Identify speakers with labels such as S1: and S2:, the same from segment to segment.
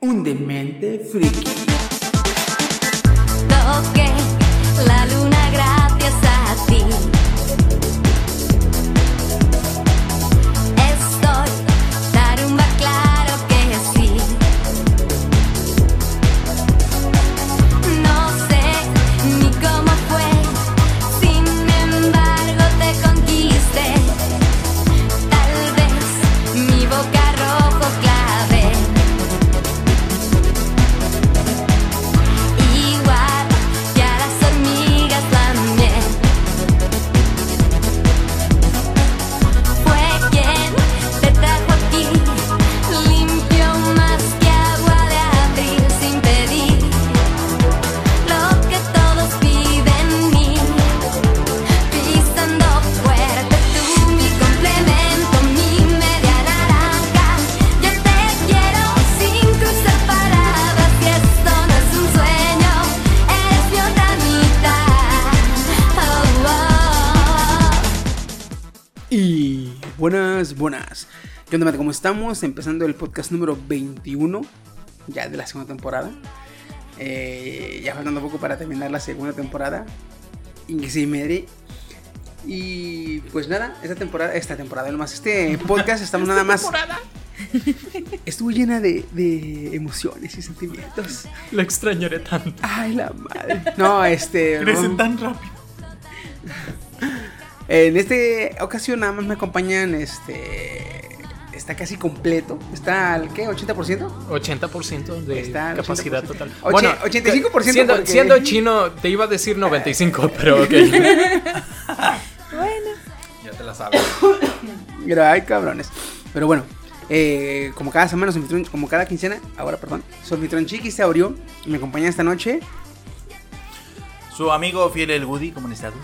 S1: un demente friki.
S2: Toqué la luna gracias a ti. Estoy tarumba, claro que sí. No sé ni cómo fue, sin embargo te conquisté. Tal vez mi boca rojo clave. Igual que a las hormigas también Fue quien te trajo aquí Limpio más que agua de abril sin pedir Lo que todos piden mí Pisando fuerte tú mi complemento Mi media naranja Yo te quiero sin cruzar paradas Y esto no es un sueño Eres mi otra mitad Oh, oh.
S1: Y buenas, buenas. ¿Qué onda, mate? ¿Cómo estamos? Empezando el podcast número 21, ya de la segunda temporada. Eh, ya faltando poco para terminar la segunda temporada. Y madre. Y pues nada, esta temporada, esta temporada, nomás este podcast estamos nada más. Estuvo llena de, de emociones y sentimientos.
S3: Lo extrañaré tanto.
S1: Ay, la madre. No, este.
S3: Crecen
S1: no.
S3: tan rápido.
S1: En esta ocasión nada más me acompañan este. Está casi completo. Está al qué? ¿80%?
S3: 80% de
S1: Está al
S3: capacidad
S1: 80%.
S3: total.
S1: Oche- 85%
S3: siendo,
S1: porque- Ah.
S3: siendo chino, te iba a decir 95, pero ok.
S4: Ya te la sabes.
S1: Mira, ay, cabrones. Pero bueno, eh, como cada semana, su anfitrión- como cada quincena, ahora perdón, su anfitrión Chiqui se abrió. y Me acompaña esta noche.
S4: Su amigo fiel el Woody, ¿cómo han estado?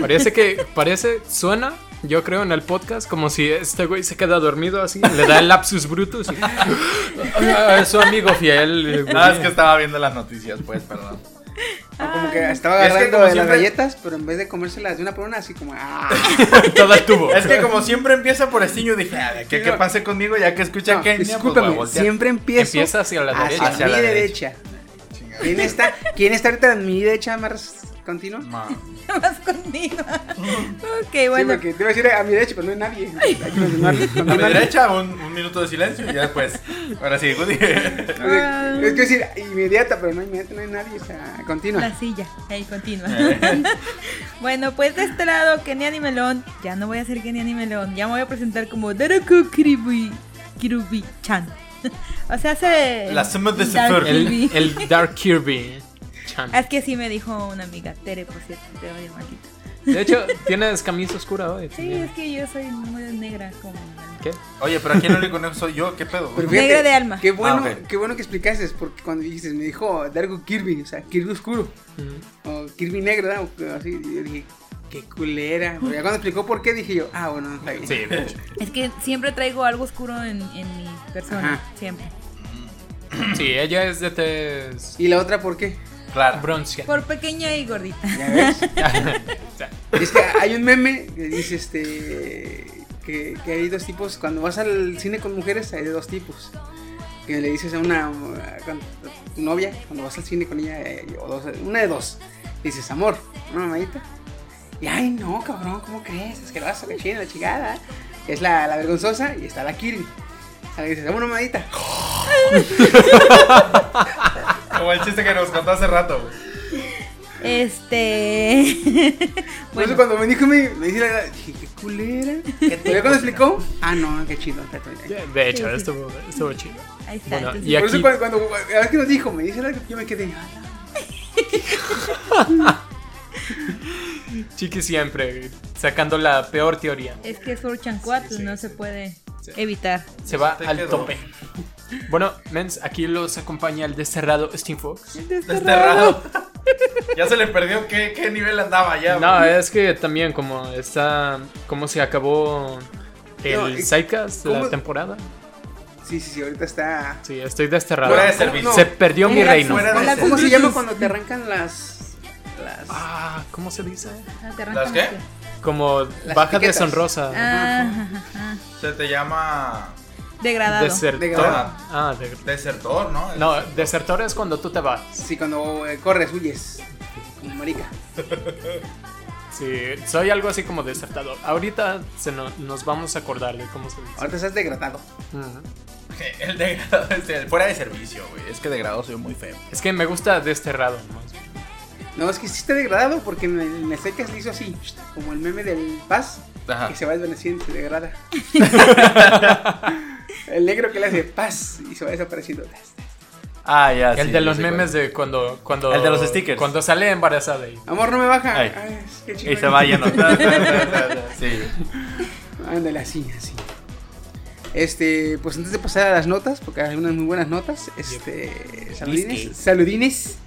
S3: Parece que, parece, suena, yo creo, en el podcast como si este güey se queda dormido así, le da el lapsus brutus. y- Ah, su amigo fiel. güey.
S4: Nada, Ah, es que estaba viendo las noticias, pues, perdón.
S1: o Ah, Como que estaba
S4: Es que
S1: agarrando
S4: como
S1: de las
S4: siempre-
S1: galletas, pero en vez de comérselas de una por una, así como. ¡ah!
S3: Toda tuvo.
S4: Es que como siempre empieza por Estiño, dije, "Ah, de que, que pase conmigo ya que escucha pues, que...
S1: No, discúlpame, siempre empiezo.
S3: Empieza hacia la derecha.
S4: Hacia
S1: mi
S4: la
S1: derecha. ¿Quién está, ¿Quién está ahorita en mi derecha más continua?
S5: Más contigo. ok,
S1: Sí,
S5: bueno.
S1: porque te iba a decir a mi derecha, pero no hay nadie. Hay que continuar.
S4: A mi
S1: continuar.
S4: derecha, un, un minuto de silencio y ya después. Ahora sí, Woody.
S1: O sea, Es que decir inmediata, pero no inmediata, no hay nadie. O sea, continua.
S6: La silla, ahí continúa. bueno, pues de este lado, Kenny Animelón. Ya no voy a ser Kenny Animelón, ya me voy a presentar como Daruku Kirubi, Kirubi-chan. o sea, hace.
S4: La suma de
S6: Dark
S4: Sefer.
S6: Kirby.
S3: El, el Dark Kirby. Chan.
S6: Es que sí me dijo una amiga, Tere, por cierto, te odio, maldita.
S3: De hecho, tienes camisa oscura hoy.
S6: Sí, es que yo soy muy negra, como.
S3: ¿Qué?
S4: Oye, pero aquí el único negro soy yo, ¿qué pedo?
S1: Pero
S6: Negra de alma.
S1: Qué bueno,
S4: Ah, ok.
S1: qué bueno que explicases, porque cuando dijiste, me dijo Dargo Kirby, o sea, Kirby oscuro, o Kirby negro, ¿verdad? O así, yo dije, qué culera. Pero ya cuando explicó por qué, dije yo, ah, bueno, no está bien.
S3: Sí, de hecho.
S6: Es que siempre traigo algo oscuro en, en mi persona,
S1: Ajá.
S6: siempre.
S3: Sí, ella es de tez
S1: ¿Y la otra por qué?
S4: Claro.
S3: bronceada.
S6: Por pequeña y gordita.
S1: Ya ves. es que hay un meme que dice, este, que, que hay dos tipos, cuando vas al cine con mujeres hay de dos tipos. Que le dices a una, a- con- a tu novia, cuando vas al cine con ella, eh, o dos, una de dos, le dices, amor, una mamadita. Y ay, no, cabrón, ¿cómo crees? Es que lo vas a la chingada, la chingada. Que es la, la vergonzosa y está la Kirby. O sea, le dices, dame una mamadita.
S4: Como el chiste que nos contó hace rato. güey.
S6: Este.
S1: Por eso cuando me dijo, me, me dice la dije, qué culera. Pero ya cuando explicó, ah, no, qué chido, está todo bien.
S3: De hecho, estuvo, estuvo chido.
S6: Ahí está.
S3: Bueno,
S6: entonces-
S3: y
S1: Por
S3: aquí,
S1: eso cuando, cuando la vez que nos dijo, me dice la yo me quedé. "Ah,
S3: Chiqui siempre sacando la peor teoría.
S6: Es que es Urchancuatl, no se puede evitar.
S3: Se va
S4: Te
S3: al
S4: quedó.
S3: tope. Bueno, mens, aquí los acompaña el desterrado Steam Fox.
S7: Desterrado. ya se le perdió qué, qué nivel andaba ya.
S3: No,
S7: güey?
S3: es que también como está, como se acabó
S1: No,
S3: el
S1: eh,
S3: Psychcast
S1: ¿cómo?
S3: la temporada.
S1: Sí, sí, sí, ahorita está.
S3: Sí, estoy desterrado.
S7: Fuera de servicio.
S3: Se perdió mi
S6: Fuera-
S3: reino.
S7: fuera-
S6: Hola,
S1: ¿Cómo se
S6: Cucruchis.
S1: llama cuando te arrancan las. las...
S3: Ah, ¿cómo se dice?
S6: Ah, te arrancan
S7: ¿Las qué?
S6: las que-
S3: Como baja
S1: etiquetas.
S3: deshonrosa.
S6: Ah, ajá, ajá.
S7: Se te llama
S6: Degradado.
S3: Desertor.
S7: Toma,
S3: Ah, de-
S7: desertor, ¿no?
S3: No, desertor es cuando tú te vas.
S1: Sí, cuando eh, corres, huyes. Como marica.
S3: Sí, soy algo así como desertador. Ahorita se no- nos vamos a acordar de cómo se dice.
S1: Ahorita estás degradado.
S3: Ujú.
S7: El degradado, este, el fuera de servicio, güey. Es que degradado soy muy feo.
S3: Es que me gusta desterrado. más bien.
S1: No, es que sí está degradado porque en el, en el Seicas le hizo así, como el meme del Paz,
S7: Ajá.
S1: que se va desvaneciendo y se degrada. el negro que le hace Paz y se va desapareciendo.
S7: Ah, ya.
S3: El de los memes de cuando, cuando.
S7: El de los stickers.
S3: Cuando sale embarazada. Y,
S1: Amor, no me baja.
S7: Ay.
S1: Ay, es que chido.
S7: Y se va lleno. sí.
S1: Ándale, así, así. Este, pues antes de pasar a las notas, porque hay unas muy buenas notas. Este, saludines. Saludines.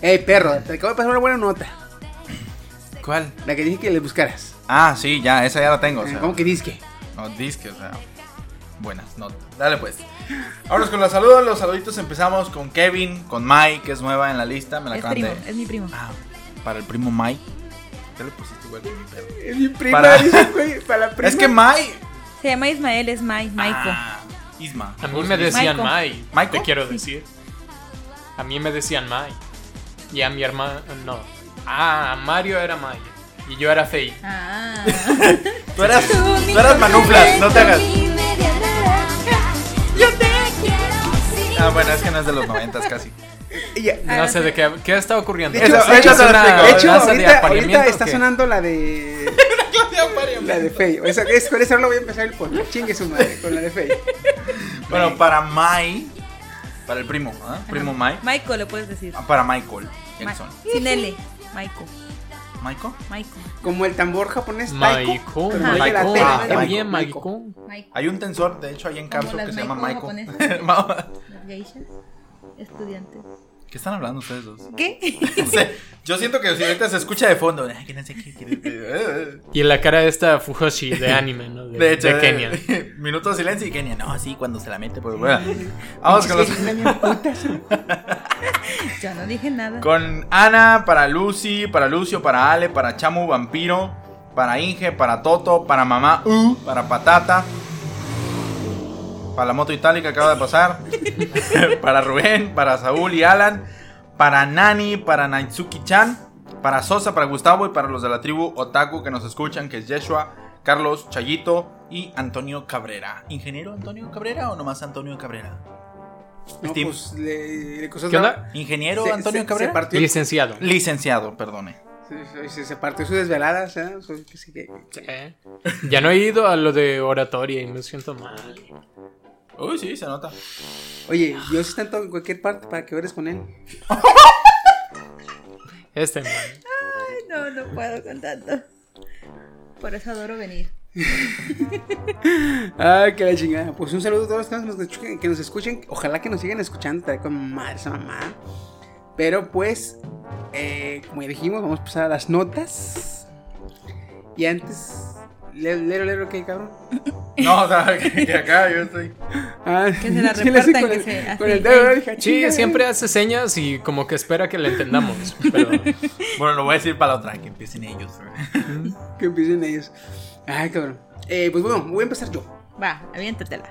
S1: Ey, perro, te acabo de pasar una buena nota.
S7: ¿Cuál?
S1: La que dije que le buscaras.
S7: Ah, sí, ya, esa ya la tengo. O sea,
S1: ¿Cómo que disque?
S7: No, disque, o sea. Buenas notas. Dale pues. Vámonos con los saludos. Los saluditos empezamos con Kevin, con Mai, que es nueva en la lista. Me la
S6: Es
S7: acaban
S6: primo,
S7: de.
S6: es mi primo.
S7: Ah, para el primo Mai. ¿Qué le pusiste igual que mi perro?
S1: Es mi prima,
S7: Para-
S1: dice, güey, para la prima.
S7: Es que Mai.
S6: Se llama Ismael, es Mai, Maiko.
S7: Ah, Isma.
S3: a mí me decían
S6: Maiko.
S3: Mai.
S7: ¿Maiko?
S3: Te quiero decir. A mí me decían Mai. Y a mi hermano. No. Ah, a Mario era Mai. Y yo era Fei.
S6: Ah.
S7: Tú eras,
S6: tú
S7: tú eras manuflas, no te hagas.
S2: Mi media naranja. Yo te quiero
S7: Ah, bueno, es que no es de los noventas casi.
S1: Ella-
S3: No sé de qué, qué está ocurriendo.
S7: De hecho,
S3: Ah, Esa-
S7: de hecho,
S3: esa
S7: se lo explico.
S1: De hecho,
S3: clase de
S1: ahorita,
S3: apareamiento
S1: ahorita está
S3: que-
S1: sonando la de. la de Fey. O sea, es, con esa lo voy a empezar el podcast. Chingue su madre, con la de Fey.
S7: Bueno, para Mai. Para el primo, ¿ah? Primo Mai. Ah,
S6: Maiko lo puedes decir.
S7: Para Michael
S6: Ma-
S7: Jackson.
S6: Sin L. Maiko.
S7: ¿Michael?
S6: Maiko.
S1: Como el tambor japonés.
S3: Maiko.
S1: Taiko, pero no es de la
S7: Maiko.
S1: tele,
S7: Ah,
S1: no es de
S3: Está
S7: Maiko,
S3: bien,
S1: Maiko.
S3: Maiko.
S6: Maiko.
S7: Hay un tensor, de hecho, ahí en
S6: Como
S7: Capsule
S6: las
S7: que se llama
S6: Maiko
S7: Michael.
S6: Las geishas. Estudiantes.
S7: ¿Qué están hablando ustedes dos?
S6: ¿Qué?
S7: No sé, yo siento que si ahorita se escucha de fondo. "Ay, que no sé qué, que no sé
S3: Y la cara de esta Fujoshi de anime, ¿no?
S7: qué".
S3: De,
S7: De hecho, eh,
S3: de Kenia.
S7: Minuto de silencio y Kenia. No, sí, cuando se la mete, pues bueno. Vamos con los.
S6: Yo no dije nada.
S7: Con Ana, para Lucy, para Lucio, para Ale, para Chamu, Vampiro, para Inge, para Toto, para Mamá U, para Patata, para la moto itálica que acaba de pasar, para Rubén, para Saúl y Alan, para Nani, para Naitsuki-chan, para Sosa, para Gustavo y para los de la tribu Otaku que nos escuchan, que es Yeshua, Carlos, Chayito y Antonio Cabrera. ¿Ingeniero Antonio Cabrera o nomás Antonio Cabrera?
S1: No,
S7: Steam.
S1: pues le, le costó
S3: ¿Qué
S1: tra-
S3: onda?
S7: ¿Ingeniero
S1: se-
S7: Antonio
S1: se-
S7: Cabrera?
S1: Se partió,
S3: Licenciado.
S7: Licenciado, perdone.
S1: se, se- se partió sus desveladas. ¿eh? Su- que sí que-
S3: Sí. ¿Eh? Ya no he ido a lo de oratoria y me siento mal.
S7: Uy, sí, se nota.
S1: Oye, Dios está en todo- en cualquier parte para que ores con él.
S3: Este man.
S6: No, no puedo con tanto. Por eso adoro venir.
S1: Ay, que la chingada. Pues un saludo a todos los que nos escuchen. Que nos escuchen. Ojalá que nos sigan escuchando. Trae con mal esa mamá. Pero pues, eh, como ya dijimos, vamos a pasar a las notas. Y antes. Lero, lero, lero, ¿qué, cabrón?
S7: No, o sea, que, que acá yo estoy.
S1: Ah,
S6: Que se la
S1: sí, le hace
S6: repartan,
S1: con
S6: que
S1: el-
S6: se-
S1: Con
S6: así,
S1: el dedo,
S6: ey.
S1: dije, "Ah,
S3: Sí,
S1: chinga,
S3: siempre hace señas y como que espera que le entendamos. Pero
S7: Bueno, lo voy a decir para la otra, que empiecen ellos.
S1: Que empiecen ellos. Ay, cabrón. Eh, pues bueno, voy a empezar yo.
S6: Va, aviéntatela.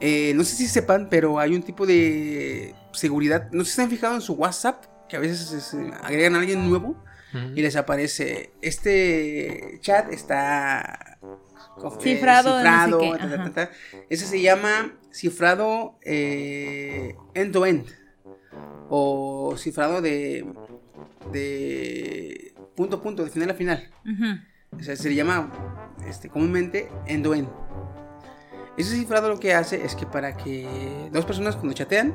S1: Eh, no sé si sepan, pero hay un tipo de seguridad. No sé si se han fijado en su WhatsApp, que a veces es, eh, agregan a alguien nuevo y les aparece. Este chat está como que
S6: Cifrado, no sé
S1: cifrado,
S6: qué,
S1: ta, ta,
S6: ajá.
S1: ta, ta. Ese se llama cifrado end to end o cifrado de de punto a punto, de final a final.
S6: Ujú.
S1: O sea, se le llama este, comúnmente end-to-end. Ese cifrado lo que hace es que para que dos personas cuando chatean,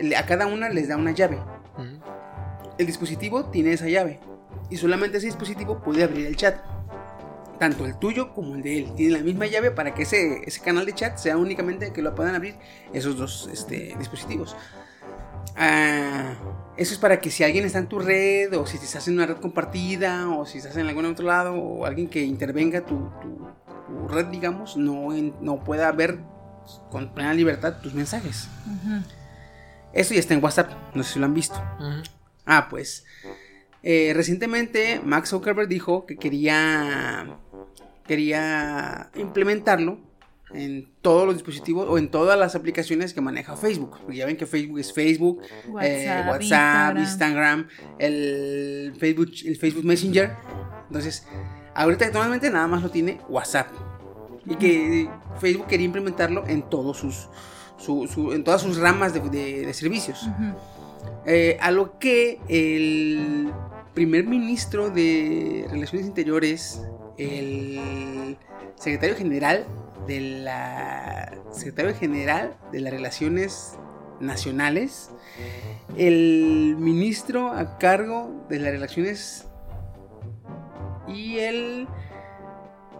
S1: le- a cada una les da una llave.
S3: Ujú.
S1: El dispositivo tiene esa llave. Y solamente ese dispositivo puede abrir el chat. tanto el tuyo como el de él. Tiene la misma llave para que ese, ese canal de chat sea únicamente que lo puedan abrir esos dos este, dispositivos. Ah, eso es para que si alguien está en tu red, o si estás en una red compartida, o si estás en algún otro lado, o alguien que intervenga tu, tu- tu red, digamos, no, en- no pueda ver con plena libertad tus mensajes. Eso ya está en WhatsApp, no sé si lo han visto.
S3: mm.
S1: Ah, pues. eh, recientemente Max Zuckerberg dijo que quería. Quería implementarlo en todos los dispositivos o en todas las aplicaciones que maneja Facebook. Porque ya ven que Facebook es Facebook, eh, WhatsApp,
S6: WhatsApp,
S1: Instagram. el Facebook, el Facebook Messenger. Entonces, ahorita actualmente nada más lo tiene WhatsApp. Y que Facebook quería implementarlo en todos sus. su- su- en todas sus ramas de, de- de servicios.
S6: Ujú.
S1: Eh, a lo que el primer ministro de Relaciones Interiores, el secretario general de la secretario general de las Relaciones Nacionales, el ministro a cargo de las Relaciones y el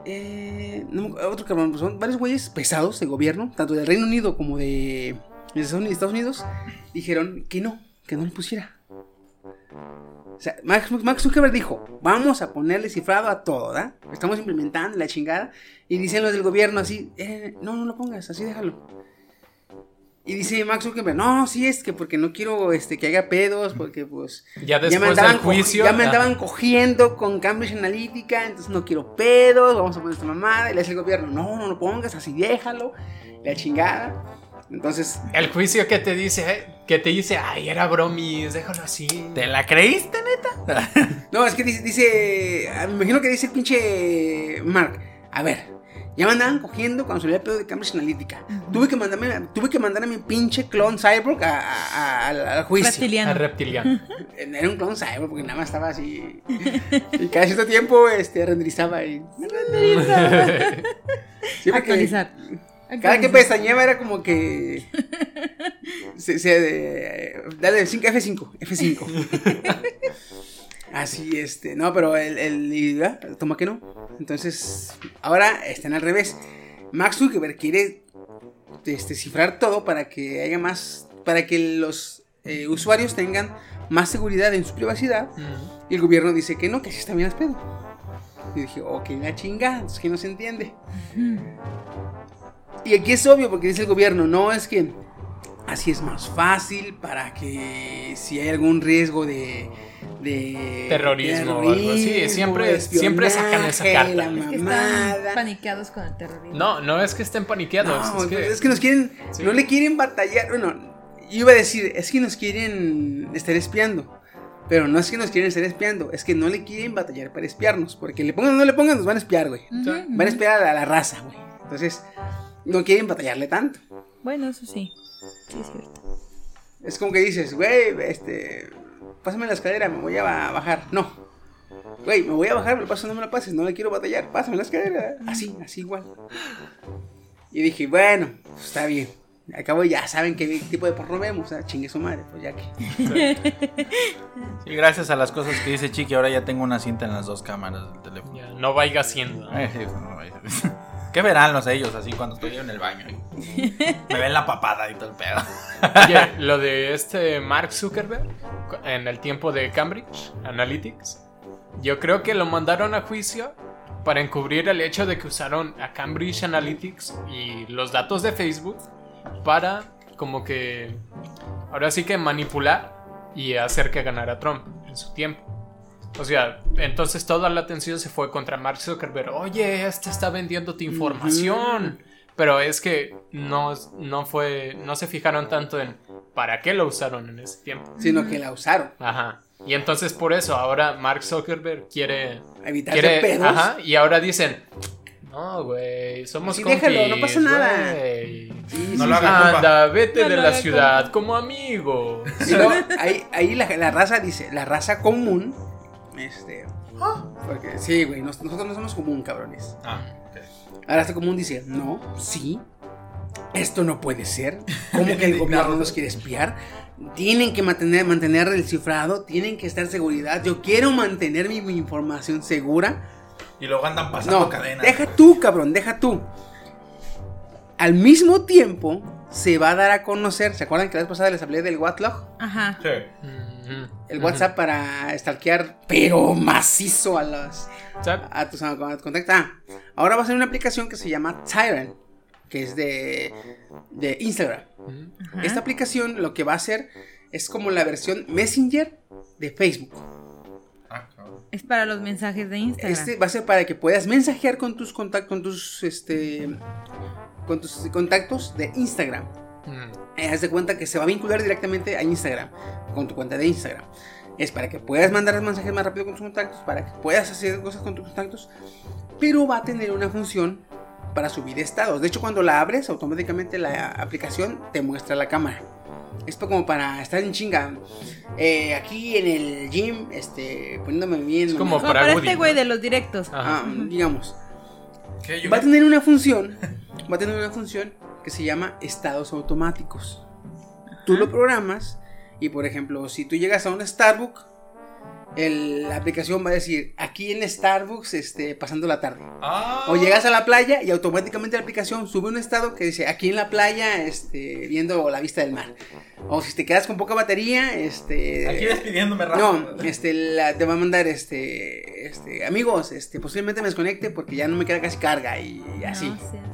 S1: eh, no me acu- otro cabrón, pues son varios güeyes pesados de gobierno, tanto del Reino Unido como de de Estados Unidos, dijeron que no, que no le pusiera. O sea, Max, Max Zuckerberg dijo, vamos a ponerle cifrado a todo, ¿verdad? Estamos implementando la chingada. Y dicen los del gobierno así, "Eh, no, no lo pongas, así déjalo. Y dice Max Zuckerberg, no, sí es que porque no quiero este, que haga pedos, porque pues...
S3: Ya después
S1: me andaban
S3: del
S1: co-
S3: juicio.
S1: ya me
S3: ah,
S1: andaban cogiendo con Cambridge Analytica, entonces no quiero pedos, vamos a poner esta mamada. Y le dice el gobierno, no, no lo pongas, así déjalo, la chingada. Entonces,
S3: El juicio que te dice, eh, que te dice, ay, era bromis, déjalo así.
S7: ¿Te la creíste, neta?
S1: No, es que dice, dice- ah, me imagino que dice el pinche Mark. A ver, ya me andaban cogiendo cuando salió el pedo de Cambridge Analytica. Tuve que mandarme, tuve que mandar a mi pinche clon cyborg a- a- a- al- al juicio.
S3: A
S6: Reptiliano.
S3: reptiliano.
S1: Era un clon cyborg porque nada más estaba así. y cada cierto tiempo este, renderizaba y. Sí, porque
S6: Actualizar.
S1: Cada que
S6: Actualizar.
S1: pestañeaba era como que. se, se- eh, dale, cinco- F5, F5. Así, este. No, pero el. el y, ah, toma que no. Entonces, ahora están al revés. Max Zuckerberg quiere este, cifrar todo para que haya más. Para que los eh, usuarios tengan más seguridad en su privacidad. Y el gobierno dice que no, que así está bien las pedo. Y dije, ok, la chingada, es que no se entiende. Y aquí es obvio porque dice el gobierno, no, es que así es más fácil para que si hay algún riesgo de... de
S3: Terrorismo o algo así, siempre- siempre sacan esa
S1: espionaje,
S3: carta.
S1: La
S6: Es que
S1: mamada.
S6: están paniqueados con el terrorismo.
S3: No, no es que estén paniqueados.
S1: No, pues,
S3: es que,
S1: es que nos quieren,
S3: Sí.
S1: no le quieren batallar. Bueno, yo iba a decir, es que nos quieren estar espiando. Pero no es que nos quieren estar espiando, es que no le quieren batallar para espiarnos. Porque le pongan o no le pongan, nos van a espiar, güey.
S6: Ujú, ujú.
S1: Van a espiar a la, a la raza, güey. Entonces, no quieren batallarle tanto.
S6: Bueno, eso sí. Sí, es cierto.
S1: Es como que dices, güey, este. Pásame la escalera, me voy a ba- bajar. No. Güey, me voy a bajar, pero paso no me la pases, no le quiero batallar, pásame la escalera. Así, así igual. Y dije, bueno, pues, está bien. Al cabo ya saben qué tipo de porro vemos, o sea, chingue su madre, pues ya que.
S7: Y gracias a las cosas que dice Chiqui, ahora ya tengo una cinta en las dos cámaras del teléfono.
S3: ya, no vaya siendo.
S7: Ay, Eh, sí, no, ay, sí. ¿Qué verán los ellos así cuando estoy yo en el baño? Me ven la papada y todo el pedo.
S3: Oye, lo de este Mark Zuckerberg cu- en el tiempo de Cambridge Analytics, yo creo que lo mandaron a juicio para encubrir el hecho de que usaron a Cambridge Analytics y los datos de Facebook para como que ahora sí que manipular y hacer que ganara Trump en su tiempo. O sea, entonces toda la atención se fue contra Mark Zuckerberg. Oye, este está vendiendo tu información. Pero es que no, no fue. No se fijaron tanto en para qué lo usaron en ese tiempo.
S1: Sino que la usaron.
S3: Ajá. Y entonces por eso ahora Mark Zuckerberg quiere.
S1: Evitarse
S3: quiere
S1: pedos.
S3: ajá. Y ahora dicen. No, güey. Somos
S1: Así
S3: compis,
S1: déjalo, no pasa nada".
S3: güey.
S1: Sí,
S7: No
S1: sí,
S7: lo
S1: sí.
S7: hagan,
S3: Anda, vete
S6: No
S3: de
S6: lo
S3: la
S6: haga,
S3: ciudad como amigo.
S1: Y luego, ahí, ahí la, la raza dice, la raza común, este. Porque, sí, güey, nos- nosotros no somos común, cabrones.
S7: Ah,
S1: Ahora este común dice, no, sí, esto no puede ser. ¿Cómo que el gobierno nos quiere espiar? Tienen que mantener, mantener el cifrado, tienen que estar seguridad. Yo quiero mantener mi, mi información segura.
S7: Y luego andan pasando
S1: No,
S7: cadenas.
S1: deja tú, cabrón, deja tú. Al mismo tiempo se va a dar a conocer, ¿se acuerdan que la vez pasada les hablé del WhatsApp?
S6: Ajá.
S7: Sí.
S1: El WhatsApp para stalkear, pero macizo a los
S3: ¿Sabes?
S1: a tus contactos. Ah, ahora va a ser una aplicación que se llama Tyrant, que es de, de Instagram.
S6: ajá.
S1: Esta aplicación lo que va a hacer es como la versión Messenger de Facebook.
S7: Ah, cabrón.
S6: Es para los mensajes de Instagram.
S1: Este va a ser para que puedas mensajear con tus contactos, con tus este con tus contactos de Instagram.
S3: Mm.
S1: Eh, haz de cuenta que se va a vincular directamente a Instagram, con tu cuenta de Instagram. Es para que puedas mandar mensajes más rápido con tus contactos, para que puedas hacer cosas con tus contactos, pero va a tener una función para subir estados. De hecho, cuando la abres, automáticamente la aplicación te muestra la cámara. Es pa- como para estar en chinga. eh, aquí en el gym, este, poniéndome bien.
S3: Es como
S6: Como
S1: mamá.
S6: para,
S3: para
S6: este
S3: Woody,
S6: güey
S3: ¿no?
S6: de los directos.
S3: Ajá.
S1: Ah, digamos.
S7: ¿Qué? Yo-
S1: Va a tener una función. Va a tener una función que se llama estados automáticos. Tú lo programas y, por ejemplo, si tú llegas a un Starbucks, el- la aplicación va a decir aquí en Starbucks este, pasando la tarde.
S7: Ah.
S1: O llegas a la playa y automáticamente la aplicación sube un estado que dice aquí en la playa este, viendo la vista del mar. O si te quedas con poca batería, este.
S7: Aquí despidiéndome rápido.
S1: No, este, la- te va a mandar este, este, amigos, este, posiblemente me desconecte porque ya no me queda casi carga y, así.
S6: No seas-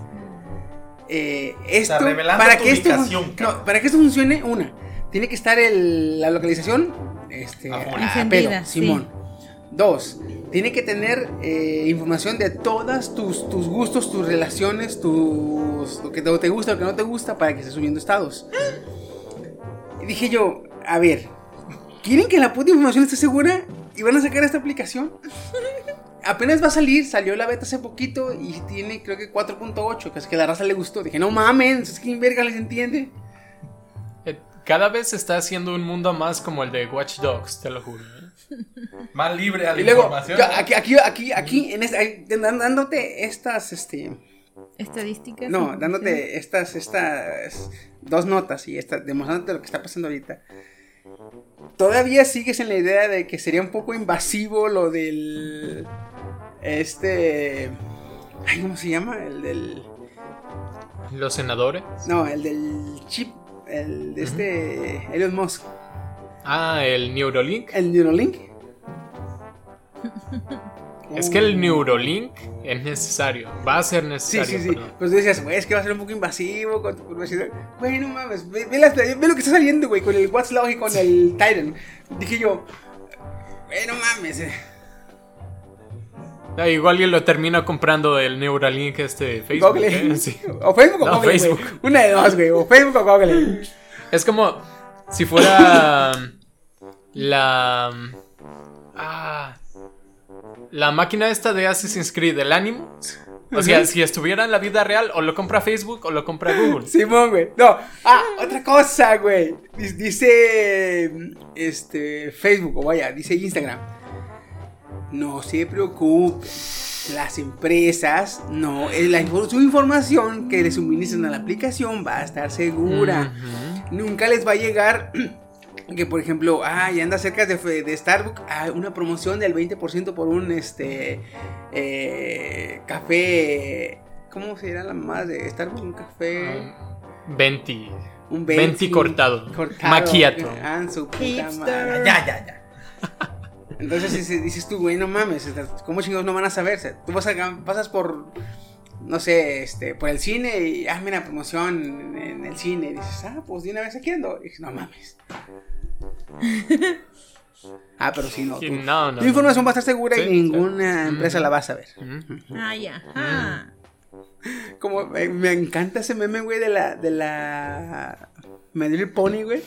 S1: Eh, esto,
S7: Está revelando
S1: para
S7: tu
S1: que esto,
S7: ubicación,
S1: fun-
S7: cabrón.
S1: no, para que esto funcione, una, tiene que estar el- la localización, este,
S7: A full.
S1: a
S6: Encendida,
S1: pedo,
S6: sí.
S1: Simón. Dos, tiene que tener eh, información de todas tus, tus gustos, tus relaciones, tus, lo que te, te gusta, lo que no te gusta, para que estés subiendo estados. Y dije yo, a ver, ¿quieren que la puta información esté segura? ¿Y van a sacar esta aplicación? Apenas va a salir, salió la beta hace poquito y tiene creo que 4.8, que es que la raza le gustó. Dije, no mamen, es que en verga les entiende.
S3: Eh, Cada vez se está haciendo un mundo más como el de Watch Dogs, te lo juro. ¿eh?
S7: Más libre a la
S1: Y luego,
S7: información.
S1: yo aquí, aquí, aquí, aquí, en este- ahí, dan- dándote estas, este,
S6: Estadísticas.
S1: no, dándote estas, estas dos notas y esta, demostrándote lo que está pasando ahorita. Todavía sigues en la idea de que sería un poco invasivo lo del, este, ay, ¿cómo se llama? El del...
S3: Los senadores.
S1: No, el del chip, el de este Elon Musk,
S3: Ah, el Neurolink.
S1: el Neuralink.
S3: Es que el Neurolink es necesario. Va a ser
S1: Uh. Sí,
S3: necesario.
S1: sí, sí.
S3: perdón.
S1: Pues tú decías, güey, es que va a ser un poco invasivo con tu privacidad. Güey, no mames, ve, ve las- ve lo que está saliendo, güey, con el WhatsApp y con el Titan. Dije yo, güey, no mames. eh.
S3: Ah, igual y lo termina comprando el Neuralink este de Facebook.
S1: Google.
S3: ¿eh? Sí.
S1: O Facebook o
S3: No,
S1: Google. güey.
S3: Facebook.
S1: Una de dos, güey. O Facebook o Google.
S3: Es como si fuera la ah, la máquina esta de Assassin's Creed, el Animus. O sea, si estuviera en la vida real, o lo compra Facebook o lo compra Google.
S1: Simón, güey. No. Ah, otra cosa, güey. Dis- Dice este Facebook, o vaya, dice Instagram. No se preocupen. Las empresas, no, eh, la, infor- su información que le suministran a la aplicación va a estar segura.
S3: Ujú.
S1: Nunca les va a llegar que, por ejemplo, ah, ya anda cerca de, fe- de Starbucks, ah, una promoción del 20% por un este eh, café. ¿Cómo se dirá la mamá de Starbucks? Un café.
S3: Ah, Venti.
S1: Un
S3: Venti cortado. Macchiato.
S1: Ah, en su puta
S6: Hipster.
S1: madre.
S7: Ya, ya, ya.
S1: Entonces dices, dices tú, güey, no mames, estas- ¿cómo chingados no van a saber? O sea, Tú vas a- pasas por, no sé, este, por el cine y, ah, mira, promoción en, en el cine. Y dices, ah, pues de una vez aquí ando. Y dices, no mames. ah, pero si no.
S3: Sí,
S1: tú-
S3: no, no,
S1: tu información va a estar segura
S3: Sí,
S1: y ninguna
S3: sí.
S1: empresa la va a saber.
S3: Ujú.
S6: Ay, ajá.
S1: Como me, me encanta ese meme, güey, de la. de la. My Little Pony, güey.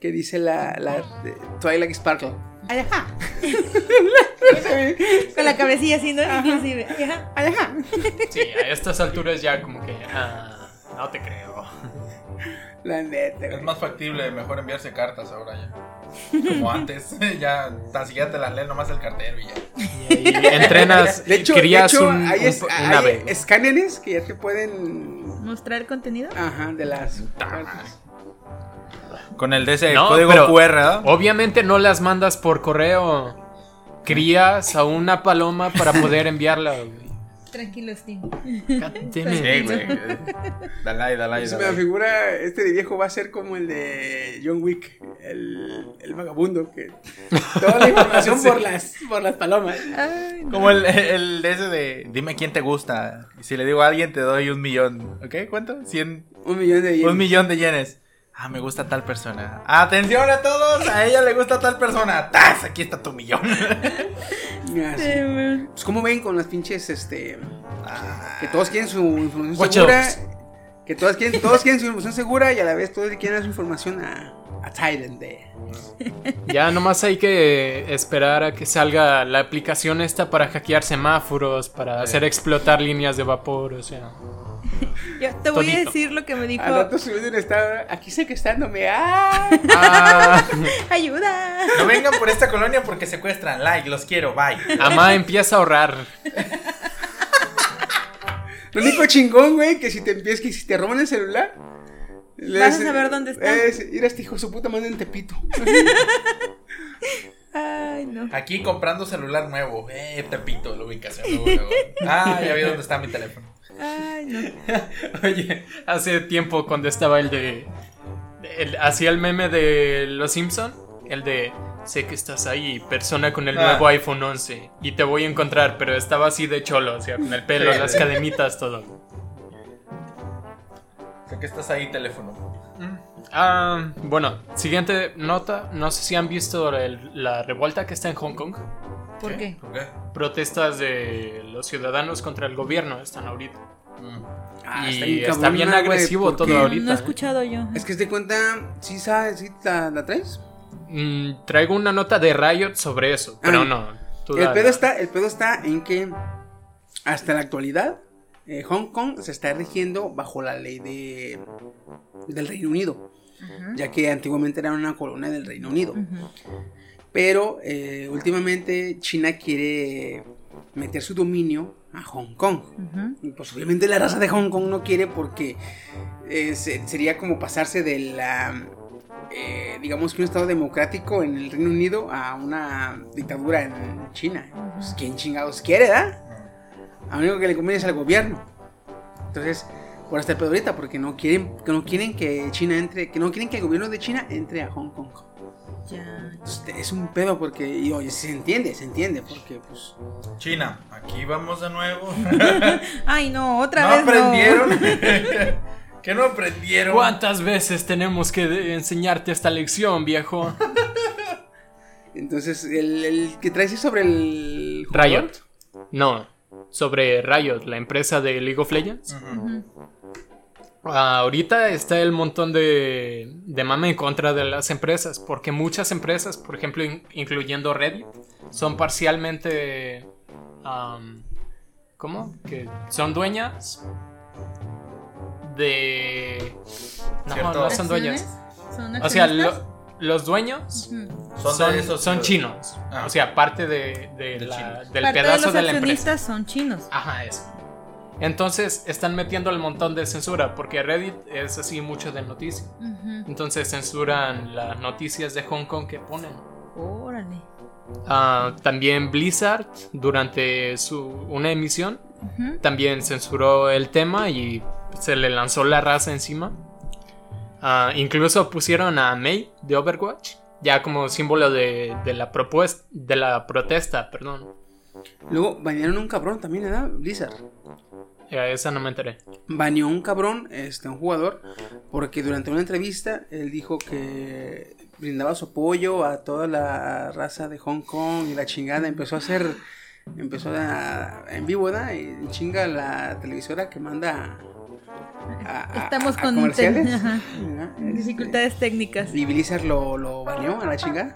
S1: Que dice la. la de Twilight Sparkle.
S6: Ay, ajá. Con la cabecilla así, ¿no? Inclusive. Ay, ajá.
S1: Ay, ajá.
S3: Sí, a estas alturas ya como que ah, no te creo.
S1: La neta,
S7: Es
S1: güey.
S7: más factible, mejor enviarse cartas ahora ya. Como antes, ya tan siquiera te las lee nomás el cartero y ya.
S3: Y entrenas,
S1: De hecho,
S3: crías
S1: de hecho,
S3: un,
S1: hay,
S3: un-
S1: es-
S3: un
S1: hay
S3: ave.
S1: escáneres que ya te pueden.
S6: ¿Mostrar el contenido?
S1: Ajá, de las. cartas.
S7: Con el de ese
S3: No,
S7: código
S3: pero-
S7: QR, ¿verdad?
S3: Obviamente no las mandas por correo. crías a una paloma para poder enviarla, güey.
S6: Tranquilo, Steve.
S3: God damn it.
S7: Sí, güey. Dalai, Dalai,
S1: Se me
S7: Dalai.
S1: figura, este de viejo va a ser como el de John Wick, el, el vagabundo, que toda la información por, las, por las palomas.
S6: Ay, no.
S7: Como el, el de ese de dime quién te gusta. Y si le digo a alguien, te doy un millón. ¿Ok? ¿Cuánto? Cien.
S1: Un millón de yenes.
S7: Un millón de yenes. Ah, me gusta tal persona. ¡Atención a todos! A ella le gusta tal persona. ¡Tas! Aquí está tu millón.
S1: Ah, sí. Pues, ¿cómo ven con las pinches, este... Que todos quieren su información
S3: Ah. Watch
S1: segura.
S3: outs.
S1: Que todos quieren, todos quieren su información segura y a la vez todos le quieren dar su información a, a Thailand. de-
S3: Ya nomás hay que esperar a que salga la aplicación esta para hackear semáforos, para hacer explotar líneas de vapor, o sea.
S6: Yo te voy a
S3: Tonito.
S6: decir lo que me dijo.
S1: Al rato subiendo un estado, aquí secuestrándome. ¡Ah!
S3: Ah,
S6: ¡Ayuda!
S7: No vengan por esta colonia porque secuestran. Like, los quiero. Bye.
S3: Amá empieza a ahorrar.
S1: Lo único chingón, güey, que si te empiezas, que si te roban el celular, le
S6: Vas a
S1: das-
S6: saber dónde está.
S1: Es ir a este hijo de su puta madre en Tepito.
S6: Ay, no.
S7: Aquí comprando celular nuevo. Eh, Tepito, la ubicación. luego, luego. Ah, ya vi dónde está mi teléfono.
S6: Ay, no.
S3: Oye, hace tiempo cuando estaba el de. el- hacía el meme de Los Simpson, el de. Sé que estás ahí, persona con el
S7: Ah.
S3: nuevo iPhone 11, y te voy a encontrar, pero estaba así de cholo, o sea, con el pelo,
S7: Sí.
S3: las cadenitas, todo.
S7: Sé que estás ahí, teléfono.
S3: Ah, bueno, siguiente nota. No sé si han visto el- la revuelta que está en Hong Kong.
S6: ¿Por qué?
S7: ¿Por qué?
S3: Protestas de los ciudadanos contra el gobierno están ahorita.
S1: Ah,
S3: y
S1: bien
S3: está
S1: cabrona,
S3: bien
S1: güey,
S3: agresivo
S1: porque-
S3: todo ahorita. ¿eh?
S6: No he escuchado yo.
S1: Es que te cuenta, sí sabes, sí la, la traes.
S3: Mm, traigo una nota de Riot sobre eso, pero
S1: Ah,
S3: no. tú
S1: El
S3: dale.
S1: pedo, está, el pedo está en que hasta la actualidad eh, Hong Kong se está rigiendo bajo la ley de, del Reino Unido, ya que antiguamente era una colonia del Reino Unido.
S6: Ujú.
S1: Pero eh, últimamente China quiere meter su dominio a Hong Kong.
S6: Ujú.
S1: Y, Pues obviamente la raza de Hong Kong no quiere porque eh, se- sería como pasarse de la, eh, digamos que un estado democrático en el Reino Unido a una dictadura en China. Pues, ¿Quién chingados quiere, da? A lo único que le conviene es al gobierno. Entonces, por hasta pedo ahorita, porque no quieren, que no quieren que China entre, que no quieren que el gobierno de China entre a Hong Kong.
S6: Ya.
S1: Este, Es un pedo porque, y oye, se entiende, se entiende, porque pues...
S7: China, aquí vamos de nuevo.
S6: Ay, no, otra
S7: ¿No
S6: vez.
S7: aprendieron? ¿Qué no aprendieron?
S3: ¿Cuántas veces tenemos que de- enseñarte esta lección, viejo?
S1: Entonces, el, el que traes es sobre el... jugador.
S3: Riot. No, sobre Riot, la empresa de League of Legends.
S7: Ujú.
S3: Ah, ahorita está el montón de, de mame en contra de las empresas, porque muchas empresas, por ejemplo, in- incluyendo Reddit, son parcialmente... am, ¿Cómo? Que son dueñas de... No,
S7: Cierto.
S3: no son dueñas.
S6: ¿Son
S3: O sea,
S6: accionistas?
S3: lo- los dueños
S6: Ujú.
S7: Son,
S3: son,
S7: de
S3: son,
S7: esos, eh,
S3: chinos.
S7: Ah.
S3: O sea, parte de, de
S7: De
S3: la-
S7: chinos.
S3: del
S6: Parte
S3: pedazo
S6: de los
S3: de la empresa.
S6: accionistas son chinos.
S3: Ajá, eso. Entonces están metiendo el montón de censura, porque Reddit es así mucho de noticias.
S6: Ujú.
S3: Entonces censuran las noticias de Hong Kong que ponen.
S6: Órale.
S3: Ah, también Blizzard, durante su, una emisión,
S6: Ujú.
S3: también censuró el tema y se le lanzó la raza encima. Ah, incluso pusieron a May de Overwatch, ya como símbolo de, de la propuesta, de la protesta, perdón.
S1: Luego banearon un cabrón también, ¿verdad? Blizzard.
S3: Eh, esa no me enteré.
S1: Baneó un cabrón, este, un jugador, porque durante una entrevista él dijo que brindaba su apoyo a toda la raza de Hong Kong y la chingada. Empezó a hacer, empezó a, en vivo, ¿verdad? Y chinga la televisora que manda a- a-
S6: Estamos
S1: a
S6: con
S1: comerciales.
S6: te- ajá.
S1: ¿verdad?
S6: dificultades técnicas.
S1: Y Blizzard lo, lo baneó a la chingada.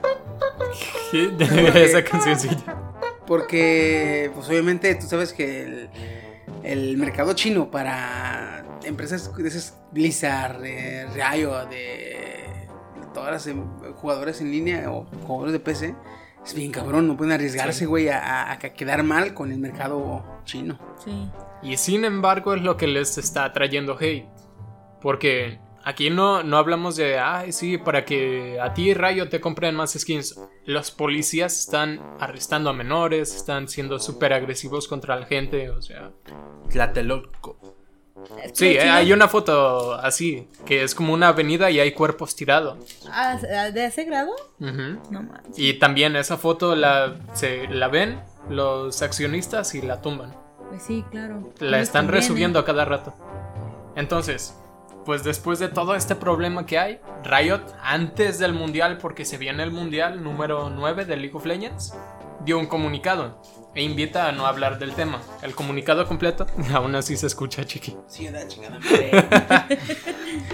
S3: esa cancioncilla.
S1: Porque, pues obviamente, tú sabes que el, el mercado chino para empresas de esas Blizzard, eh, Riot, de todas las em, jugadores en línea o jugadores de PC, es bien cabrón, no pueden arriesgarse, güey, a- a, a quedar mal con el mercado chino.
S6: Sí.
S3: Y sin embargo es lo que les está trayendo hate. Porque Aquí no, no hablamos de, ay, sí, para que a ti, Rayo, te compren más skins. Los policías están arrestando a menores, están siendo súper agresivos contra la gente, o sea.
S7: Tlatelolco.
S6: Es que
S3: Sí,
S6: de
S3: eh,
S6: hecho,
S3: hay
S6: yo-
S3: una foto así, que es como una avenida y hay cuerpos tirados.
S6: Ah, ¿De ese grado?
S3: Ujú.
S6: No manches.
S3: Y también esa foto la, se, la ven los accionistas y la tumban.
S6: Pues sí, claro. No
S3: La
S6: les
S3: están
S6: conviene.
S3: resubiendo a cada rato. Entonces, pues después de todo este problema que hay, Riot, antes del Mundial, porque se viene el Mundial número 9 de League of Legends, dio un comunicado e invita a no hablar del tema. El comunicado completo, aún así se escucha, chiqui.
S1: Sí, la chingada madre.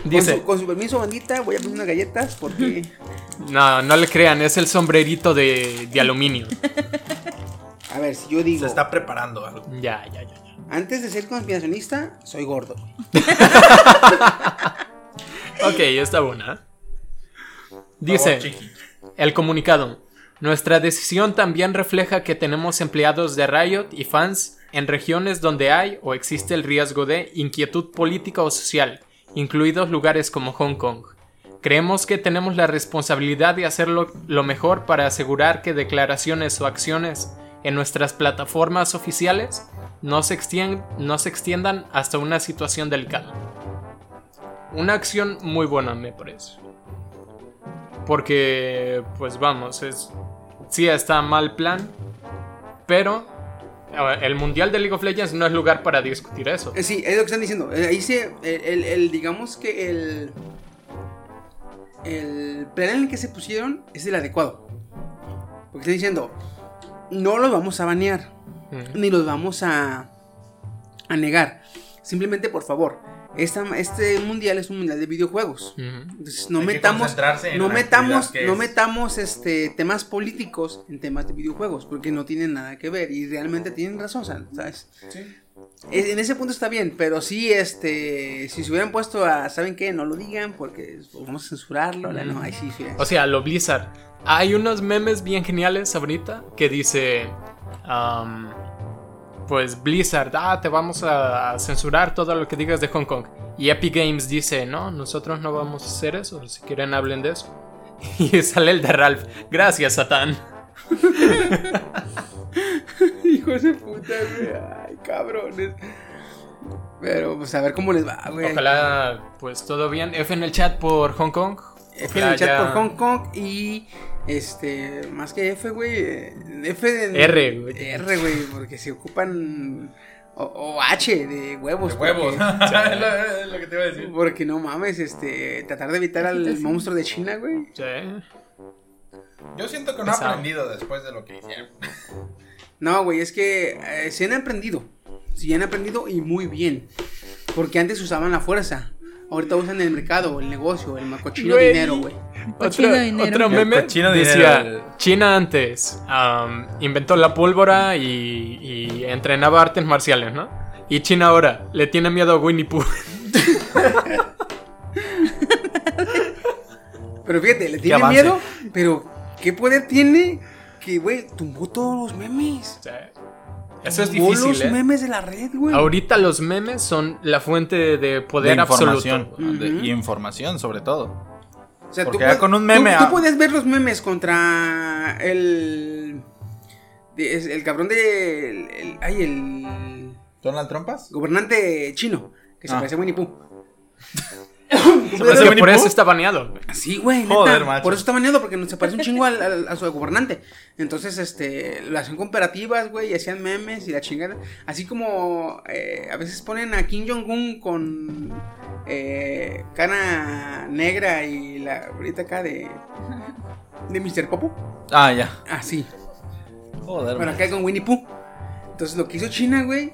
S1: Con
S3: Dice,
S1: su, con su permiso, bandita, voy a pedir unas galletas porque.
S3: no, no le crean, es el sombrerito de, de aluminio.
S1: A ver, si yo digo.
S7: Se está preparando algo.
S3: Ya, ya, ya. ya.
S1: Antes de ser conspiracionista, soy gordo. güey.
S3: Ok, está buena. Dice...
S7: Por favor, Chiqui.
S3: El comunicado. Nuestra decisión también refleja que tenemos empleados de Riot y fans en regiones donde hay o existe el riesgo de inquietud política o social, incluidos lugares como Hong Kong. Creemos que tenemos la responsabilidad de hacerlo lo mejor para asegurar que declaraciones o acciones en nuestras plataformas oficiales no se, extien- no se extiendan hasta una situación delicada. Una acción muy buena me parece. Porque, pues vamos, es. Sí, está mal plan. Pero. eh, El mundial de League of Legends no es lugar para discutir eso.
S1: Eh, Sí, es lo que están diciendo. Eh, Ahí se. El, el- el- digamos que el. El plan en el que se pusieron es el adecuado. Porque están diciendo. No los vamos a banear.
S3: Mm.
S1: Ni los vamos a. A negar. Simplemente, por favor. esta- este mundial es un mundial de videojuegos.
S3: Mm.
S1: Entonces, no
S7: Hay que
S1: metamos,
S7: concentrarse en
S1: no
S7: la
S1: metamos,
S7: actividad que
S1: no
S7: es.
S1: metamos este temas políticos en temas de videojuegos, porque no tienen nada que ver y realmente tienen razón, o sea, ¿sabes? Es- en ese punto está bien, pero sí, este, si se hubieran puesto a, ¿saben qué? No lo digan porque vamos a censurarlo, la- no, ahí sí, sí.
S3: O sea, lo Blizzard. Hay unos memes bien geniales ahorita que dice. am, pues Blizzard, ah, te vamos a a censurar todo lo que digas de Hong Kong. Y Epic Games dice, no, nosotros no vamos a hacer eso. Si quieren, hablen de eso. Y sale el de Ralph. Gracias, Satán.
S1: Hijo de puta, güey, ay, cabrones. Pero, pues, a ver cómo les va, güey.
S3: Ojalá, pues todo bien. F en el chat por Hong Kong.
S1: F en
S3: Ojalá
S1: el chat
S3: ya-
S1: Eh, por Hong Kong y este, más que F, güey, eh, F en-
S3: R, güey.
S1: R, güey, porque se ocupan o, o H de huevos.
S7: De huevos.
S1: Porque,
S7: es lo- es lo que te iba a decir.
S1: porque no mames, este, tratar de evitar al monstruo de China, güey.
S3: Sí.
S7: Yo siento que no
S3: Pesado.
S7: ha aprendido después de lo que hicieron.
S1: No, güey, es que eh, se han aprendido. Se han aprendido y muy bien. Porque antes usaban la fuerza. Ahorita usan el mercado, el negocio, el macochino
S3: Güey.
S1: dinero, güey.
S3: Otro,
S6: Cochino dinero.
S3: otro
S6: El
S3: meme
S7: cochino
S3: decía,
S7: dinero.
S3: China antes am, inventó la pólvora y, y entrenaba artes marciales, ¿no? Y China ahora le tiene miedo a Winnie Pooh.
S1: Pero fíjate, le tiene
S7: avance.
S1: miedo, pero ¿qué poder tiene? Que, güey, tumbó todos los memes.
S3: O sea, Eso es
S1: Tumbó los
S3: difícil, ¿eh?
S1: memes de la red, güey.
S3: Ahorita los memes son la fuente de
S7: De
S3: poder
S7: información.
S3: absoluto.
S7: de-
S1: Ujú.
S7: Y información, sobre todo.
S1: O sea,
S7: Porque ya con un meme,
S1: Tú, tú
S7: ah.
S1: puedes ver los memes contra el. de- es- el cabrón de. El, el- ay, el.
S7: ¿Donald Trumpas?
S1: Gobernante chino. Que se
S7: Ah.
S1: parece a Winnie Pooh.
S3: Se me hace
S7: ¿De
S3: Pues que
S7: Winnie
S3: por
S7: Pooh?
S3: eso está baneado. güey.
S1: Sí, güey. neta.
S7: Joder, macho.
S1: Por eso está baneado, porque no se parece un chingo al- al- a su gobernante. Entonces, este. Lo hacían comparativas, güey. Y hacían memes y la chingada. Así como. eh, a veces ponen a Kim Jong-un con. eh, cara negra y la. Ahorita acá de. De Mr. Popo.
S7: Ah, ya.
S1: Así.
S7: Joder,
S1: Bueno, acá con Winnie Pooh. Entonces, lo que hizo China, güey.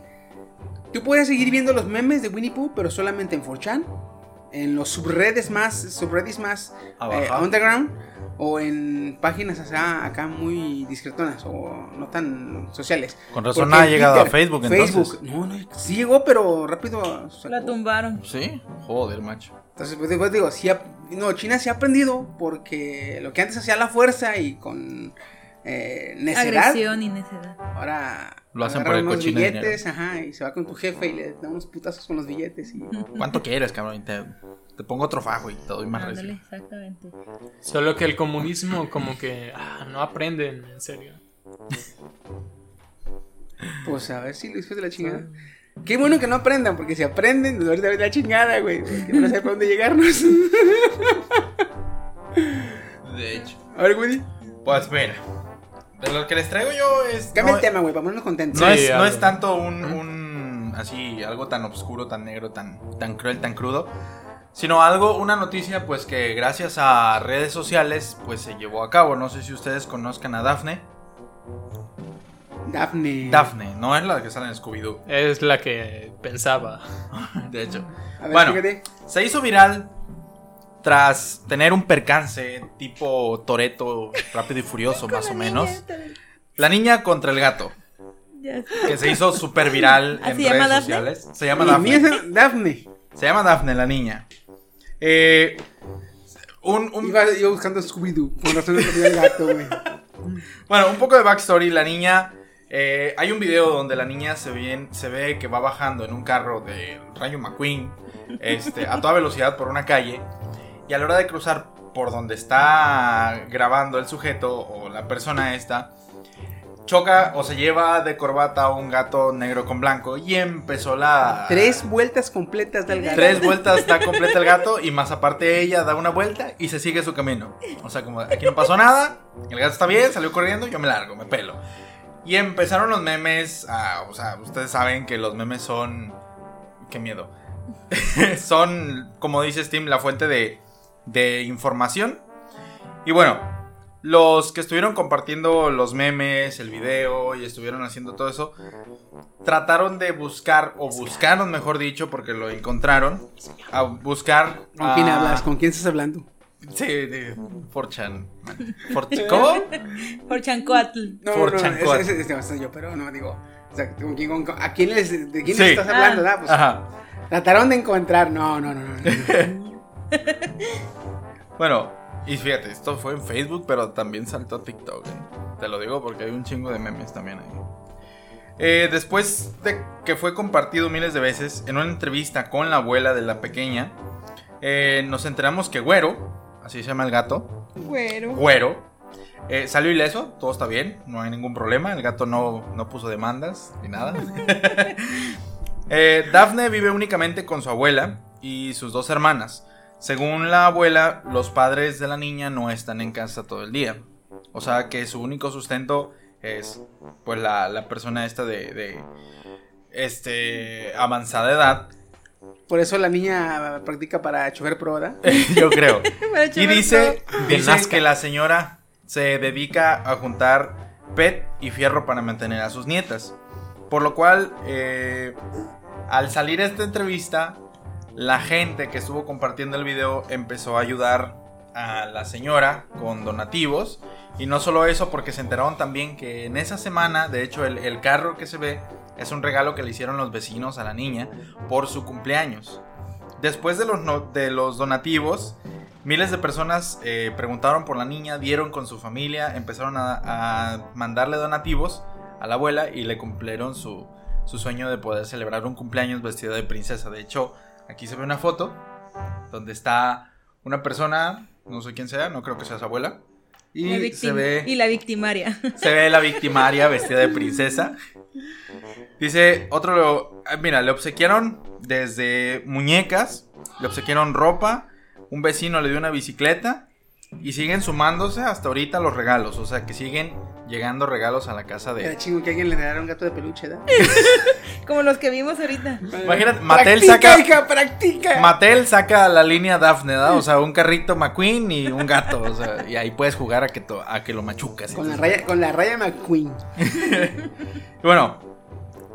S1: Tú puedes seguir viendo los memes de Winnie Pooh, pero solamente en 4chan. En los subredes más, subreddits más eh,
S7: Abajo.
S1: underground. O en páginas acá, acá muy discretonas o no tan sociales.
S7: Con razón
S1: Porque
S7: ha
S1: en
S7: llegado a
S1: Twitter,
S7: Facebook,
S1: Facebook,
S7: entonces.
S1: no, no, sí llegó, pero rápido. se
S6: La
S1: acabó.
S6: tumbaron.
S7: Sí, joder, macho.
S1: Entonces, pues digo, digo, sí ha- no, China se ha aprendido porque lo que antes hacía la fuerza y con eh, necedad,
S6: Agresión y necedad.
S1: ahora
S7: Lo hacen por
S1: Agarra
S7: el
S1: unos
S7: cochino dinero.
S1: billetes, ajá, y se va con tu jefe y le da unos putazos con los billetes. Y...
S7: ¿Cuánto quieres, cabrón? Te, te pongo otro fajo y te doy más
S6: Ándale,
S7: recio.
S6: exactamente.
S3: Solo que el comunismo como que ah, no aprenden, en serio.
S1: Pues a ver si lo hijos de la chingada. Qué bueno que no aprendan, porque si aprenden, nos ahorita de la chingada, güey. Porque van a saber para dónde llegarnos.
S7: De hecho.
S1: A ver, Woody,
S7: Pues mira. De lo que les traigo yo es.
S1: cambia
S7: no-
S1: el tema, güey, para ponernos contentos.
S7: No,
S3: Sí,
S7: es, no
S3: algo.
S7: es tanto un, un- así, algo tan oscuro, tan negro, tan, tan cruel, tan crudo. Sino algo, una noticia, pues que gracias a redes sociales, pues se llevó a cabo. No sé si ustedes conozcan a Daphne.
S1: Daphne.
S7: Daphne, no es la que sale en Scooby-Doo,
S3: Es la que pensaba.
S7: de hecho.
S1: A ver,
S7: Bueno.
S1: fíjate.
S7: Se hizo viral tras tener un percance tipo Toreto, rápido y furioso, más o menos. La niña contra el gato,
S6: Ya sé.
S7: que se hizo súper viral
S6: ¿Ah,
S7: en
S6: se llama
S7: redes
S6: Daphne?
S7: sociales. Se
S1: Mi
S7: llama Daphne.
S1: nieta, Daphne.
S7: Se llama Daphne, la niña. Eh, un, un-
S1: Iba yo buscando Scooby-Doo. Con razón no tenía el gato, güey.
S7: bueno, un poco de backstory. La niña. eh, hay un video donde la niña se ve, se ve que va bajando en un carro de Rayo McQueen este, a toda velocidad por una calle. Y a la hora de cruzar por donde está grabando el sujeto o la persona esta, choca o se lleva de corbata a un gato negro con blanco y empezó la.
S1: Tres vueltas completas del gato.
S7: Ah. Tres vueltas da completa el gato y más aparte ella da una vuelta y se sigue su camino. O sea, como aquí no pasó nada, el gato está bien, salió corriendo, yo me largo, me pelo. Y empezaron los memes, a- o sea, ustedes saben que los memes son... ¡Qué miedo! son, como dice Steam, la fuente de, de información. Y bueno, los que estuvieron compartiendo los memes, el video y estuvieron haciendo todo eso, trataron de buscar, o buscaron mejor dicho, porque lo encontraron, a buscar...
S1: ¿Con quién
S7: a-
S1: hablas? ¿Con quién estás hablando?
S7: Sí, de 4chan. 4chan. ¿Cómo?
S6: Por Chancoatl.
S1: No,
S7: For
S1: no, no,
S7: Chancoat.
S1: ese, ese, ese va a ser yo, pero no digo. O sea, ¿con quién, con- ¿A quién les, de quién
S7: Sí.
S1: les estás hablando?
S6: Ah.
S1: ¿verdad? Pues,
S7: Ajá.
S1: Trataron de encontrar. No, no, no, no. no.
S7: Bueno, y fíjate, esto fue en Facebook, pero también saltó a TikTok. ¿eh? Te lo digo porque hay un chingo de memes también ahí. Eh, después de que fue compartido miles de veces en una entrevista con la abuela de la pequeña, eh, nos enteramos que Güero, así se llama el gato,
S6: Güero.
S7: Güero, eh, salió ileso, todo está bien, no hay ningún problema, el gato no, no puso demandas ni nada. Eh, Daphne vive únicamente con su abuela y sus dos hermanas. Según la abuela, los padres de la niña no están en casa todo el día. O sea que su único sustento es pues la, la persona esta de, de, este avanzada edad,
S1: Por eso la niña practica para chofer pro, ¿verdad?
S7: yo creo.
S6: Para
S7: Y
S6: chocar
S7: dice,
S3: De
S7: dice
S3: Nazca.
S7: que la señora se dedica a juntar pet y fierro para mantener a sus nietas. Por lo cual, eh, al salir esta entrevista, la gente que estuvo compartiendo el video empezó a ayudar a la señora con donativos. Y no solo eso, porque se enteraron también que en esa semana, de hecho, el, el carro que se ve es un regalo que le hicieron los vecinos a la niña por su cumpleaños. Después de los, no- de los donativos, Miles de personas eh, preguntaron por la niña, dieron con su familia, empezaron a, a mandarle donativos a la abuela y le cumplieron su, su sueño de poder celebrar un cumpleaños vestida de princesa. De hecho, aquí se ve una foto donde está una persona, no sé quién sea, no creo que sea su abuela.
S6: La
S7: Y se
S6: víctima-
S7: ve
S6: y la victimaria.
S7: se ve la victimaria vestida de princesa. Dice otro, lo- ah, mira, le obsequiaron desde muñecas, le obsequiaron ropa, un vecino le dio una bicicleta y siguen sumándose hasta ahorita los regalos, o sea que siguen llegando regalos a la casa
S1: Era
S7: de...
S1: chingo que alguien le regalara un gato de peluche, ¿verdad?
S6: Como los que vimos ahorita.
S7: Imagínate, Mattel
S1: practica,
S7: saca-
S1: hija, practica.
S7: Mattel saca la línea Daphne, ¿da? o sea, un carrito McQueen y un gato, o sea, y ahí puedes jugar a que, to- a que lo machucas.
S1: con, la raya, con la raya McQueen.
S7: Y bueno,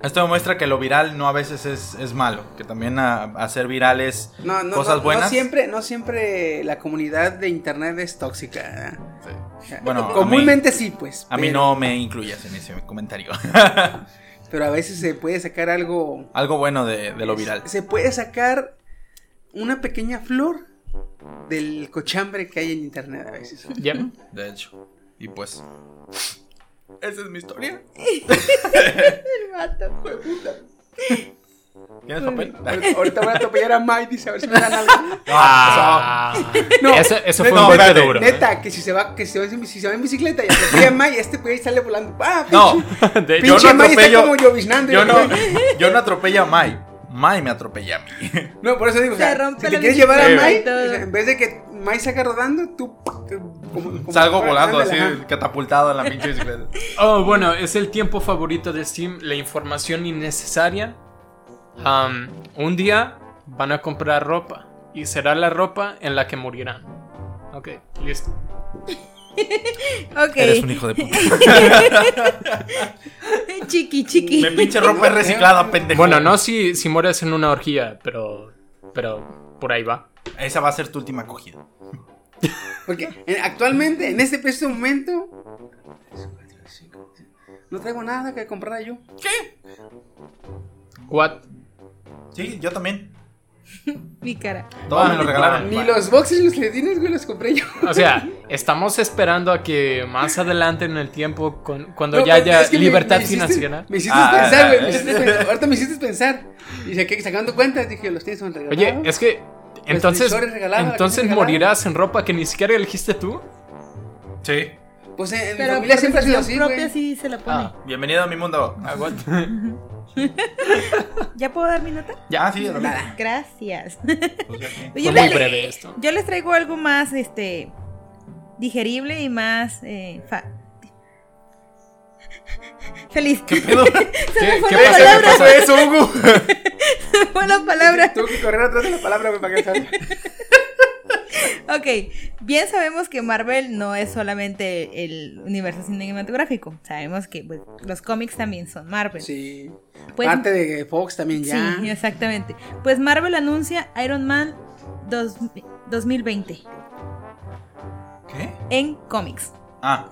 S7: esto demuestra que lo viral no a veces es, es malo, que también a- hacer viral es
S1: No, no,
S7: cosas
S1: no,
S7: buenas.
S1: no siempre, no siempre la comunidad de internet es tóxica. ¿verdad?
S7: Sí.
S1: O sea,
S7: Bueno, a mí-
S1: comúnmente sí, pues.
S7: A mí
S1: pero-
S7: no me incluyas en ese comentario.
S1: Pero a veces se puede sacar algo.
S7: Algo bueno de, de lo viral.
S1: Se puede sacar una pequeña flor del cochambre que hay en internet a veces.
S3: Yep.
S7: De hecho. Y pues. Esa es mi historia.
S6: El vato.
S7: ¿Tienes papel?
S1: Ahor- Ahorita voy a atropellar a Mike, dice, a ver si me dan algo.
S3: Ah,
S1: No.
S3: Eso, eso
S7: No,
S3: fue un golpe
S7: espérate.
S3: duro.
S1: Neta, que si se va, que si se va, en- si se va en bicicleta y atropella a Mike, este güey sale volando. Ah,
S7: No,
S3: De-
S7: yo
S1: Pinche
S7: no
S1: May está
S7: atropello.
S1: como lloviznando,
S7: yo, no,
S1: yo
S7: yo no atropello a Mai. Mai me atropella a mí.
S1: No, por eso digo, o
S6: Se
S1: sea,
S6: rompe
S1: si te
S6: la
S1: quieres llevar a
S7: bicicleta
S6: y
S1: Mai,
S6: todo.
S1: o sea, en vez de que Mai saca rodando, tú te- como- como-
S7: Salgo
S1: ándale,
S7: volando así,
S1: ajá.
S7: catapultado en la pinche bicicleta.
S3: Oh, bueno, es el tiempo favorito de Steam, la información innecesaria. Am, un día van a comprar ropa y será la ropa en la que morirán. Ok, listo.
S8: Eres
S6: Ok.
S8: un hijo de puta.
S6: Chiqui, chiqui.
S7: Mi pinche ropa es reciclada, pendejo.
S3: Bueno, no si, si mueres en una orgía, pero, pero por ahí va.
S7: Esa va a ser tu última acogida.
S1: Porque en- actualmente, en este preciso momento, no traigo nada que comprar yo.
S3: What?
S7: Sí, yo también.
S6: Mi cara.
S7: Todas me lo regalaron.
S1: Ni los boxes, los letines, güey, los compré yo.
S3: O sea, estamos esperando a que más adelante en el tiempo, con- cuando
S1: No,
S3: ya
S1: pues,
S3: haya
S1: es que me-
S3: libertad
S1: me hiciste-
S3: financiera.
S1: Me hiciste
S7: Ah,
S1: pensar, güey.
S7: eh.
S1: me hiciste pensar. Ahorita me hiciste pensar. Y saqué- sacando cuentas, dije, los tienes son regalados.
S3: Oye, es que
S1: Pues,
S3: entonces,
S1: visores regalados,
S3: entonces
S1: regalados.
S3: morirás en ropa que ni siquiera elegiste tú.
S7: Sí.
S1: Pues en, en mi
S6: Pero
S1: familia
S6: por
S1: siempre ha sido así,
S6: decisión propia
S1: güey.
S6: sí se la pone.
S3: Ah.
S7: Bienvenido a mi mundo. Ah,
S6: ¿Ya puedo dar mi nota?
S7: Ya, Ah, sí, lo que-
S6: Gracias.
S7: pues ya
S6: Oye,
S7: que-
S3: Fue muy
S6: le-
S3: breve esto.
S6: Yo les traigo algo más este digerible y más eh, fa- feliz. ¿Qué pedo? Se me
S3: ¿Qué-
S6: fue
S3: qué
S6: la
S3: pasa? ¿Qué
S6: palabra,
S3: pasa?
S7: Eso, Hugo.
S6: se me fue la palabra.
S1: Tuve que correr atrás de la palabra, güey, para que salga.
S6: Ok, bien sabemos que Marvel no es solamente el universo cinematográfico. Sabemos que pues, los cómics también son Marvel.
S1: Sí.
S6: Pues-
S1: Parte de Fox también ya.
S6: Sí, exactamente. Pues Marvel anuncia Iron Man dos- 2020
S7: ¿Qué?
S6: en cómics.
S7: Ah,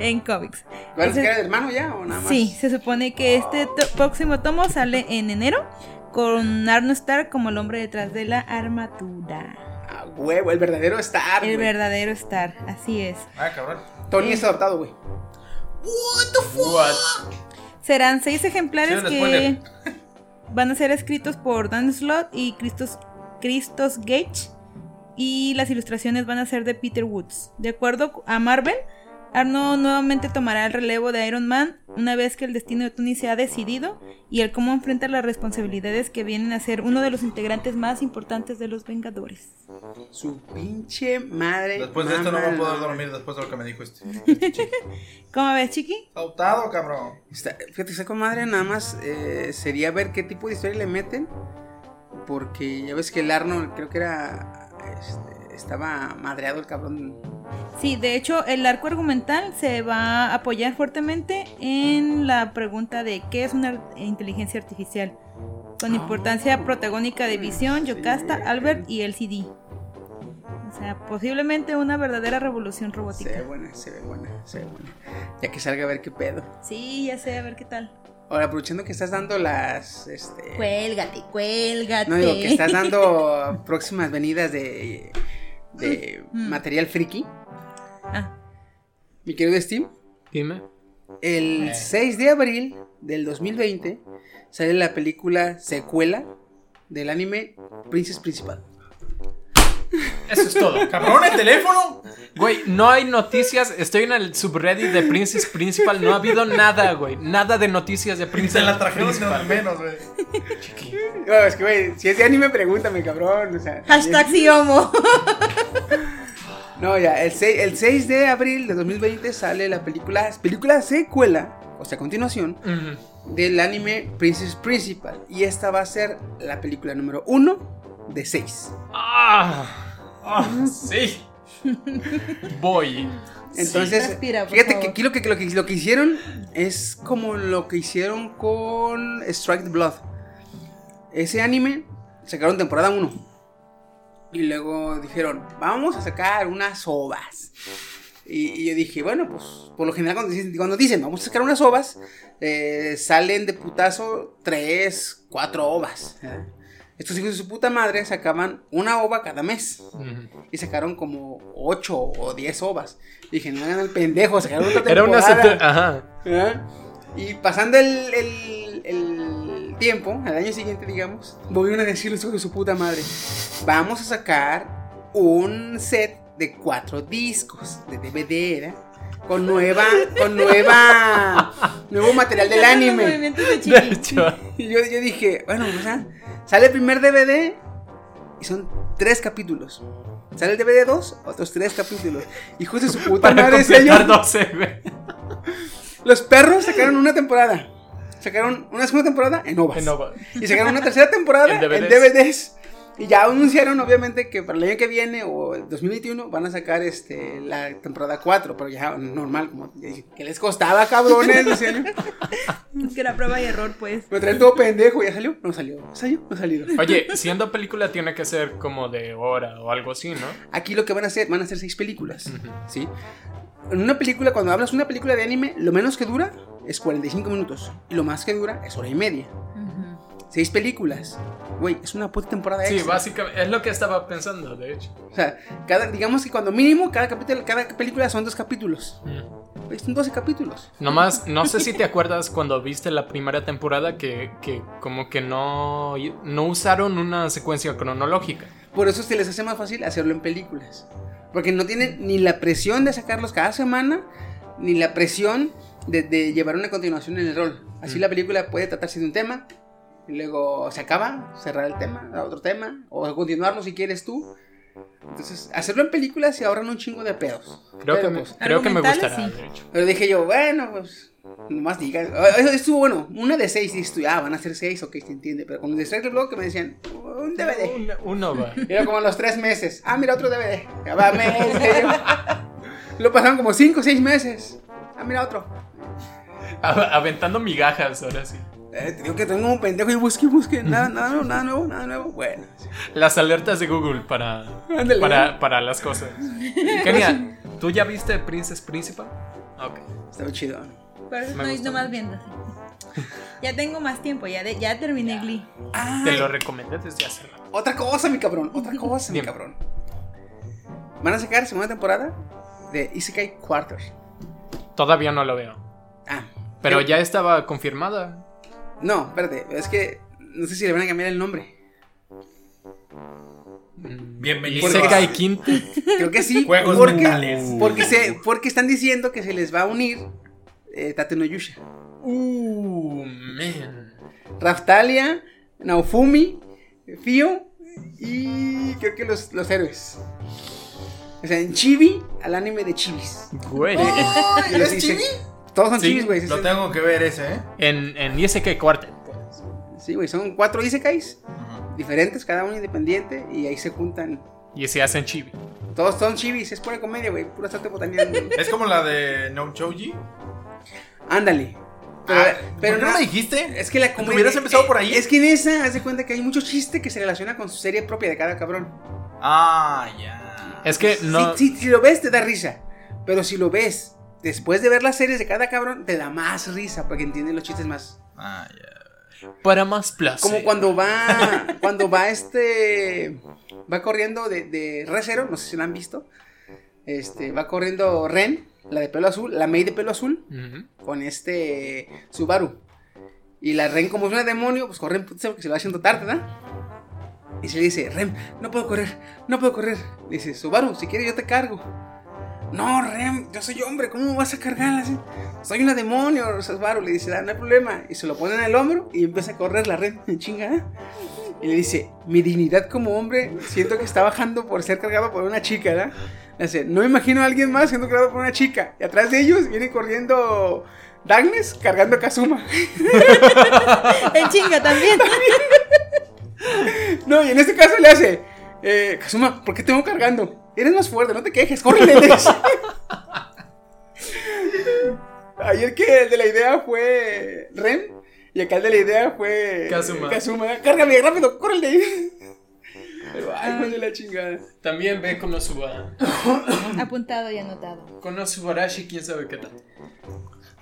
S6: En cómics.
S1: ¿Cuál es
S6: Entonces-
S1: que era el hermano ya o nada más?
S6: Sí, se supone que este to- próximo tomo sale en enero con Arno Stark como el hombre detrás de la armadura.
S1: Ah, huevo, el verdadero Star.
S6: El
S1: güey.
S6: verdadero Stark, así es.
S7: ah, cabrón.
S1: Tony es adoptado, güey.
S6: Serán seis ejemplares
S7: Sí, un
S6: que
S7: spoiler.
S6: van a ser escritos por Dan Slott y Christos, Christos Gage y las ilustraciones van a ser de Peter Woods. De acuerdo a Marvel, Arno nuevamente tomará el relevo de Iron Man una vez que el destino de Tony se ha decidido y el cómo enfrenta las responsabilidades que vienen a ser uno de los integrantes más importantes de los Vengadores.
S1: Su pinche madre.
S7: Después de esto no
S1: mama,
S7: voy a poder
S1: mama.
S7: dormir después de lo que me dijo este.
S6: ¿Cómo ves, Chiqui?
S7: Pautado, cabrón.
S1: Está- fíjate, esa comadre nada más eh, sería ver qué tipo de historia le meten. Porque ya ves que el Arnold creo que era. este, estaba madreado el cabrón.
S6: Sí, de hecho, el arco argumental se va a apoyar fuertemente en la pregunta de qué es una ar- inteligencia artificial,
S1: Ah.
S6: con importancia protagónica de Visión, Yocasta, Albert y LCD. O sea, posiblemente una verdadera revolución
S1: Se ve
S6: robótica.
S1: buena, se ve buena, se ve buena. Ya que salga a ver qué pedo.
S6: Sí, ya sé, a ver qué tal.
S1: Ahora, aprovechando que estás dando las. Este,
S6: Cuélgate, cuélgate.
S1: no digo que estás dando próximas venidas de. de material friki.
S6: Ah,
S1: Mi querido Steam.
S3: Dime.
S1: El 6 de abril del 2020 sale la película secuela del anime Princess Principal.
S3: Eso es todo.
S7: Cabrón, el teléfono.
S3: Güey, no hay noticias. Estoy en el subreddit de Princess Principal. No ha habido nada, güey. Nada de noticias de
S7: Se
S3: Princess
S7: la trajeron de
S3: Principal.
S7: donde menos, güey.
S1: No, es que, güey, si es de anime, pregúntame, cabrón. o sea,
S6: Hashtag Siomo.
S1: No, ya, el 6, el 6 de abril de 2020 sale la película, película secuela, o sea, continuación,
S3: Ujú.
S1: del anime Princess Principal. Y esta va a ser la película número 1 de 6.
S3: Ah, ah, sí. Voy.
S1: Entonces,
S6: Respira, por
S1: fíjate que
S6: favor.
S1: aquí lo que, que lo, que, lo que hicieron es como lo que hicieron con Strike the Blood. Ese anime sacaron temporada 1. Y luego dijeron, vamos a sacar unas ovas. Y, y yo dije, bueno, pues por lo general cuando dicen, cuando dicen, vamos a sacar unas ovas, eh, salen de putazo tres, cuatro ovas. ¿eh? Estos hijos de su puta madre sacaban una ova cada mes. Y sacaron como 8 o 10 ovas. Dije, no hagan el pendejo, sacaron otra
S3: Era una ah.
S1: temporada.
S3: setu- Ajá.
S1: ¿verdad? Y pasando el, el- el tiempo, al año siguiente, digamos, volvieron a decirle sobre su puta madre. Vamos a sacar un set de cuatro discos de DVD, ¿era? ¿eh? Con nueva, con nueva, nuevo material del
S6: Los
S1: anime.
S6: movimientos de
S3: De
S6: chiqui.
S3: hecho,
S1: Y yo, yo dije, bueno, o sea, sale el primer DVD y son tres capítulos. Sale el DVD 2, otros tres capítulos. Y justo su puta
S3: para
S1: madre se
S3: completar 12, güey.
S1: los perros sacaron una temporada. Sacaron una segunda temporada en ovas.
S3: En ovas.
S1: Y sacaron una tercera temporada
S3: En
S1: en
S3: DVDs.
S1: DVDs. Y ya anunciaron, obviamente, que para el año que viene o el 2021 van a sacar este, la temporada 4. Pero ya normal, como ya dije, ¿qué les costaba, cabrones? Decían,
S6: Que era prueba y error, pues.
S1: me traen todo pendejo. ¿Ya salió? No salió. ¿Salió? No ha salido.
S3: Oye, siendo película tiene que ser como de hora o algo así, ¿no?
S1: Aquí lo que van a hacer, van a hacer seis películas. ¿Sí? En una película, cuando hablas una película de anime, lo menos que dura es 45 minutos. Y lo más que dura es hora y media.
S6: Ujú.
S1: Seis películas. Güey, es una puta temporada
S3: Sí,
S1: extra.
S3: básicamente es lo que estaba pensando, de hecho.
S1: O sea, cada, digamos que cuando mínimo cada capítulo, cada película son dos capítulos. Güey, son 12 capítulos.
S3: Nomás, no sé si te acuerdas cuando viste la primera temporada que, que como que no, no usaron una secuencia cronológica.
S1: Por eso se les hace más fácil hacerlo en películas. Porque no tienen ni la presión de sacarlos cada semana, ni la presión de, de llevar una continuación en el rol.
S3: Mm.
S1: Así la película puede tratarse de un tema, y luego se acaba, cerrar el tema, a otro tema, o continuarlo si quieres tú. Entonces, hacerlo en películas se ahorran un chingo de pedos.
S3: Creo, que
S1: Pero,
S3: me,
S1: pues,
S3: creo que me
S6: argumentales,
S3: gustará,
S6: sí.
S3: de hecho.
S1: Pero dije yo, bueno, pues. Nomás digan. Ah, Eso estuvo bueno. Una de seis, dices tú, ah, van a ser seis, ok, se entiende. Pero con el Strike Blog que me decían, "Oh, un DVD.
S3: Un- uno va.
S1: Y era como a los tres meses. Ah, mira, otro DVD. Ya va, mes, que yo- Lo pasaron como cinco o seis meses. Ah, mira, otro.
S3: A- Aventando migajas, ahora sí.
S1: Eh, te digo que tengo un pendejo y busque, busque. Nada, nada nuevo, nada nuevo, nada nuevo. Bueno.
S3: Las alertas de Google para,
S1: Ándale.
S3: para, para las cosas. Kenia, ¿tú ya viste Princess Principal? Ok.
S1: Estaba chido.
S6: Por eso
S3: Me
S6: estoy
S3: gusta
S6: nomás viendo. Ya tengo más tiempo, ya, de- ya terminé Glee.
S3: Te lo recomendé desde hace rato.
S1: Otra cosa, mi cabrón. Otra cosa, mi
S3: Dime.
S1: cabrón. Van a sacar segunda temporada de Isekai Quarter.
S3: Todavía no lo veo.
S1: Ah,
S3: Pero ya estaba confirmada.
S1: No, espérate, es que no sé si le van a cambiar el nombre.
S3: Bienvenido.
S7: a-
S3: Isekai Quinto.
S1: Creo que sí.
S7: Juegos
S1: porque,
S7: mentales.
S1: Porque, se, porque están diciendo que se les va a unir eh, Tate no Yusha.
S3: Uh, man.
S1: Raftalia, Naofumi, Fio y creo que los, los héroes. O sea, en Chibi al anime de Chibis.
S3: Güey.
S1: Y les dice- Todos son
S3: Sí,
S1: Chibis, güey. sí,
S7: Lo
S1: sí.
S7: tengo que ver ese, ¿eh?
S3: En, en Isekai Quartet.
S1: Sí, güey, son cuatro Isekais diferentes, cada uno independiente y ahí se juntan.
S3: Y se hacen chibi.
S1: Todos son Chibis, es pura comedia, güey, pura arte botanía.
S7: Es como la de No Choji.
S1: Ándale. Pero,
S7: Ah,
S1: pero
S7: ¿por qué
S1: no,
S7: no la dijiste?
S1: Es que la comedia.
S7: hubieras empezado por ahí.
S1: Es que en esa, haz de cuenta que hay mucho chiste que se relaciona con su serie propia de cada cabrón.
S7: Ah, ya.
S3: Es que no.
S1: Si, si- si lo ves, te da risa. Pero si lo ves después de ver las series de cada cabrón, te da más risa porque entiendes los chistes más.
S7: Ah, ya.
S3: Para más placer.
S1: Como cuando va. cuando va este. Va corriendo de, de Re Zero, no sé si la han visto. Este, va corriendo Ren, la de pelo azul, la Mei de pelo azul.
S3: Ujú.
S1: con este Subaru. Y la Ren, como es una demonio, pues corre en putiza porque se lo va haciendo tarde, ¿verdad? Y se le dice, Ren, no puedo correr, no puedo correr. Le dice, Subaru, si quieres yo te cargo. No, Ren, yo soy hombre, ¿cómo me vas a cargar así? Soy una demonio, Subaru. Le dice, "Ah, no hay problema. Y se lo pone en el hombro y empieza a correr la Ren, chinga. ¿eh? Y le dice, mi dignidad como hombre siento que está bajando por ser cargado por una chica, ¿verdad? Le dice, no me imagino a alguien más siendo cargado por una chica. Y atrás de ellos viene corriendo Darkness cargando a Kazuma.
S6: En chinga también.
S1: No, y en este caso le hace, eh, Kazuma, ¿por qué te vengo cargando? Eres más fuerte, no te quejes, córrele. le dice. Ayer que el de la idea fue Ren y acá el de la idea fue
S3: Kazuma.
S1: Kazuma. Cárgame rápido, córrele. Pero,
S6: Ah.
S1: Ay, hijo de la chingada.
S3: También ve Konosuba.
S6: Apuntado y anotado.
S3: Konosubarashi, quién sabe qué tal.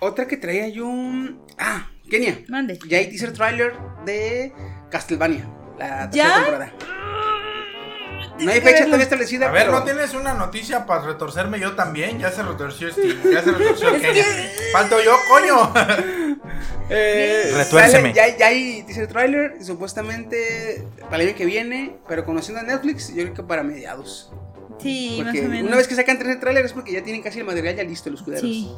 S1: Otra que traía yo. un- Ah, Kenia.
S6: Mande.
S1: Ya hay teaser trailer de Castlevania. La
S9: ¿Ya? Ah,
S1: tercera temporada. No hay fecha todavía establecida.
S7: A ver,
S1: pero-
S7: ¿no tienes una noticia para retorcerme yo también? Ya se retorció Steve, ya se retorció Kenia. Falto yo, coño.
S1: Eh,
S7: Retuérceme.
S1: sale- Ya, ya hay teaser trailer, supuestamente para el año que viene, pero conociendo a Netflix, yo creo que para mediados.
S9: Sí,
S1: Porque
S9: más o menos.
S1: una vez que sacan teaser trailer es porque ya tienen casi el material ya listo los cuidados.
S9: Sí.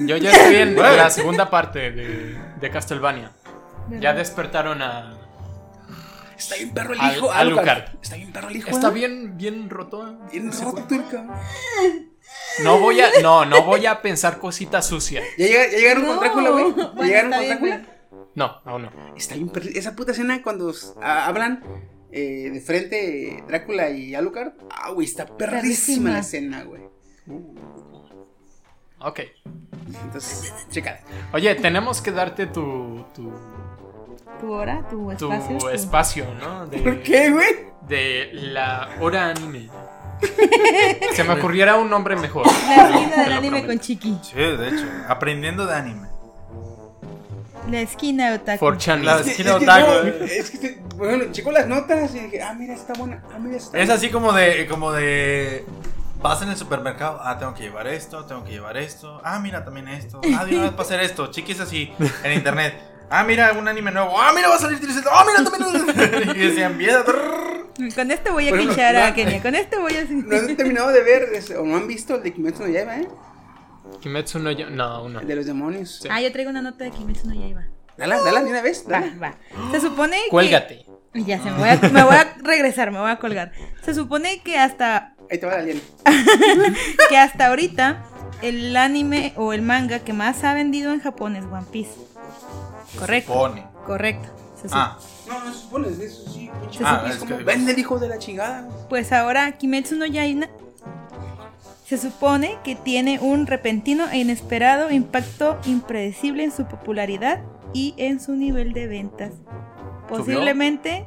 S3: Yo ya estoy en la segunda parte de, de Castlevania. Ya despertaron a.
S1: Está bien perro el
S3: Al-
S1: hijo.
S3: Alucard.
S1: Está bien perro el hijo. ¿eh?
S3: Está bien, bien roto.
S1: Bien roto el cabrón.
S3: No voy a, no, no voy a pensar cositas sucias.
S1: ¿Ya, llega- ya llegaron
S9: No.
S1: con Drácula, güey. ¿Ya
S9: Bueno,
S1: llegaron
S9: está
S1: con
S9: bien,
S1: Drácula.
S3: No, aún no.
S1: Está bien perro- Esa puta escena cuando s- a- hablan eh, de frente eh, Drácula y Alucard. Ah, güey, está perrísima la escena, güey.
S3: Ok.
S1: Entonces, chécala.
S3: Oye, tenemos que darte tu. tu,
S9: Tu hora, tu
S3: tu
S9: espacio. tu-
S3: espacio, ¿no? De,
S1: ¿Por qué, güey?
S3: de la hora anime. Se me ocurriera un nombre mejor.
S9: La esquina
S3: Te
S9: del
S3: lo
S9: anime con
S3: prometo.
S9: Chiqui.
S7: Sí, de hecho, aprendiendo de anime.
S9: La esquina de Otaku.
S3: 4chan.
S7: La
S1: Es que,
S7: esquina
S1: es que
S7: otaku.
S1: no, es que, te- por ejemplo, checo las notas y dije, ah, mira, está buena. Ah, mira, está
S7: Es
S1: buena.
S7: así como de, como de. Vas en el supermercado, ah, tengo que llevar esto, tengo que llevar esto, ah, mira también esto, ah, de una vez para hacer esto, chiquis así, en internet, ah, mira un anime nuevo, ah, mira va a salir Trinity, ah, mira también. y decían, empieza.
S9: Con esto voy a
S1: Por ejemplo,
S9: pinchar a
S1: no-
S9: Kenia. Con esto voy a.
S1: No han terminado de ver, es- o no han visto el de Kimetsu no Yaiba, ¿eh?
S3: Kimetsu no yo. No, aún no.
S1: El de los demonios.
S9: Ah, yo traigo una nota de Kimetsu no Yaiba.
S1: Dala, dala de una vez,
S9: Va,
S1: dala.
S9: va. Se supone que.
S3: Cuélgate.
S9: Ya se me voy, a, me voy a regresar, me voy a colgar. Se supone que hasta
S1: Ahí te va la alien.
S9: que hasta ahorita el anime o el manga que más ha vendido en Japón es One Piece. Correcto.
S7: Pone.
S9: Correcto. Se su-
S7: Ah,
S1: No, no se supone, eso sí, pinche.
S7: Ah,
S1: es
S7: es
S1: como,
S7: que-
S1: vende el hijo de la chingada. güey.
S9: Pues ahora Kimetsu no Yaina se supone que tiene un repentino e inesperado impacto impredecible en su popularidad y en su nivel de ventas. Posiblemente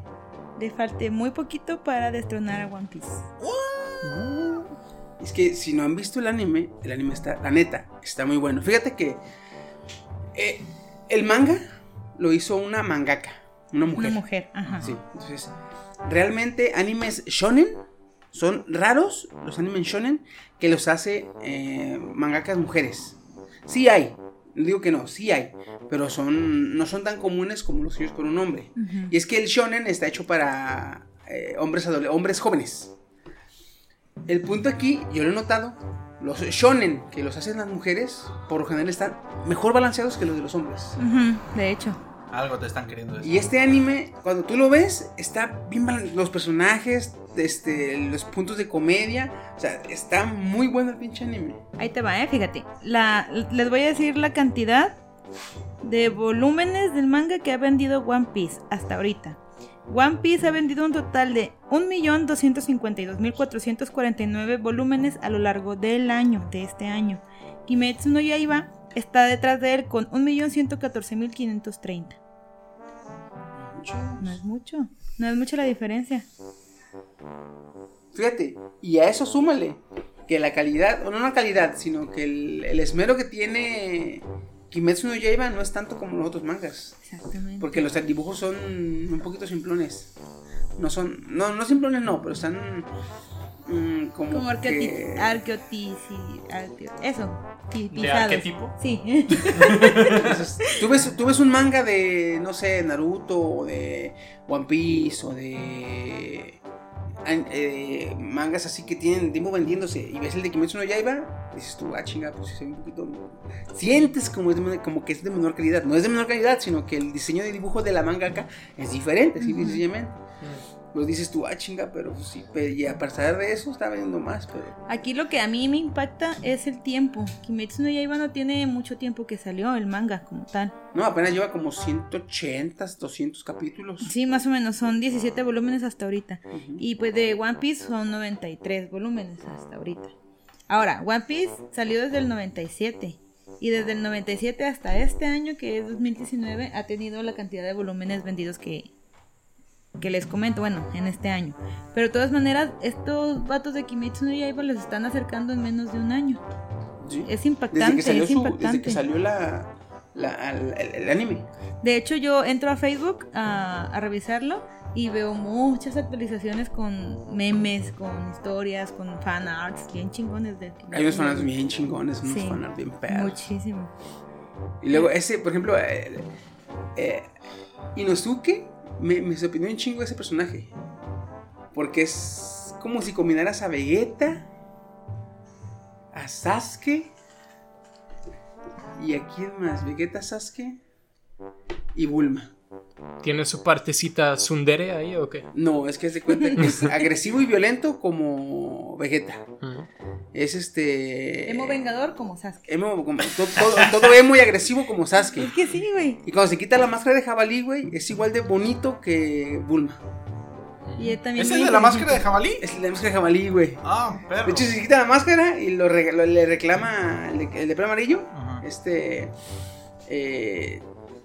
S9: le falte muy poquito para destronar a One Piece.
S1: Es que si no han visto el anime, el anime está, la neta, está muy bueno. Fíjate que eh, el manga lo hizo una mangaka, una mujer.
S9: Una mujer, ajá.
S1: Sí, entonces, realmente animes shonen son raros los animes shonen que los hace eh, mangakas mujeres. Sí hay, no digo que no, sí hay, pero son no son tan comunes como los hechos por un hombre.
S9: Ujú.
S1: Y es que el shonen está hecho para eh, hombres, adole- hombres jóvenes. El punto aquí, yo lo he notado, los shonen que los hacen las mujeres, por lo general están mejor balanceados que los de los hombres.
S9: Ujú, de hecho.
S7: algo te están queriendo decir.
S1: Y este anime, cuando tú lo ves, está bien balan- los personajes, este, los puntos de comedia, o sea, está muy bueno el pinche anime.
S9: Ahí te va, eh, fíjate. La, les voy a decir la cantidad de volúmenes del manga que ha vendido One Piece hasta ahorita. One Piece ha vendido un total de 1.252.449 volúmenes a lo largo del año, de este año. Kimetsu no Yaiba está detrás de él con 1.114.530. No es mucho, no es mucho la diferencia.
S1: Fíjate, y a eso súmale que la calidad, o no la calidad, sino que el, el esmero que tiene Kimetsu no Yaiba no es tanto como los otros mangas,
S9: Exactamente.
S1: porque los dibujos son un poquito simplones. No son, no, no simplones no, pero están mm, como,
S9: Como
S1: que-
S9: arqueotis, eso, tipizados.
S3: arquetipo?
S9: Sí.
S1: ¿Tú ves, tú ves un manga de, no sé, Naruto o de One Piece o de an- eh, mangas así que tienen tiempo vendiéndose y ves el de Kimetsu no Yaiba, dices tú, ah, chinga, pues sí se ve un poquito... Sientes como, es de men- como que es de menor calidad. No es de menor calidad, sino que el diseño de dibujo de la manga acá es diferente, sí, sencillamente. Pues dices tú, ah, chinga, pero pues sí, pe- y a pesar de eso está vendiendo más, pero...
S9: Aquí lo que a mí me impacta es el tiempo. Kimetsu no Yaiba no tiene mucho tiempo que salió el manga como tal.
S1: No, apenas lleva como 180, 200 capítulos.
S9: Sí, más o menos son 17 volúmenes hasta ahorita.
S1: Ujú.
S9: Y pues de One Piece son 93 volúmenes hasta ahorita. Ahora, One Piece salió desde el 97. Y desde el 97 hasta este año, que es 2019, ha tenido la cantidad de volúmenes vendidos que, que les comento, bueno, en este año. Pero de todas maneras, estos vatos de Kimetsu no Yaiba los están acercando en menos de un año.
S1: Sí.
S9: Es impactante,
S1: Desde que salió,
S9: es
S1: su-
S9: impactante.
S1: desde que salió la, la- al- el, el anime.
S6: De hecho, yo entro a Facebook a, a revisarlo y veo muchas actualizaciones con memes, con historias, con fan arts, bien chingones de
S1: Hay unos fanarts bien chingones, unos
S6: Sí.
S1: fanarts bien perros.
S6: Muchísimo.
S1: Y luego ese, por ejemplo, eh, eh, Inosuke me, me sorprendió un chingo ese personaje. Porque es como si combinaras a Vegeta, a Sasuke. ¿Y a quién más? Vegeta, Sasuke y Bulma.
S3: ¿Tiene su partecita tsundere ahí o qué?
S1: No, es que se cuenta que es agresivo y violento como Vegeta.
S3: Ujú.
S1: Es este.
S6: Emo Vengador como Sasuke.
S1: Emo, como- to- todo, todo emo y agresivo como Sasuke.
S6: Es que sí, güey.
S1: Y cuando se quita la máscara de jabalí, güey, es igual de bonito que Bulma.
S6: Y él también
S7: ¿Ese
S6: muy
S7: es de la
S6: bonito.
S7: máscara de jabalí?
S1: Es la máscara de jabalí, güey.
S7: Ah, perro.
S1: De hecho, se quita la máscara y lo re- lo- le reclama el de, el de pelo amarillo,
S7: Ajá.
S1: este... eh,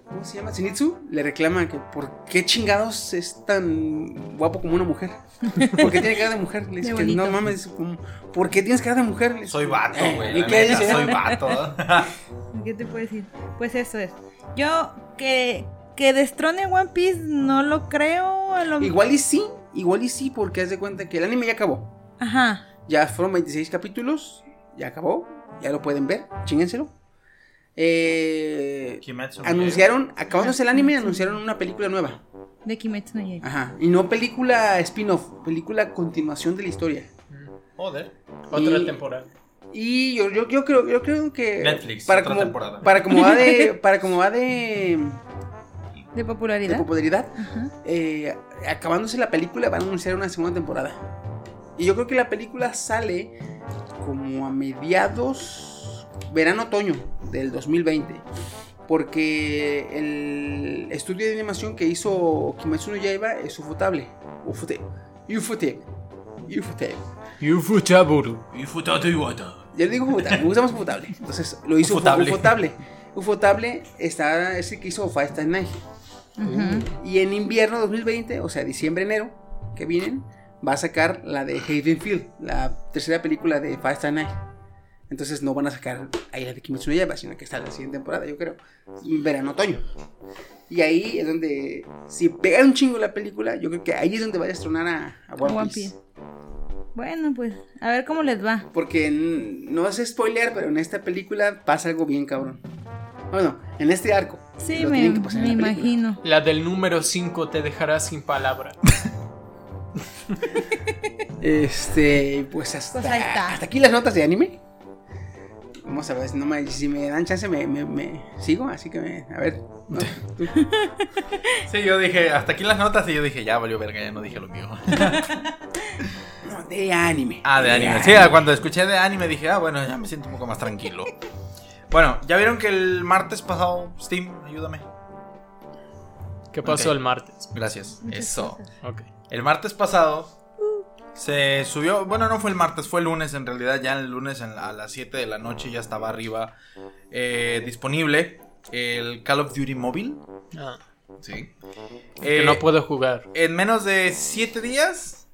S1: ¿Cómo se llama? Zenitsu le reclama que por qué chingados es tan guapo como una mujer. ¿Por qué tiene cara de mujer? Le dice
S6: Qué
S1: que no
S6: bonito.
S1: mames, como, ¿por qué tienes cara de mujer? Le dice,
S7: Soy vato,
S1: "Eh,
S7: güey.
S1: ¿Y
S7: la
S1: qué
S7: neta,
S1: dice?
S7: Soy vato.
S6: ¿Qué te puedo decir? Pues eso es. Yo que, que destrone a One Piece no lo creo. A lo...
S1: "Ah, Igual y sí, igual y sí, porque haz de cuenta que el anime ya acabó.
S6: Ajá.
S1: Ya fueron 26 capítulos. Ya acabó. Ya lo pueden ver. Chíngenselo. Eh,
S7: Kimetsu no
S1: anunciaron, acabándose el anime, anunciaron una película nueva.
S6: De Kimetsu no Yaiba.
S1: Ajá. Y no película spin-off, película continuación de la historia.
S7: llega. Joder.
S3: Otra
S1: Y-
S3: temporada.
S1: Y yo, yo, yo creo, yo creo que.
S7: Netflix, otra
S1: como,
S7: temporada.
S1: Para como va de. Para como va de.
S6: De
S1: de
S6: popularidad.
S1: popularidad.
S6: Ajá.
S1: eh, acabándose la película van a anunciar una segunda temporada. Y yo creo que la película sale como a mediados verano-otoño del 2020. Porque el estudio de animación que hizo Kimetsu no Yaiba es Ufotable. Ufotable. Ufotable. Ufotable.
S3: Yufuchaburu.
S7: Y futato y guata.
S1: Yo le digo Ufotable, me gusta más Ufotable. Entonces lo hizo
S7: Ufotable.
S1: Ufotable. Ufotable, Ufotable está, es el que hizo Five Time Night.
S6: Ajá.
S1: Y en invierno 2020, o sea, diciembre-enero, que vienen, va a sacar la de Hayden Field, la tercera película de Fast and Night. Entonces no van a sacar ahí la de Kimetsu no Yaiba, sino que está la siguiente temporada, yo creo. Verano-otoño. Y ahí es donde, si pega un chingo la película, yo creo que ahí es donde va a destronar a, a One,
S6: One
S1: Piece.
S6: Piece. Bueno, pues a ver cómo les va.
S1: Porque mm, no es spoiler, pero en esta película pasa algo bien cabrón. Bueno, en este arco.
S6: Sí,
S1: lo
S6: me,
S1: tienen que pasar
S6: me
S1: en la película.
S6: imagino.
S3: La del número 5 te dejará sin palabra.
S1: Este, pues hasta,
S6: Pues ahí está.
S1: hasta aquí las notas de anime. Vamos a ver, si no me, si me dan chance me, me- me sigo, así que me- a ver. no, tú.
S7: Sí, yo dije, hasta aquí las notas y yo dije, ya valió verga, ya no dije lo mío.
S1: No, de anime.
S7: Ah, de anime. Sí, cuando escuché de anime dije, ah, bueno, ya me siento un poco más tranquilo. Bueno, ya vieron que el martes pasado, Steam, ayúdame.
S3: ¿Qué pasó
S7: Ok.
S3: el martes?
S7: Gracias. Eso.
S3: Ok.
S7: El martes pasado se subió, bueno, no fue el martes, fue el lunes, en realidad ya el lunes en la- a las 7 de la noche ya estaba arriba eh, disponible el Call of Duty Mobile.
S3: Ah,
S7: Sí. Eh,
S3: que
S1: Eh,
S3: no puedo jugar.
S7: En menos de 7 días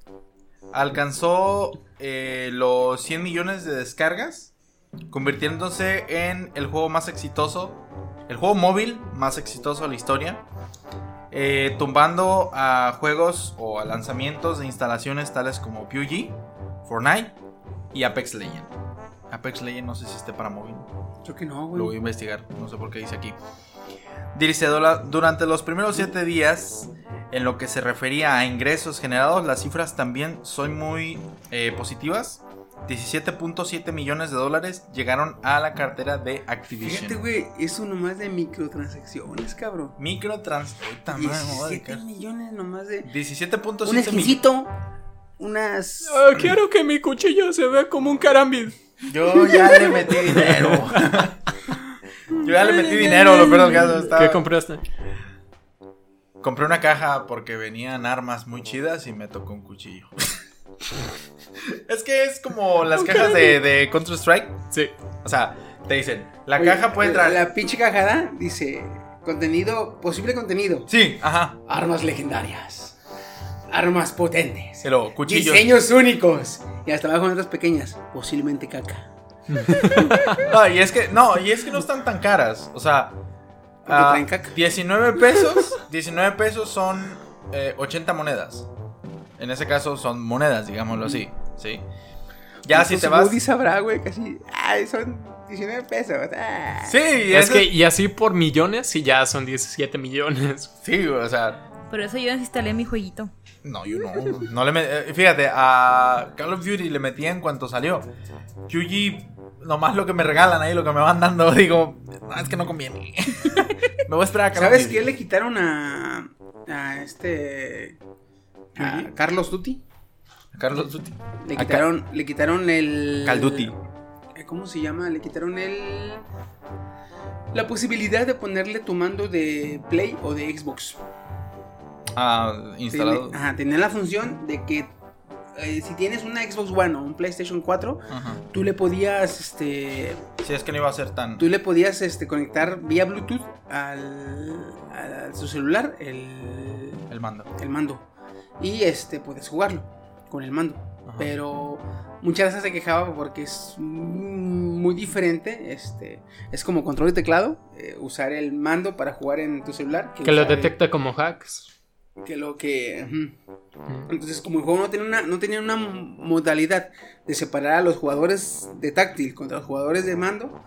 S7: alcanzó eh, los 100 millones de descargas, convirtiéndose en el juego más exitoso, el juego móvil más exitoso de la historia, eh, tumbando a juegos o a lanzamientos de instalaciones tales como PUBG, Fortnite y Apex Legend. Apex Legend no sé si esté para móvil.
S1: Creo que no,
S7: Lo voy a
S1: güey.
S7: investigar, no sé por qué dice aquí. Dice, "Dola- durante los primeros 7 días, en lo que se refería a ingresos generados, las cifras también son muy eh, positivas. 17.7 millones de dólares llegaron a la cartera de Activision.
S1: Fíjate, güey, eso nomás de microtransacciones, cabrón.
S7: Microtrans... Uy, ta madre, me voy a
S1: 17
S7: dedicar.
S1: millones nomás de.
S7: 17.7
S1: Un
S7: millones.
S1: esquincito. Unas.
S3: quiero Ah, que mi cuchillo se vea como un carambit.
S7: Yo ya le metí dinero. Yo ya le metí dinero, lo peor del caso,
S3: ¿Qué
S1: ah.
S7: estaba-
S3: compraste?
S7: Compré una caja porque venían armas muy chidas y me tocó un cuchillo. es que es como las cajas de, de Counter-Strike.
S3: Sí.
S7: O sea, te dicen, la
S1: Oye,
S7: caja puede traer.
S1: La pinche cajada dice: contenido, posible contenido.
S7: Sí, ajá.
S1: Armas legendarias. Armas potentes.
S7: Pero cuchillos.
S1: Diseños únicos. Y hasta abajo otras pequeñas. Posiblemente caca.
S7: No, y es que no, y es que no están tan caras. O sea,
S1: Porque
S7: Ah,
S1: traen caca.
S7: 19 pesos. 19 pesos son eh, 80 monedas. En ese caso son monedas, digámoslo así. ¿sí? Ya si
S1: Entonces,
S7: te vas.
S1: Woody sabrá, güey, casi. Ay, son 19 pesos. ah.
S7: Sí,
S3: Es que,
S7: que.
S3: y así por millones, y ya son 17 millones.
S7: Sí, güey, o sea.
S6: Por eso yo desinstalé mi jueguito.
S7: No, yo no. no le met- eh, Fíjate, a Call of Duty le metía en cuanto salió. Yuji, nomás lo que me regalan ahí, lo que me van dando, digo, "Ah, es que no conviene. me voy a esperar a Call of
S1: ¿Sabes
S7: Duty.
S1: qué le quitaron a. a este. a Carlos Duty?
S7: Carlos Duty.
S1: Le
S7: A Ca-
S1: quitaron, le quitaron el.
S7: Call Duty.
S1: eh, ¿Cómo se llama? Le quitaron el. La posibilidad de ponerle tu mando de Play o de Xbox.
S7: Ah, instalado.
S1: Tiene- ajá, tenía la función de que eh, si tienes una Xbox One o un PlayStation 4,
S7: Ajá.
S1: tú le podías este
S7: Sí, es que no iba a ser tan.
S1: tú le podías este conectar vía Bluetooth al a, su celular el,
S7: El mando.
S1: el mando y este puedes jugarlo con el mando,
S7: Ajá.
S1: pero muchas veces se quejaba porque es muy diferente, este es como control de teclado, eh, usar el mando para jugar en tu celular
S3: Que lo
S1: usar el-
S3: detecta como hacks.
S1: que lo que ujú. Entonces, como el juego no tenía una, no tenía una modalidad de separar a los jugadores de táctil contra los jugadores de mando,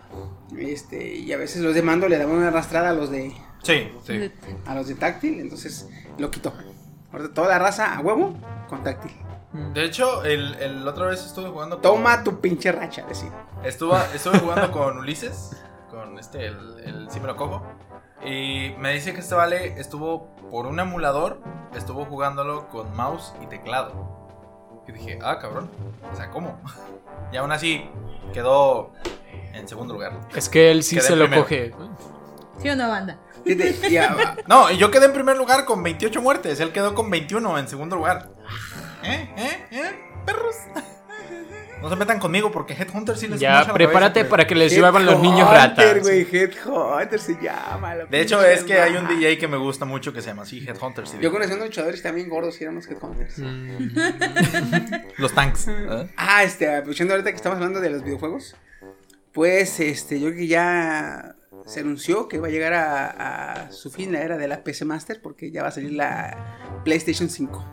S1: este, y a veces los de mando le daban una arrastrada a los de,
S7: Sí, sí.
S1: a los de táctil, entonces lo quitó. Ahorita toda la raza a huevo con táctil.
S7: De hecho, el, el otra vez estuve jugando con.
S1: Toma tu pinche racha, decía.
S7: Estuve, estuve jugando con Ulises. Con este, el, el sí me lo cojo. Y me dice que este vale estuvo por un emulador. Estuvo jugándolo con mouse y teclado. Y dije, ah, cabrón. O sea, ¿cómo? Y aún así quedó en segundo lugar.
S3: Es que él sí
S7: Quedé
S3: se lo
S7: primero.
S3: coge.
S6: ¿Sí o no, banda?
S1: Fíjate, y a-
S7: No, y yo quedé en primer lugar con 28 muertes. Él quedó con 21 en segundo lugar.
S3: Ah.
S7: ¿Eh? ¿Eh? ¿Eh? Perros. No se metan conmigo porque Headhunter sí les mocha
S3: Ya,
S7: la
S3: prepárate
S7: cabeza,
S3: para que les
S1: Headhunter,
S3: llevaban los niños ratas.
S1: güey, Headhunter se llama. la
S7: De hecho,
S1: pinche
S7: es que hay un
S1: madre.
S7: DJ que me gusta mucho que se llama así, Headhunter. sí.
S1: Yo conocí a unos luchadores también gordos y eran los Headhunters.
S7: Los tanks. ¿eh?
S1: Ah, este, aprovechando ahorita que estamos hablando de los videojuegos, pues este, yo creo que ya se anunció que va a llegar a, a su fin la era de la PC Master porque ya va a salir la PlayStation 5.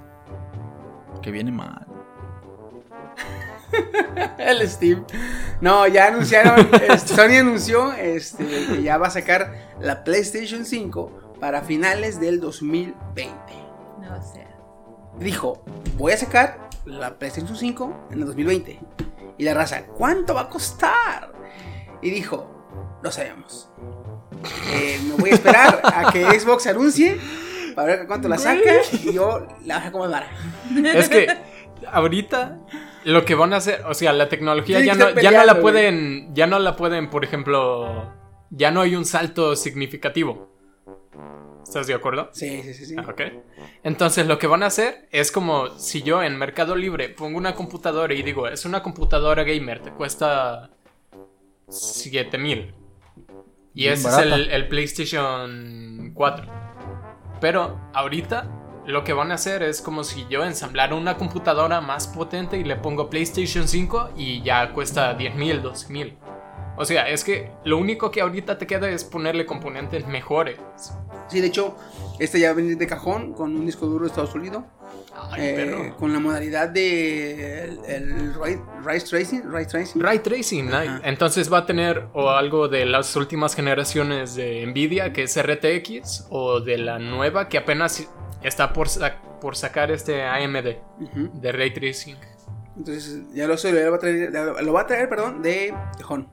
S7: Que viene mal.
S1: El Steam. No, ya anunciaron, este, Sony anunció este, que ya va a sacar la PlayStation 5 para finales del 2020.
S6: No sé.
S1: dijo, voy a sacar la PlayStation 5 en el 2020. Y la raza, ¿cuánto va a costar? Y dijo, no sabemos. Eh, me voy a esperar a que Xbox anuncie para ver cuánto la saca y yo la bajo como vara.
S3: Es que ahorita lo que van a hacer, o sea, la tecnología
S1: Tienen
S3: ya
S1: que
S3: no,
S1: estar
S3: ya no la
S1: peleando,
S3: pueden, ya no la pueden, por ejemplo, ya no hay un salto significativo. ¿Estás de acuerdo?
S1: Sí, sí, sí, sí.
S3: Ah, Ok. Entonces lo que van a hacer es como si yo en Mercado Libre pongo una computadora y digo, es una computadora gamer, te cuesta 7000. Y
S7: Bien
S3: ese es
S7: barata.
S3: el, el PlayStation 4. Pero ahorita lo que van a hacer es como si yo ensamblara una computadora más potente y le pongo PlayStation 5 y ya cuesta 10000, 12000. O sea, es que lo único que ahorita te queda es ponerle componentes mejores.
S1: Sí, de hecho, este ya va a venir de cajón con un disco duro de estado sólido.
S3: Ay,
S1: eh,
S3: perro.
S1: con la modalidad de el, el ray- Ray Tracing, Ray Tracing.
S3: Ray Tracing, ay.
S1: Ajá.
S3: entonces va a tener o algo de las últimas generaciones de Nvidia, que es RTX, o de la nueva que apenas está por, sa- por sacar este AMD
S1: Ujú.
S3: de Ray Tracing.
S1: Entonces, ya lo sé, lo va a traer, lo va a traer, perdón, de Tejón.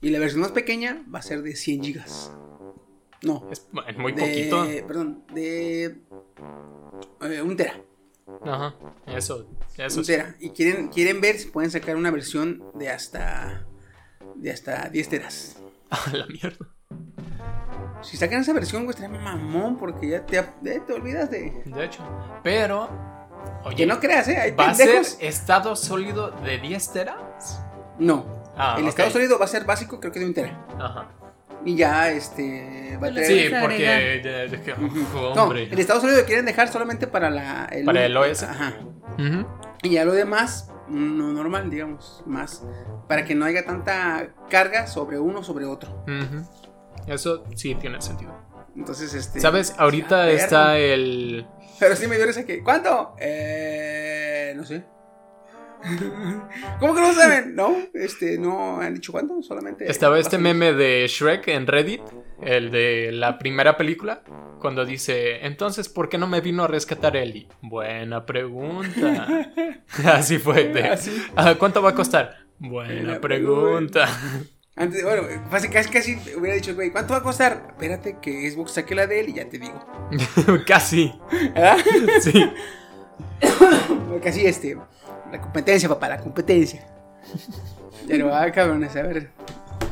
S1: Y la versión más pequeña va a ser de 100 gigas. No,
S3: Es bueno, muy
S1: de,
S3: poquito.
S1: Perdón, de eh, un tera,
S3: Ajá, eso, eso
S1: un
S3: sí.
S1: tera. Y quieren, quieren ver si pueden sacar una versión de hasta de hasta 10 teras.
S3: A la mierda.
S1: Si sacan esa versión, güey, estaría mamón porque ya te, ya te olvidas de...
S3: De hecho, pero. Oye,
S1: Que no creas, ¿eh? Hay
S3: ¿va a ser
S1: pendejos.
S3: estado sólido de 10 teras?
S1: No.
S3: Ah,
S1: el
S3: ok.
S1: estado sólido va a ser básico, creo que de un tera.
S3: Ajá.
S1: Y ya, este... Va a traer...
S3: Sí,
S6: Puedes
S3: porque.
S6: agregar.
S3: ya- ya Eh, que-
S1: Eh, No,
S3: hombre.
S1: el Estados Unidos lo quieren dejar solamente para la
S3: Para el OS.
S1: Ajá.
S3: Ujú.
S1: Y ya lo demás, no normal, digamos, más. Para que no haya tanta carga sobre uno sobre otro.
S3: Ujú. Eso sí tiene sentido.
S1: Entonces, este.
S3: ¿Sabes? Ahorita
S1: Verga.
S3: está el.
S1: Pero sí me dio risa que. ¿Cuánto? Eh. No sé. ¿Cómo que no saben? No, este, no han dicho cuánto, solamente.
S3: Estaba este
S1: más o
S3: meme de Shrek en Reddit, el de la primera película, cuando dice, entonces, ¿por qué no me vino a rescatar Ellie? Buena pregunta. Así fue. de, "Ah, ¿Cuánto va a costar? Buena
S1: Buena
S3: pregunta.
S1: Antes, bueno, casi, casi, casi hubiera dicho, güey, ¿cuánto va a costar? Espérate que Xbox saque la de él y ya te digo.
S3: Casi.
S1: ¿Ah?
S3: Sí.
S1: Casi este, la competencia, papá, la competencia. Pero, ah, cabrones, a ver.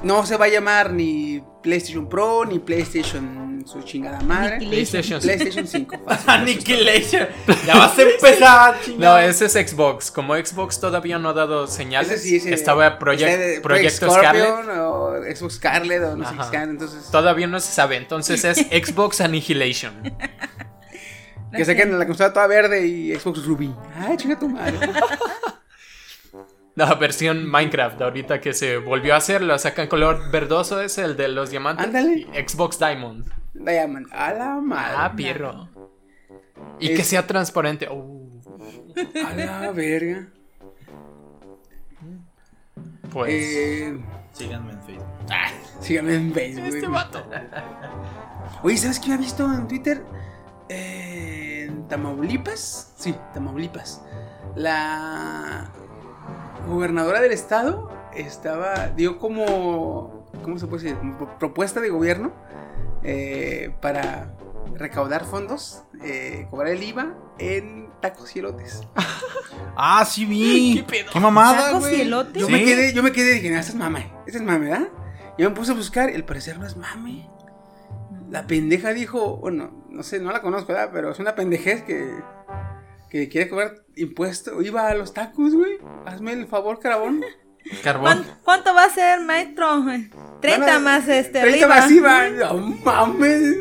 S1: No se va a llamar ni PlayStation Pro, ni PlayStation su chingada madre.
S3: PlayStation.
S1: PlayStation 5. fácil.
S7: Annihilation. Ya vas a empezar,
S3: No,
S7: chingada.
S3: ese es Xbox. Como Xbox todavía no ha dado señales,
S1: Ese sí, ese-
S3: estaba Project-
S1: ese de-
S3: Proyecto
S1: Scorpion
S3: Scarlet.
S1: O Xbox Scarlet o no sé qué
S3: Ajá.
S1: sean, entonces.
S3: Todavía no se sabe, entonces es Xbox Annihilation.
S1: Que saquen la consola toda verde y Xbox Ruby. Ah, chinga tu madre.
S3: La versión Minecraft, ahorita que se volvió a hacer, la sacan color verdoso, es el de los diamantes.
S1: Ándale.
S3: y Xbox Diamond.
S1: Diamond. A la
S3: Ah,
S1: madre.
S3: pierro. Y
S1: Es-
S3: que sea transparente. Uh,
S1: A la verga.
S3: pues.
S1: Eh,
S7: Síganme en Facebook.
S1: síganme en Facebook. Oye, ¿sabes qué había visto en Twitter? Eh, En Tamaulipas. Sí, Tamaulipas. La gobernadora del estado estaba. dio como. ¿Cómo se puede decir? Como pro- propuesta de gobierno eh, para recaudar fondos, eh, cobrar el IVA en tacos y elotes.
S7: Ah, sí vi.
S3: ¿Qué pedo?
S7: ¿Qué mamada,
S6: ¿Tacos y
S7: güey?
S6: elote?
S1: Yo
S7: ¿Sí?
S1: me quedé, yo me quedé y dije, no, esta es mame, esta es mame, ¿verdad? Yo me puse a buscar, el parecer no es mame. La pendeja dijo, bueno, no sé, no la conozco, ¿verdad? Pero es una pendejez que, que quiere cobrar impuesto. Iba a los tacos, güey. Hazme el favor, carabón.
S6: ¿Cuán-
S3: Carbón.
S6: ¿Cuánto va a ser, maestro? 30
S1: Bueno,
S6: más este
S1: 30
S6: arriba.
S1: más iba. No mames.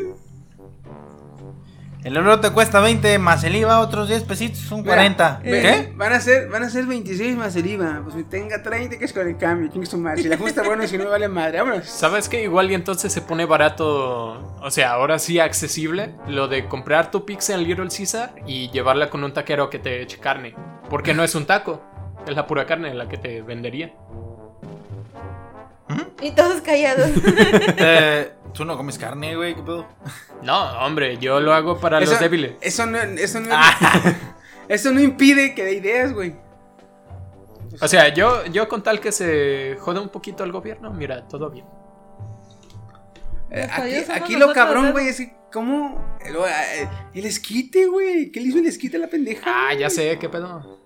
S7: El euro te cuesta 20 más el IVA, otros 10 pesitos, son 40.
S1: Mira, eh.
S7: ¿Qué?
S1: Van a ser, van a ser 26 más el IVA. Pues que tenga 30 que es con el cambio. Tienes que sumar. Si la ajusta, bueno, y si no, vale madre. Vámonos.
S3: ¿Sabes qué? Igual y entonces se pone barato, o sea, ahora sí accesible, lo de comprar tu pizza en Little Caesar y llevarla con un taquero que te eche carne. Porque no es un taco, es la pura carne la que te vendería.
S6: Y todos callados.
S7: Eh, Tú no comes carne, güey, ¿qué pedo?
S3: No, hombre, yo lo hago para los débiles. Ah.
S1: Eso no, eso no, eso no impide que dé ideas, güey.
S3: O sea, yo, yo con tal que se jode un poquito el gobierno, mira, todo bien.
S1: Eh,
S6: Los
S1: Aquí,
S6: jodidos Pues, somos
S1: aquí lo
S6: nosotros,
S1: cabrón,
S6: ¿verdad?
S1: güey, es que, ¿cómo? El, eh, el esquite, güey. ¿Qué le hizo el esquite a la pendeja?
S3: Ah, ya sé, qué pedo.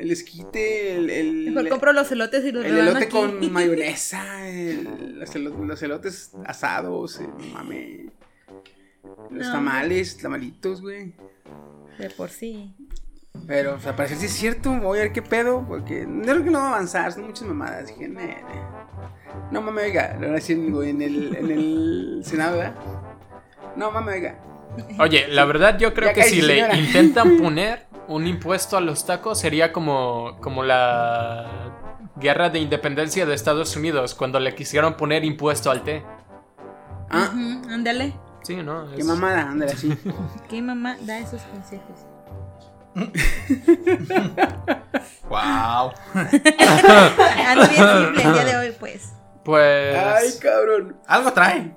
S1: El esquite, el. el
S6: Mejor compro los elotes y los
S1: el
S6: rebano
S1: elote
S6: aquí.
S1: con mayonesa, el- los, elo- los elotes asados, eh, no mames. Los
S6: No.
S1: tamales, tamalitos, güey.
S6: De por sí.
S1: Pero, o sea, parece que sí es cierto, voy a ver qué pedo, porque no creo que no va a avanzar, son muchas mamadas. Dije, "Nee, nee". no mames, oiga, lo van a decir güey, en el, en el Senado, ¿verdad? No mames, oiga.
S3: Oye, la verdad yo creo
S1: Ya
S3: que
S1: cállese,
S3: si
S1: señora.
S3: le intentan poner un impuesto a los tacos sería como, como la guerra de independencia de Estados Unidos, cuando le quisieron poner impuesto al té.
S1: Ah,
S6: Ujú, Ándale.
S3: Sí, ¿no?
S1: Qué
S3: Es-
S1: mamada, ándale así.
S6: ¿Qué mamá da esos consejos?
S7: Wow.
S6: Ando Ah, bien simple el día de hoy, pues.
S3: Pues...
S1: Ay, cabrón.
S7: Algo trae.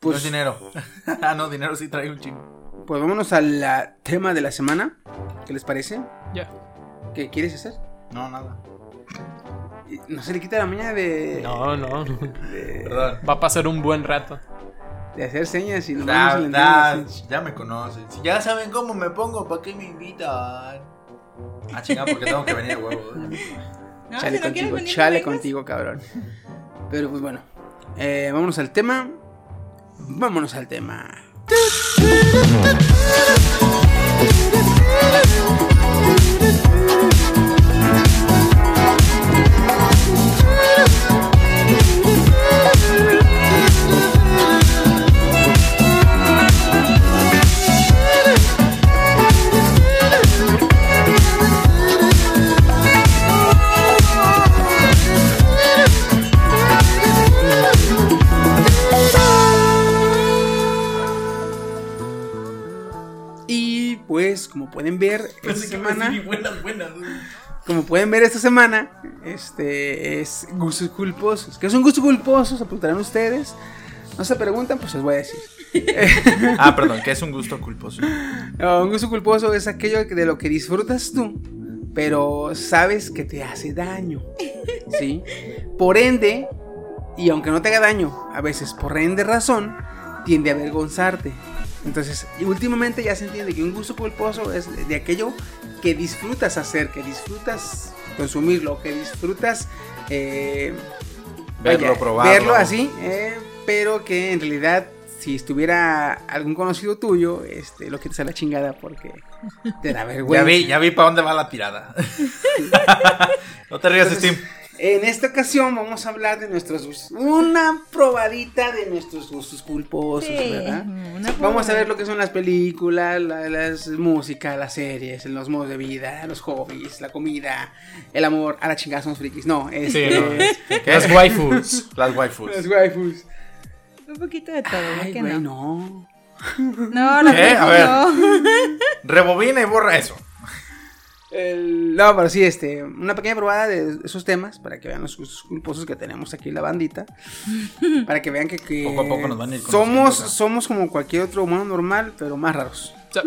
S1: Pues-
S7: No es dinero. Ah, no, dinero sí trae un chingo.
S1: Pues vámonos al ah, tema de la semana. ¿Qué les parece?
S3: ya.
S1: ¿Qué quieres hacer?
S7: No, nada.
S1: Y No se le quita la maña de,
S3: No, no.
S1: de,
S7: Perdón.
S3: Va a pasar un buen rato.
S1: de hacer señas y nos eh. vamos
S7: Da- da-
S1: a la
S7: ya me conocen. Si ya saben cómo me pongo, ¿para qué me invitan? Ah, chingada, porque tengo que venir, huevo. ¿eh? Ah,
S6: No,
S1: Chale
S6: si no quieres
S1: contigo,
S6: venir, no
S1: chale
S6: vengas.
S1: contigo, cabrón. Pero pues bueno, eh, vámonos al tema. Vámonos al tema.
S2: Thank you.
S1: pues, como pueden ver, esta
S7: Pensé que iba a decir,
S1: semana,
S7: "Y buenas, buenas.
S1: como pueden ver esta semana, este es gustos culposos. ¿Qué son gustos culposos? Se preguntarán ustedes. No se preguntan, pues les voy a decir.
S7: Ah, perdón, que es un gusto culposo.
S1: No, un gusto culposo es aquello que- de lo que disfrutas tú, pero sabes que te hace daño. ¿Sí? Por ende, y aunque no te haga daño, a veces por ende razón, tiende a avergonzarte. Entonces, y últimamente ya se entiende que un gusto culposo es de aquello que disfrutas hacer, que disfrutas consumirlo, que disfrutas eh,
S7: Verlo,
S1: Vaya,
S7: probarlo.
S1: Verlo así, eh, pero que en realidad, si estuviera algún conocido tuyo, este, lo quitas a la chingada porque te da
S7: Ya
S1: vergüenza.
S7: vi, ya vi para dónde va la tirada. no te rías,
S1: Entonces,
S7: Steam.
S1: En esta ocasión vamos a hablar de nuestros gustos. Una probadita de nuestros gustos culposos,
S6: Sí,
S1: ¿verdad?
S6: una
S1: Vamos a ver
S6: probadita.
S1: lo que son las películas, la- las músicas, las series, los modos de vida, los hobbies, la comida, el amor. A la chingada somos frikis. No,
S3: Sí,
S1: este,
S3: no.
S7: ¿Qué?
S3: Las waifus.
S7: Las
S1: Los
S7: waifus.
S1: waifus.
S6: Un poquito de todo, ¿por
S1: Ay,
S6: qué
S1: güey,
S6: no?
S1: no.
S6: No, no,
S7: ¿Qué? A ver.
S6: no.
S7: Rebobina y borra eso.
S1: El- no, pero sí, este, una pequeña probada de esos temas para que vean los gustos culposos que tenemos aquí en la bandita. Para que vean que, que
S7: Poco a poco nos van a ir
S1: somos,
S7: conociendo, ¿no?
S1: somos como cualquier otro humano normal, pero más raros.
S3: Sí.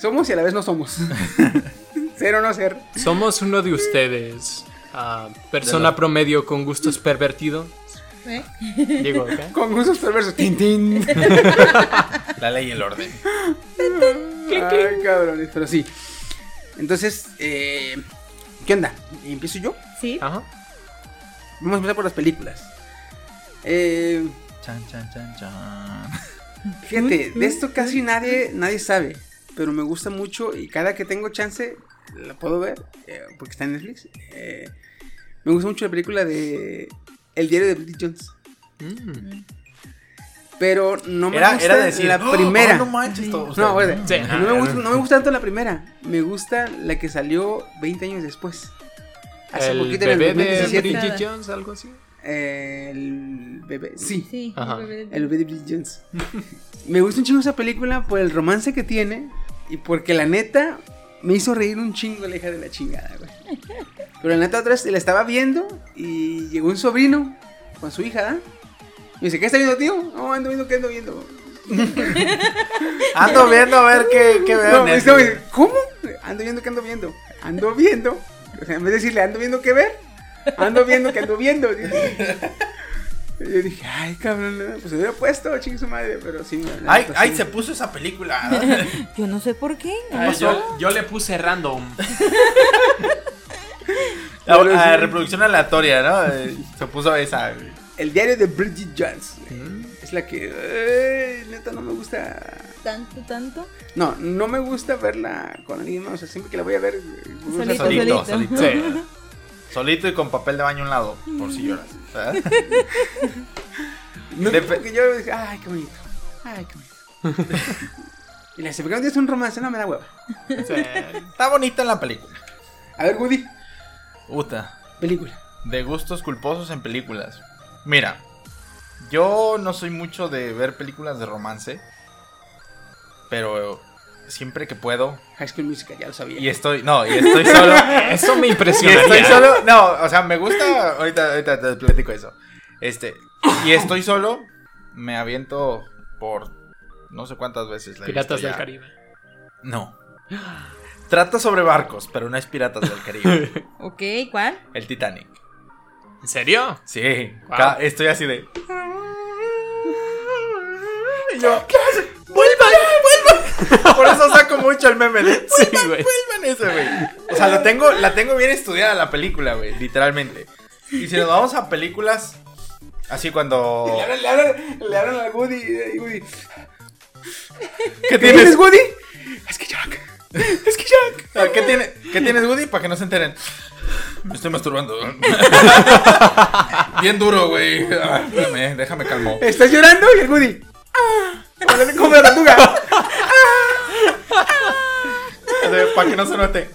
S1: Somos y a la vez no somos. ser o no ser.
S3: Somos uno de ustedes. Ah, persona
S7: De la-
S3: promedio con gustos pervertidos.
S6: ¿Eh?
S3: Digo, ¿qué?
S1: Con gustos perversos. Tin, tin.
S7: La ley y el orden.
S1: Ay, cabrones, pero sí. Entonces, eh, ¿qué onda? ¿Empiezo yo?
S6: Sí.
S3: Ajá.
S1: Vamos a empezar por las películas. Eh,
S7: Chan, chan, chan, chan.
S1: Fíjate, de esto casi nadie, nadie sabe, pero me gusta mucho y cada que tengo chance la puedo ver, eh, porque está en Netflix. Eh, me gusta mucho la película de El diario de Bridget Jones,
S3: Mm.
S1: pero no me
S7: Era,
S1: gusta
S7: era decir,
S1: la
S7: "Oh,
S1: primera.
S7: oh, no
S1: no,
S7: manches, todo usted".
S1: güey,
S3: Sí,
S1: no me gusta, no me gusta tanto la primera, me gusta la que salió 20 años después. Hace
S3: El
S1: poquito en el
S3: bebé de
S1: 2017.
S3: Bridget Jones, algo así.
S1: eh, El bebé, sí.
S6: Sí.
S3: Ajá.
S6: un bebé de-
S1: El bebé de Bridget Jones. me gusta un chingo esa película por el romance que tiene y porque la neta me hizo reír un chingo la hija de la chingada, güey. Pero la neta otra vez la estaba viendo y llegó un sobrino con su hija, ¿da? Y me dice, ¿qué está viendo, tío? No, ando viendo, ¿qué ando viendo?
S7: Ando viendo a ver qué, qué veo.
S1: No,
S7: en
S1: me
S7: Netflix.
S1: dice, ¿cómo? Ando viendo, ¿qué ando viendo? Ando viendo. O sea, en vez de decirle, ando viendo, ¿qué ver? Ando viendo, ¿qué ando viendo? Yo dije, ay, cabrón, no, pues se hubiera puesto, chingue su madre, pero sí. la
S7: Ay,
S1: neta,
S7: ay,
S1: sí.
S7: se puso esa película.
S6: Yo no sé por qué. no.
S3: Ay, yo, yo le puse random.
S7: La, la reproducción aleatoria, ¿no? Eh, Se puso esa. eh, güey.
S1: El diario de Bridget Jones. güey. Es la que, eh, neta, no me gusta.
S6: Tanto, tanto.
S1: No, no me gusta verla con alguien más. O sea, siempre que la voy a ver. eh, o sea,
S6: Solito, solito.
S7: solito, solito.
S3: Sí.
S7: Solito y con papel de baño a un lado, por si lloras. ¿verdad?
S1: no,
S7: De-
S1: porque yo dije, ay, qué bonito. Ay, qué bonito. y la segunda es un romance, no me da hueva.
S7: Está bonita la película.
S1: A ver, Woody,
S7: Uta.
S1: película.
S7: De gustos culposos en películas. Mira, yo no soy mucho de ver películas de romance, pero siempre que puedo
S1: High School Musical, ya lo sabía.
S7: y estoy, no, y estoy solo,
S3: Eso me
S7: y estoy
S3: impresionaría.
S7: solo, no, o sea, me gusta, ahorita, ahorita te platico eso. Este, y estoy solo, me aviento por no sé cuántas veces. la he
S3: Piratas
S7: visto
S3: del
S7: ya.
S3: Caribe.
S7: No. Trata sobre barcos, pero no es Piratas del Caribe,
S6: Ok, ¿cuál?
S7: el Titanic.
S3: ¿En serio?
S7: Sí,
S3: Wow.
S7: ca- estoy así de. Y yo, ¡Vuelvan! ¡Vuelvan! Por eso saco mucho el meme de.
S3: Sí, güey.
S7: ¡Vuelvan ese, güey! O sea, lo tengo, la tengo bien estudiada la película, güey, literalmente. Y si nos vamos a películas. Así cuando.
S1: Le hablan, le hablan, le hablan a Woody. eh, y Woody.
S7: ¿Qué
S1: ¿Qué tienes,
S7: tienes?
S1: Woody? Es que Jack. Es que Jack.
S7: Ah, ¿Qué, tiene- ¿Qué tienes, Woody? Para que no se enteren. Me estoy masturbando. Bien duro, güey. Ah, Déjame, déjame calmo.
S1: ¿Estás llorando? Y el Woody. ¡Ah! Como la tortuga.
S7: Para que no se note.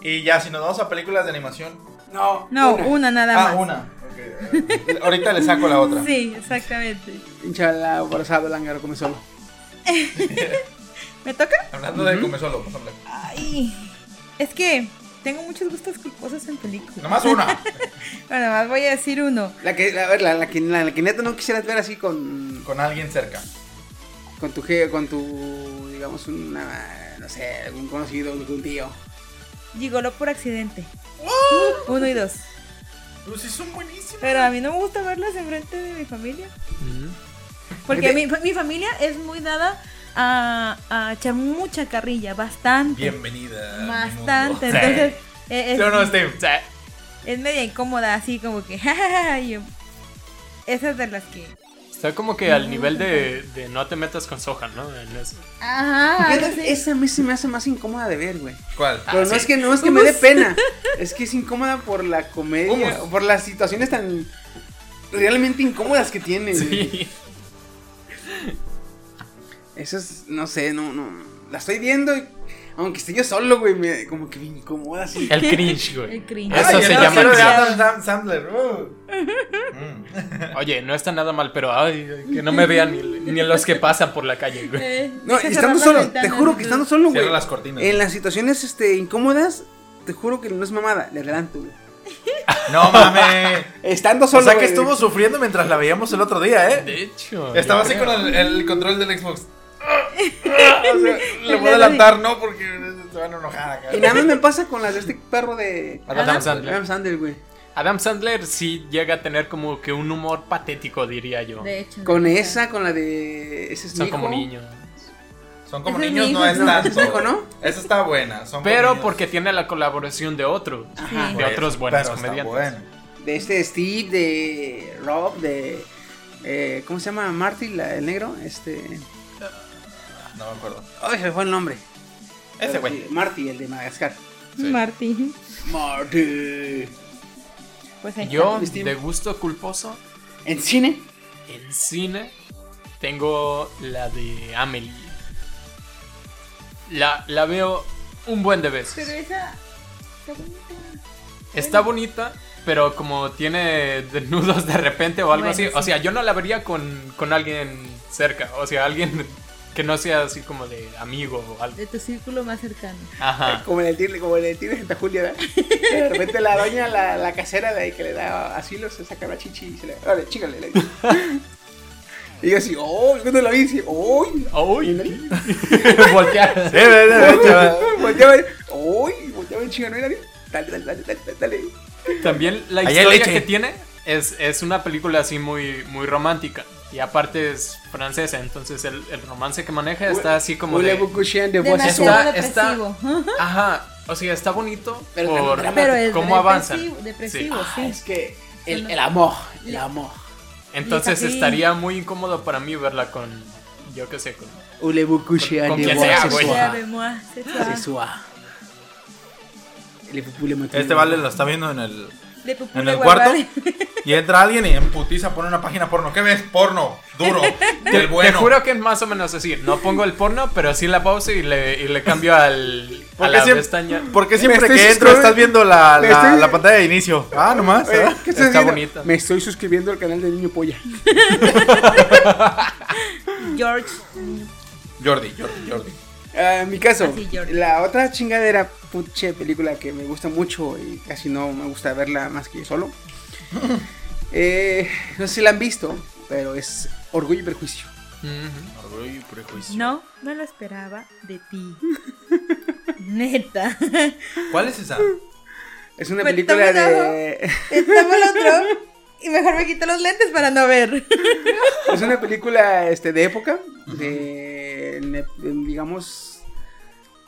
S7: Y ya, si nos vamos a películas de animación, No.
S6: No, una, nada más.
S7: Ah, una. Ok. Ahorita le saco la otra.
S6: Sí, exactamente.
S1: Inchala, abrazado, lángaro, come solo.
S6: ¿Me toca?
S7: Hablando de comer solo, vamos a hablar.
S6: Ay, es que tengo muchos gustos culposos en películas.
S7: Nomás una.
S6: Bueno, más voy a decir uno.
S1: La que, a ver, la, la que, la, la que neta no quisieras ver así con,
S7: Con alguien cerca.
S1: con tu, je- con tu, digamos, una, no sé, algún conocido, algún tío.
S6: Gigoló por accidente. Uno y dos.
S7: Pero sí son buenísimos.
S6: Pero a mí no me gusta verlas enfrente de mi familia. Porque mi, mi familia es muy dada a, a echar mucha carrilla, bastante.
S7: Bienvenida. a mi
S6: Bastante.
S7: mundo.
S6: Entonces, eh, es,
S3: Yo no, Steve. Sí.
S6: es media incómoda, así como que. jajaja, y yo- esas de las que.
S3: Está como que al nivel de, de no te metas con Sohan, ¿no? En eso.
S6: Ajá. algo
S1: Fíjate,
S6: así.
S1: Esa a mí se me hace más incómoda de ver, güey.
S7: ¿Cuál?
S1: Pero no es que no es que me dé pena, es que es incómoda por la comedia, o por las situaciones tan realmente incómodas que tiene.
S3: Sí.
S1: Eso es, no sé, no, no, la estoy viendo, y, aunque esté yo solo, güey, me, como que me incomoda así.
S3: El cringe, güey.
S6: El cringe.
S3: Eso
S7: Ay,
S3: se
S7: el
S3: llama
S7: arquero de
S3: cringe.
S7: Adam Sam- Sandler. uh. Mm.
S3: Oye, no está nada mal, pero ay, ay, que no me vean ni, ni los que pasan por la calle, güey.
S6: Eh,
S1: No,
S6: se
S1: estando
S6: cerraron
S1: solo,
S6: las
S1: te
S6: ventanas,
S1: juro que estando solo, güey.
S7: Cierra las cortinas.
S1: En las situaciones este incómodas, te juro que no es mamada, le adelanto, güey.
S7: No mames.
S1: Estando
S7: O
S1: solo.
S7: sea que
S1: güey.
S7: estuvo sufriendo mientras la veíamos el otro día, ¿eh?
S3: De hecho.
S7: Estaba
S3: yo
S7: así
S3: creo.
S7: con el, el control del Xbox. O sea, le voy a adelantar, ¿no? Porque se van a enojar acá.
S1: Y nada más me pasa con las de este perro de
S3: Adam
S1: Adam
S3: Sandler.
S1: Sandler, güey.
S3: Adam Sandler sí llega a tener como que un humor patético, diría yo.
S6: De hecho.
S1: Con
S6: de hecho.
S1: esa, con la de ese es mi
S3: Son como
S1: hijo.
S3: niños.
S7: Son como
S6: Ese es
S7: niños,
S6: mi
S7: no
S6: hijo,
S7: es
S1: no,
S7: tanto.
S1: ese es mi hijo, ¿no?
S7: Esa está buena. son como
S3: Pero
S7: niños. Ah,
S3: porque tiene la colaboración de otro.
S1: Ajá.
S3: de otros buenos
S7: pero está
S3: comediantes.
S7: bueno.
S1: De este Steve, de Rob, de. eh, ¿Cómo se llama? Marty, la- el negro. Este.
S7: No me acuerdo.
S1: Ay, se me fue el nombre.
S7: Ese
S1: Pero
S7: güey.
S1: sí, Marty, el de Madagascar.
S6: Martín.
S1: Marty.
S6: Pues ahí
S3: Yo,
S1: Mis tiempos.
S3: de gusto culposo,
S1: En cine.
S3: en cine tengo la de Amelie. La, la veo un buen de
S6: Pero
S3: veces.
S6: esa. Está bonita.
S3: Está bonita, pero como tiene desnudos de repente o algo
S6: Bueno,
S3: así.
S6: sí.
S3: O sea, yo no la vería con, con alguien cerca. O sea, alguien que no sea así como de amigo o algo.
S6: De tu círculo más cercano.
S10: Ah.
S3: Ajá.
S1: Como en el tigre, como en el tigre de Santa Julia, ¿verdad? Que de repente la doña, la, la casera de ahí que le da asilo, se saca la chichi y se le. Vale, chígale. le dice. Y yo así, oh, cuando la vi, dice, uy.
S3: ¡Uy! Voltear.
S1: Volteaba, uy, volteaba en chinga, no era bien. Dale, dale, dale, dale, dale.
S3: También la
S7: Ahí hay
S3: historia
S7: leche.
S3: que tiene es, es una película así muy, muy romántica. Y aparte es francesa, entonces el, el romance que maneja está así como
S1: Ule
S3: de...
S1: Bukushian de voz.
S6: Demasiado
S3: está-
S6: depresivo.
S3: Ajá, o sea, está bonito
S1: Pero
S3: por
S1: también
S6: Pero es
S3: cómo avanza.
S6: depresivo, depresivo,
S1: Ah,
S6: sí.
S1: es que el, el amor, el amor.
S3: Entonces
S6: Y así.
S3: estaría muy incómodo para mí verla con, yo qué sé, con...
S1: Ule Bukushian
S3: Con- con
S1: de
S3: quien
S1: voz.
S3: sea, güey.
S6: Ya
S1: sexual.
S6: vemos, sexual.
S1: Sexual. Le pupule mató.
S7: Este Vale lo está viendo en el,
S6: Le pupú,
S7: en
S6: le
S7: el cuarto.
S3: Ah,
S6: guardale.
S7: Y entra alguien y en putiza pone una página porno. ¿Qué ves? Porno. Duro. Del bueno.
S3: Te juro que es más o menos así. No pongo el porno, pero sí la pausa y le, y le cambio al, a
S7: Porque
S3: la
S7: siempre-
S3: pestaña.
S7: ¿Por qué siempre
S1: Me estoy
S7: que entro
S1: suscribiendo.
S7: estás viendo la,
S1: Me
S7: la-
S1: estoy-
S7: la pantalla de inicio? Ah, nomás.
S1: Oye,
S7: ¿verdad?
S1: ¿qué estás
S3: Está
S1: haciendo?
S3: bonita.
S1: Me estoy suscribiendo al canal de Niño Polla.
S6: George.
S7: Jordi, Jordi, Jordi.
S1: Ah, en mi caso,
S6: Así, Jordi.
S1: la otra chingadera puche película que me gusta mucho y casi no me gusta verla más que yo solo. Eh, no sé si la han visto, pero es Orgullo y Prejuicio.
S3: Ujú.
S6: No, no lo esperaba de ti. Neta.
S7: ¿Cuál es esa?
S1: Es una
S6: Me
S1: película
S6: tomo un
S1: de.
S6: Estamos el otro. Y mejor me quito los lentes para no ver.
S1: Es una película este, de época, de, ne- de, digamos,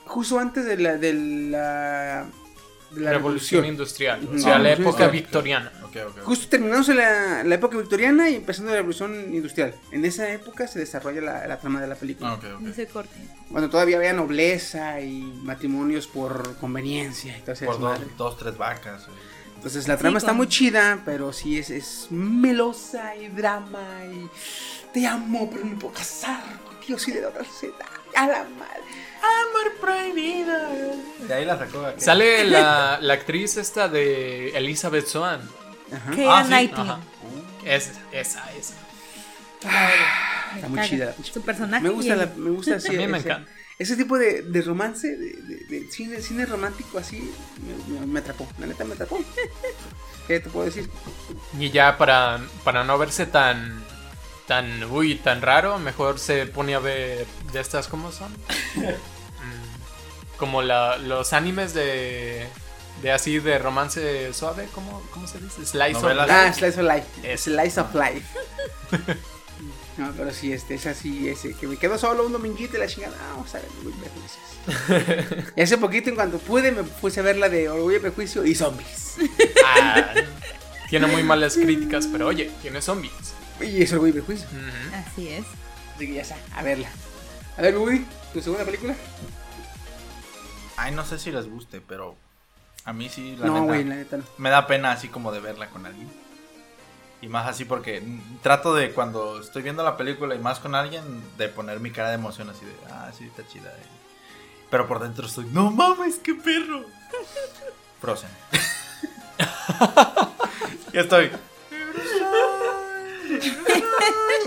S1: justo antes de la, de la, de la
S3: Revolución industrial, o
S1: Ujú.
S3: sea,
S1: Ah,
S3: la
S7: eh.
S1: sí,
S3: época
S1: sí.
S3: victoriana.
S7: Ok, ok.
S1: Justo terminándose la, la época victoriana y empezando la revolución industrial. En esa época se desarrolla la, la trama de la película.
S7: Ah, ok, ok.
S6: No se corte.
S1: Cuando todavía había nobleza y matrimonios por conveniencia y todo ese
S7: Por dos,
S1: desmadre.
S7: dos, tres vacas. güey.
S1: Entonces la trama está
S6: con-
S1: muy chida, pero sí es, es melosa y drama y Te amo, pero no me puedo casar con Dios y de la otra sociedad. A la madre. Amor prohibido.
S7: De ahí la sacó. aquel.
S3: Sale la, la actriz esta de Elizabeth Swan.
S6: Que era
S3: Ah, sí,
S6: Nightingale.
S3: ajá. Es, esa, esa.
S6: Me
S1: Está muy
S6: caga.
S1: chida.
S6: Su personaje.
S1: Me gusta,
S6: y-
S1: la- me gusta así.
S3: A mí me
S1: ese-
S3: encanta.
S1: Ese tipo de, de romance, de, de- de cine, cine romántico así, me, me- me atrapó. La neta me atrapó. ¿Qué te puedo decir?
S3: Y ya para, para no verse tan. tan. uy, tan raro, mejor se pone a ver de estas, ¿cómo son? Mm, Como la, los animes de. de así, de romance suave, ¿cómo, cómo se dice? Slice of
S7: Novelas.
S3: life.
S1: Ah, Slice of Life.
S3: Es-
S1: Slice of Life. No, pero sí, este, es así, ese, que me quedo solo un dominguito y la chingada, ah, vamos a ver, Orgullo y Prejuicios. Y hace poquito, en cuanto pude, me puse a ver la de Orgullo y Prejuicio y Zombies.
S3: Ah, tiene muy malas críticas, pero oye, tiene zombies.
S1: Y es Orgullo y Prejuicio.
S3: Ujú.
S6: Así es.
S1: Así que ya está, a verla. A ver, Woody, ¿tu segunda película?
S7: Ay, no sé si les guste, pero a mí sí, la
S1: no,
S7: neta,
S1: güey, la neta no.
S7: me da pena así como de verla con alguien. Y más así porque mm, trato de cuando estoy viendo la película y más con alguien, de poner mi cara de emoción así de, ah, sí, está chida. eh". Pero por dentro estoy, no mames, qué perro. Frozen. ya estoy.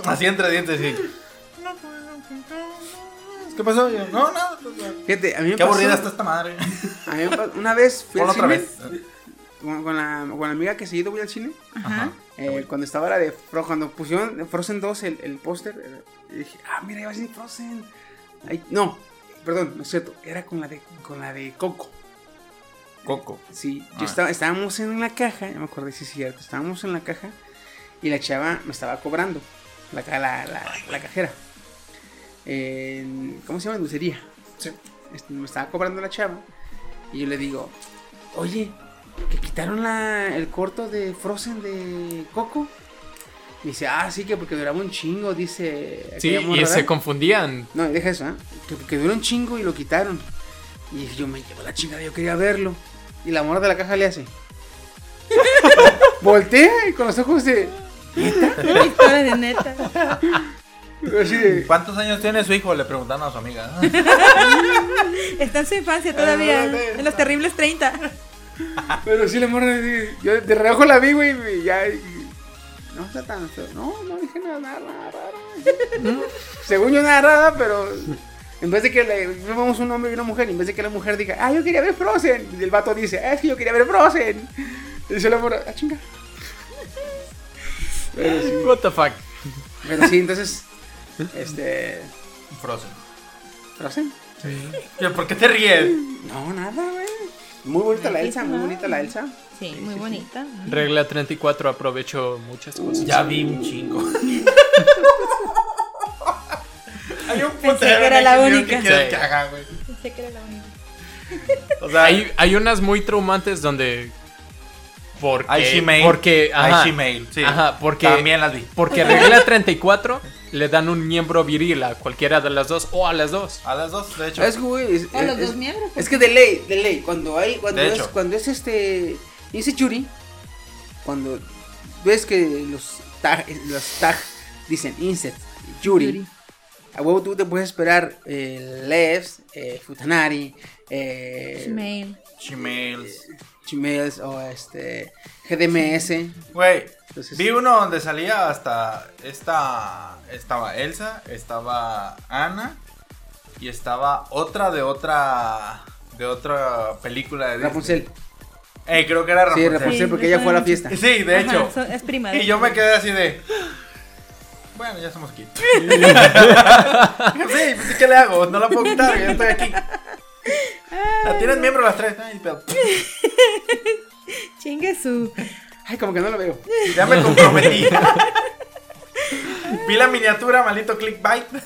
S7: así entre dientes, sí. ¿Qué pasó? Yo, no, nada. pues, ya".
S1: Fíjate, a mí me
S7: Qué
S1: pasó-
S7: aburrida está esta madre.
S1: A mí me pasó- una vez fui
S7: Ponlo
S1: al
S7: otra
S1: cine
S7: vez.
S1: Con, con la, con la amiga que seguido voy al cine.
S7: Ajá.
S1: eh, cuando estaba la de Fro- cuando pusieron Frozen 2 el, el póster, eh, dije, ah, mira, iba a ser Frozen. Ay, no, perdón, no es cierto, era con la de, con la de Coco.
S7: Coco.
S1: Sí, yo
S7: Ah.
S1: estaba, estábamos en la caja, ya me acordé si es cierto, estábamos en la caja y la chava me estaba cobrando, la, ca- la, la, la cajera. En- ¿Cómo se llama? En dulcería. Este, me estaba cobrando la chava y yo le digo, oye, que quitaron la, el corto de Frozen de Coco. Me dice, ah, sí, que porque duraba un chingo, dice.
S3: Sí,
S1: aquella morra,
S3: y se
S1: ¿verdad?".
S3: confundían.
S1: No, deja eso, ¿eh? Que, que duró un chingo y lo quitaron. Y yo me llevo la chingada, yo quería verlo. Y la morra de la caja le hace. Voltea y con los ojos de.
S6: Una historia de neta.
S1: Así de.
S7: ¿Cuántos años tiene su hijo? Le preguntaron a su amiga.
S6: Está en su infancia
S3: Ah,
S6: todavía. En los terribles 30.
S1: Pero sí, la morra. así, yo de reojo la vi, güey. y Ya. y- no está tan feo. No, no dije nada, nada, nada raro. Según yo, nada raro, pero. En vez de que le vemos un hombre y una mujer, y en vez de que la mujer diga, ah, yo quería ver Frozen. Y el vato dice, "Ah, es que yo quería ver Frozen. Y dice la morra, ah, chinga. Pero sí.
S3: What the fuck.
S1: Pero sí, entonces. Este.
S7: Frozen.
S1: Frozen.
S7: Yo, ¿Por qué te ríes?
S1: No, nada, güey. Muy bonita la Elsa, muy
S6: Nada.
S1: bonita la Elsa.
S6: Sí, muy bonita.
S3: Regla 34, aprovecho muchas cosas.
S7: Ya vi un chingo. Hay un
S6: Pensé que era la
S7: ingeniero
S6: única.
S7: Que quieres
S3: Sí.
S7: que haga, güey.
S6: Pensé que era la única.
S7: O sea,
S3: Hay, hay unas muy traumantes donde. Porque.
S7: Ay, she made.
S3: Porque. Ajá,
S7: Ay, Gmail, sí.
S3: Ajá, porque.
S7: También las vi.
S3: Porque regla 34 le dan un miembro viril a cualquiera de las dos o a las dos.
S7: A las dos, de hecho.
S1: Es que, güey, es,
S6: A los
S1: es-
S6: dos miembros. pues.
S1: es que de ley, de ley, cuando hay, cuando
S7: De
S1: es,
S7: hecho.
S1: cuando es este Insecurity, cuando ves que los tag, los tag dicen Insect, Yuri,
S6: Yuri.
S1: a huevo tú te puedes esperar eh, Levs, eh, Futanari, eh,
S6: Mail.
S7: Gmails.
S1: Chimels o este GDMS.
S7: Güey,
S1: Entonces,
S7: vi uno donde salía hasta esta. Estaba Elsa, estaba Ana y estaba otra de otra. De otra película de Disney.
S1: Rapunzel.
S7: Eh, creo que era
S1: Sí,
S7: Rapunzel.
S1: Rapunzel,
S6: Sí,
S1: porque ella fue a la fiesta.
S7: Sí, de
S6: Ajá,
S7: hecho.
S6: so- es prima. de
S7: Y yo
S6: hecho.
S7: me quedé así de. Bueno, ya estamos aquí. sí, pues, ¿qué le hago? No la puedo quitar, ya estoy aquí. La tienen miembro las tres. Ay, pero-
S6: Chingue su.
S1: Ay, como que no lo veo.
S7: Ya me comprometí. Vi la miniatura, maldito clickbait. Pero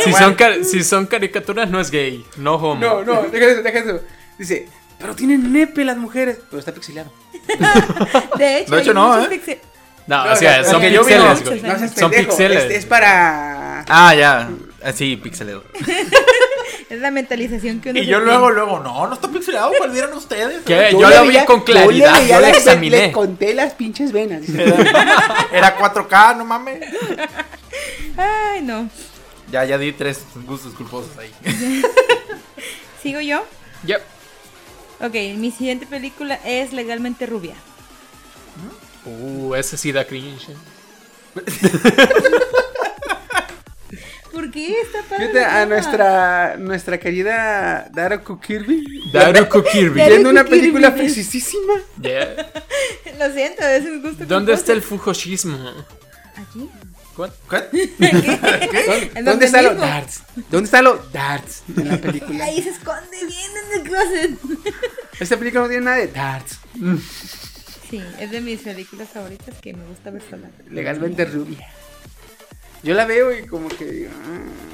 S3: Si
S7: bueno,
S3: son, car- si son caricaturas, no es gay. No homo.
S1: No, no, deja eso, deja eso. Dice, pero tienen nepe las mujeres. Pero está pixelado.
S6: De hecho,
S7: De hecho,
S6: hay
S7: no,
S6: muchos
S7: ¿eh?
S6: pixel-
S3: No,
S1: No,
S3: o sea,
S1: no,
S3: son
S1: porque yo vi
S3: pixeles,
S6: muchos,
S3: güey.
S6: ¿eh?
S1: No seas
S3: Son
S1: pendejo,
S3: pixeles.
S1: este Es, para.
S7: Ah, ya. Ah, Sí, pixelado.
S6: Es la mentalización que uno.
S7: Y yo
S6: se
S7: luego, luego, no, no está pixelado, perdieron ustedes.
S3: ¿Qué? Yo,
S1: le
S3: la vi
S1: veía- yo
S3: con
S1: le
S3: claridad,
S1: veía
S3: yo la
S1: las- le-
S3: examiné.
S1: Le conté las pinches venas. dice.
S7: Era 4K, no mames.
S6: Ay, no.
S7: Ya, ya di tres gustos culposos ahí.
S6: ¿Sigo yo?
S3: Yep.
S6: Ok, mi siguiente película es Legalmente Rubia.
S3: Uh, ese sí da cringe. eh.
S6: ¿Por qué está padre?
S1: Fíjate a
S6: el tema?
S1: nuestra, nuestra querida Daruko Kirby.
S3: Daruko Kirby.
S6: Daruko
S1: Viendo una
S6: Kirby.
S1: película precisísima.
S3: Yeah.
S6: Lo siento, es un gusto. culposo.
S3: ¿Dónde está el fujoshismo?
S6: Aquí.
S3: What?
S6: ¿En
S1: ¿Dónde está lo
S6: mismo?
S1: darts? ¿Dónde está lo darts en la película?
S6: Ahí se esconde bien en el closet.
S1: Esta película no tiene nada de darts.
S6: Sí, es de mis películas favoritas que me gusta ver sola.
S1: Legalmente rubia. Yo la veo y como que digo, ah,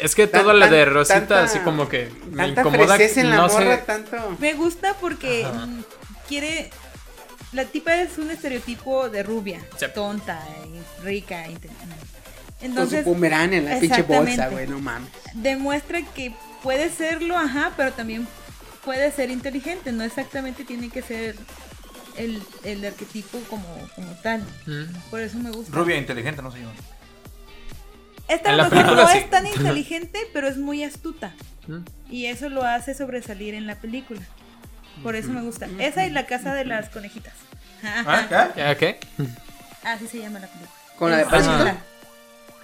S3: Es que
S1: Tan-
S3: todo la de
S1: tan-
S3: Rosita
S1: tanta-
S3: así como que me
S1: tanta
S3: incomoda.
S1: fresés en la
S3: no
S1: morra,
S3: sé.
S1: tanto.
S6: Me gusta porque mm, quiere. La tipa es un estereotipo de rubia,
S3: Sí.
S6: tonta, y rica. inte-
S1: Con su
S6: Entonces,
S1: boomerang en la pinche bolsa,
S6: Exactamente.
S1: güey, no mames.
S6: demuestra que puede serlo, ajá, pero también puede ser inteligente. No exactamente tiene que ser el, el arquetipo como, como tal.
S3: Mm.
S6: Por eso me gusta.
S7: Rubia inteligente, no sé yo.
S6: Esta a
S3: En
S6: lo
S3: la
S6: mejor
S3: película
S6: no
S3: sí.
S6: es tan inteligente, pero es muy astuta.
S3: Mm.
S6: Y eso lo hace sobresalir en la película. Por eso me gusta. Esa y la casa de las conejitas.
S7: ¿Ah, qué?
S3: ¿Ya qué?
S6: Así se llama la película.
S1: Con la de
S6: Es
S1: Paris
S6: española.
S1: Hilton.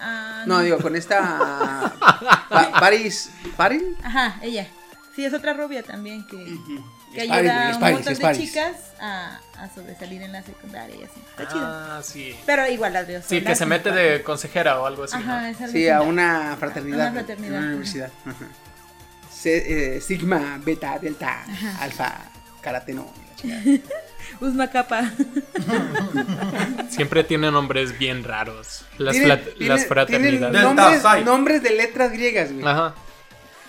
S6: Ah,
S1: No, digo, con esta. Pa- Paris. ¿Paris?
S6: Ajá, ella. Sí, es otra rubia también que, que
S1: Es
S6: ayuda
S1: Paris,
S6: a
S1: es
S6: un
S1: Paris,
S6: montón
S1: es
S6: de
S1: Paris.
S6: chicas a, a sobresalir en la secundaria y así. Está chido.
S3: Ah, sí.
S6: Pero igual las veo
S3: Sí,
S6: solas,
S3: que se
S6: no
S3: mete
S6: importa.
S3: de consejera o algo así. ¿no?
S6: Ajá, esa
S1: Sí, a una fraternidad.
S6: Una fraternidad,
S1: en una
S6: ajá.
S1: universidad. ajá. Se- eh, sigma, beta, delta, alfa, karate no. la chingada.
S6: Uzma pues, Capa.
S3: Siempre tiene nombres bien raros. Las,
S1: Tienen-
S3: flat-
S1: tienen-
S3: las
S1: tienen
S3: fraternidades. Ah.
S7: Delta,
S1: nombres,
S7: psi.
S1: nombres de letras griegas, güey.
S3: Ajá.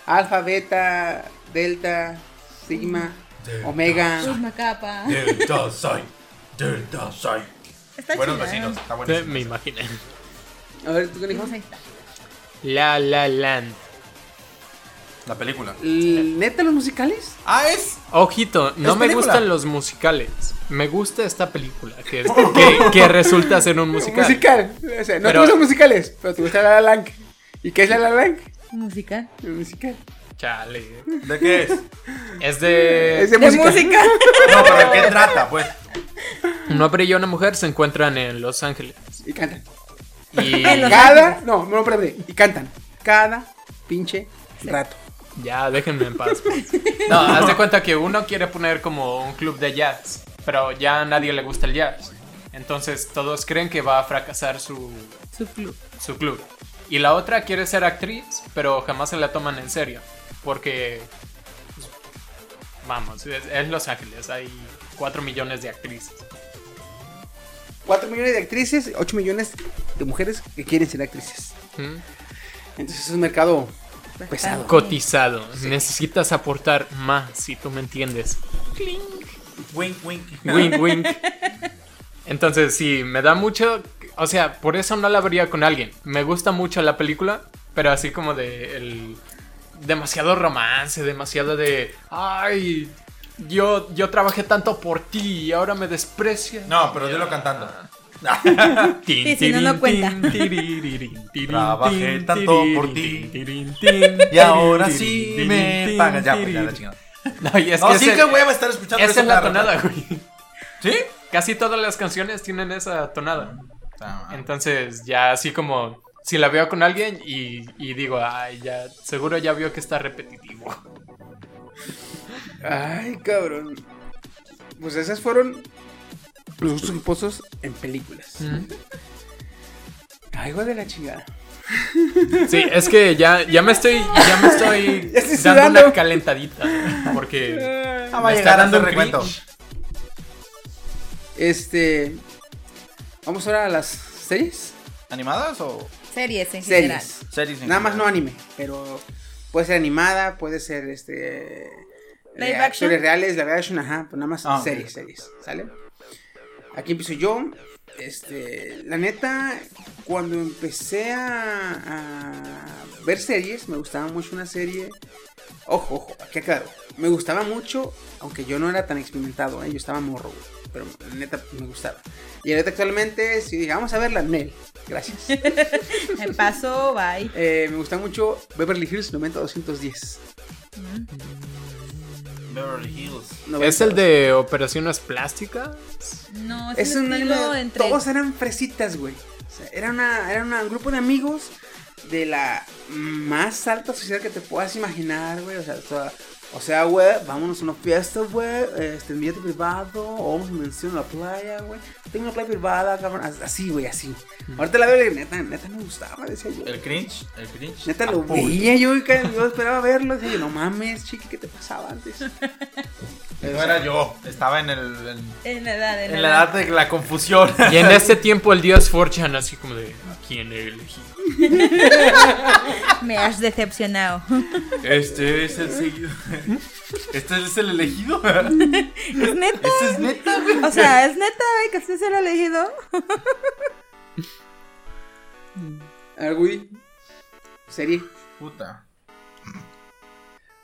S1: Alfa, beta, delta, sigma, omega.
S6: Uzma Capa.
S7: Delta Sai. Delta Sai.
S6: Está
S7: Buenos
S6: chida.
S7: vecinos, está
S3: Sí,
S7: buenísimo.
S3: me imaginé.
S1: A ver, ¿tú qué dijo?
S6: Ahí está.
S3: La La Land.
S7: La película.
S1: L- ¿Neta los musicales?
S7: Ah, es.
S3: Ojito, no
S7: Es
S3: me
S7: película.
S3: gustan los musicales. Me gusta esta película, que, es- que, que resulta ser un musical.
S1: Musical. O sea, no te
S3: Pero-
S1: gustan musicales, pero te gusta la la Land. ¿Y qué es la la Land?
S6: Música.
S1: El musical.
S3: Chale.
S7: ¿De qué es?
S3: Es Eh, de...
S1: Es de música.
S7: No, pero ¿de qué trata, pues?
S3: Un hombre y una mujer se encuentran en Los Ángeles.
S1: Y cantan.
S3: Y
S6: En Los
S1: Cada. No, no, espérate. Y cantan. Cada pinche rato.
S3: ya, déjenme en paz. pues. No, haz de cuenta que uno quiere poner como un club de jazz, pero ya a nadie le gusta el jazz. Entonces todos creen que va a fracasar su,
S6: Su club.
S3: su club. Y la otra quiere ser actriz, pero jamás se la toman en serio. Porque, pues, vamos, es, es Los Ángeles, hay 4 millones de actrices.
S1: 4 millones de actrices, 8 millones de mujeres que quieren ser actrices.
S3: ¿Mm?
S1: Entonces es un mercado
S6: Pues,
S1: pesado.
S3: Cotizado, necesitas aportar más, si tú me entiendes.
S7: Wink, wink.
S3: Wink, wink. Entonces, sí, me da mucho. O sea, por eso no la vería con alguien. Me gusta mucho la película, pero así como de. El, demasiado romance, demasiado de. Ay, yo, yo trabajé tanto por ti y ahora me desprecias.
S7: No, pero dilo cantando.
S3: Tin,
S6: Sí, sí, no, no
S3: tirin,
S6: cuenta.
S3: tin, tiriririn, tirin,
S7: Trabajé
S3: tin,
S7: tanto por
S3: tiriririn,
S7: ti.
S3: tirin, tin,
S7: Y ahora
S3: tirin,
S7: sí
S3: tirin,
S7: me
S3: tin,
S7: pagan. Ya, pues, ya la
S3: tirin.
S7: chingada.
S3: No, y es
S7: No,
S3: que
S7: sí
S3: ese-
S7: que güey va a estar escuchando
S3: Esa
S7: eso
S3: es la
S7: cada rato.
S3: tonada, güey.
S7: ¿Sí?
S3: Casi todas las canciones tienen esa tonada.
S7: Ah,
S3: Entonces, ya así como si la veo con alguien y, y digo, ay, ya, seguro ya vio que está repetitivo.
S1: Ay, cabrón. Pues esas fueron los gustos culposos en películas. Ay, hijo de la chingada.
S3: Sí, es que ya, ya me estoy, ya me estoy
S1: Ya estoy
S3: dando
S1: sudando.
S3: una calentadita. Porque
S7: Ah, va a
S3: me
S7: llegar
S3: está dando
S7: ese
S3: un
S7: recuento.
S3: cringe.
S1: Este. Vamos ahora a las series.
S7: ¿Animadas o
S6: Series en general.
S1: Series.
S7: series? en
S1: Nada más no
S7: general?
S1: anime, pero puede ser animada, puede ser este.
S6: Live
S1: eh,
S6: action.
S1: actores reales, live action, ajá, pero nada más
S7: Ah, ok.
S1: series, series, ¿sale? Aquí empiezo yo. Este, la neta, cuando empecé a, a ver series, me gustaba mucho una serie. Ojo, ojo, aquí aclaro. Me gustaba mucho, aunque yo no era tan experimentado, ¿eh? yo estaba morro, güey. pero la neta me gustaba. Y ahorita actualmente, si dije, vamos a verla, Nel, gracias.
S9: Me paso, bye.
S1: Eh, me gusta mucho Beverly Hills 90210.
S7: Beverly Hills.
S3: ¿Es el de operaciones plásticas?
S9: No,
S1: Es un
S9: estilo
S1: anime de-
S9: entre.
S1: Todos eran fresitas, güey. O sea, era, una, era una- un grupo de amigos de la más alta sociedad que te puedas imaginar, güey. O sea, o sea, o sea, güey, vámonos a una fiesta, güey. Este, billete privado, o vamos a mención a la playa, güey. Tengo una playa privada, cabrón. as- Así, güey, así. Ahorita la veo y neta, neta me gustaba, decía yo.
S7: El cringe. El cringe.
S1: Neta
S7: a
S1: lo
S7: full.
S1: veía yo y cada- yo esperaba verlo. Decía yo, no mames, chiqui, ¿qué te pasaba antes?
S7: No era yo. Estaba en, el, en,
S9: En la edad, en,
S7: en la edad de la confusión.
S3: Y en este tiempo el dios Forchan así como de ¿a quién elegí?
S9: Me has decepcionado.
S7: Este es el seguido. Este es el elegido.
S9: Es neta.
S7: Este es neta, güey.
S9: O sea, es neta, güey, que usted se lo ha elegido.
S1: A ver, güey. Serie.
S7: Puta.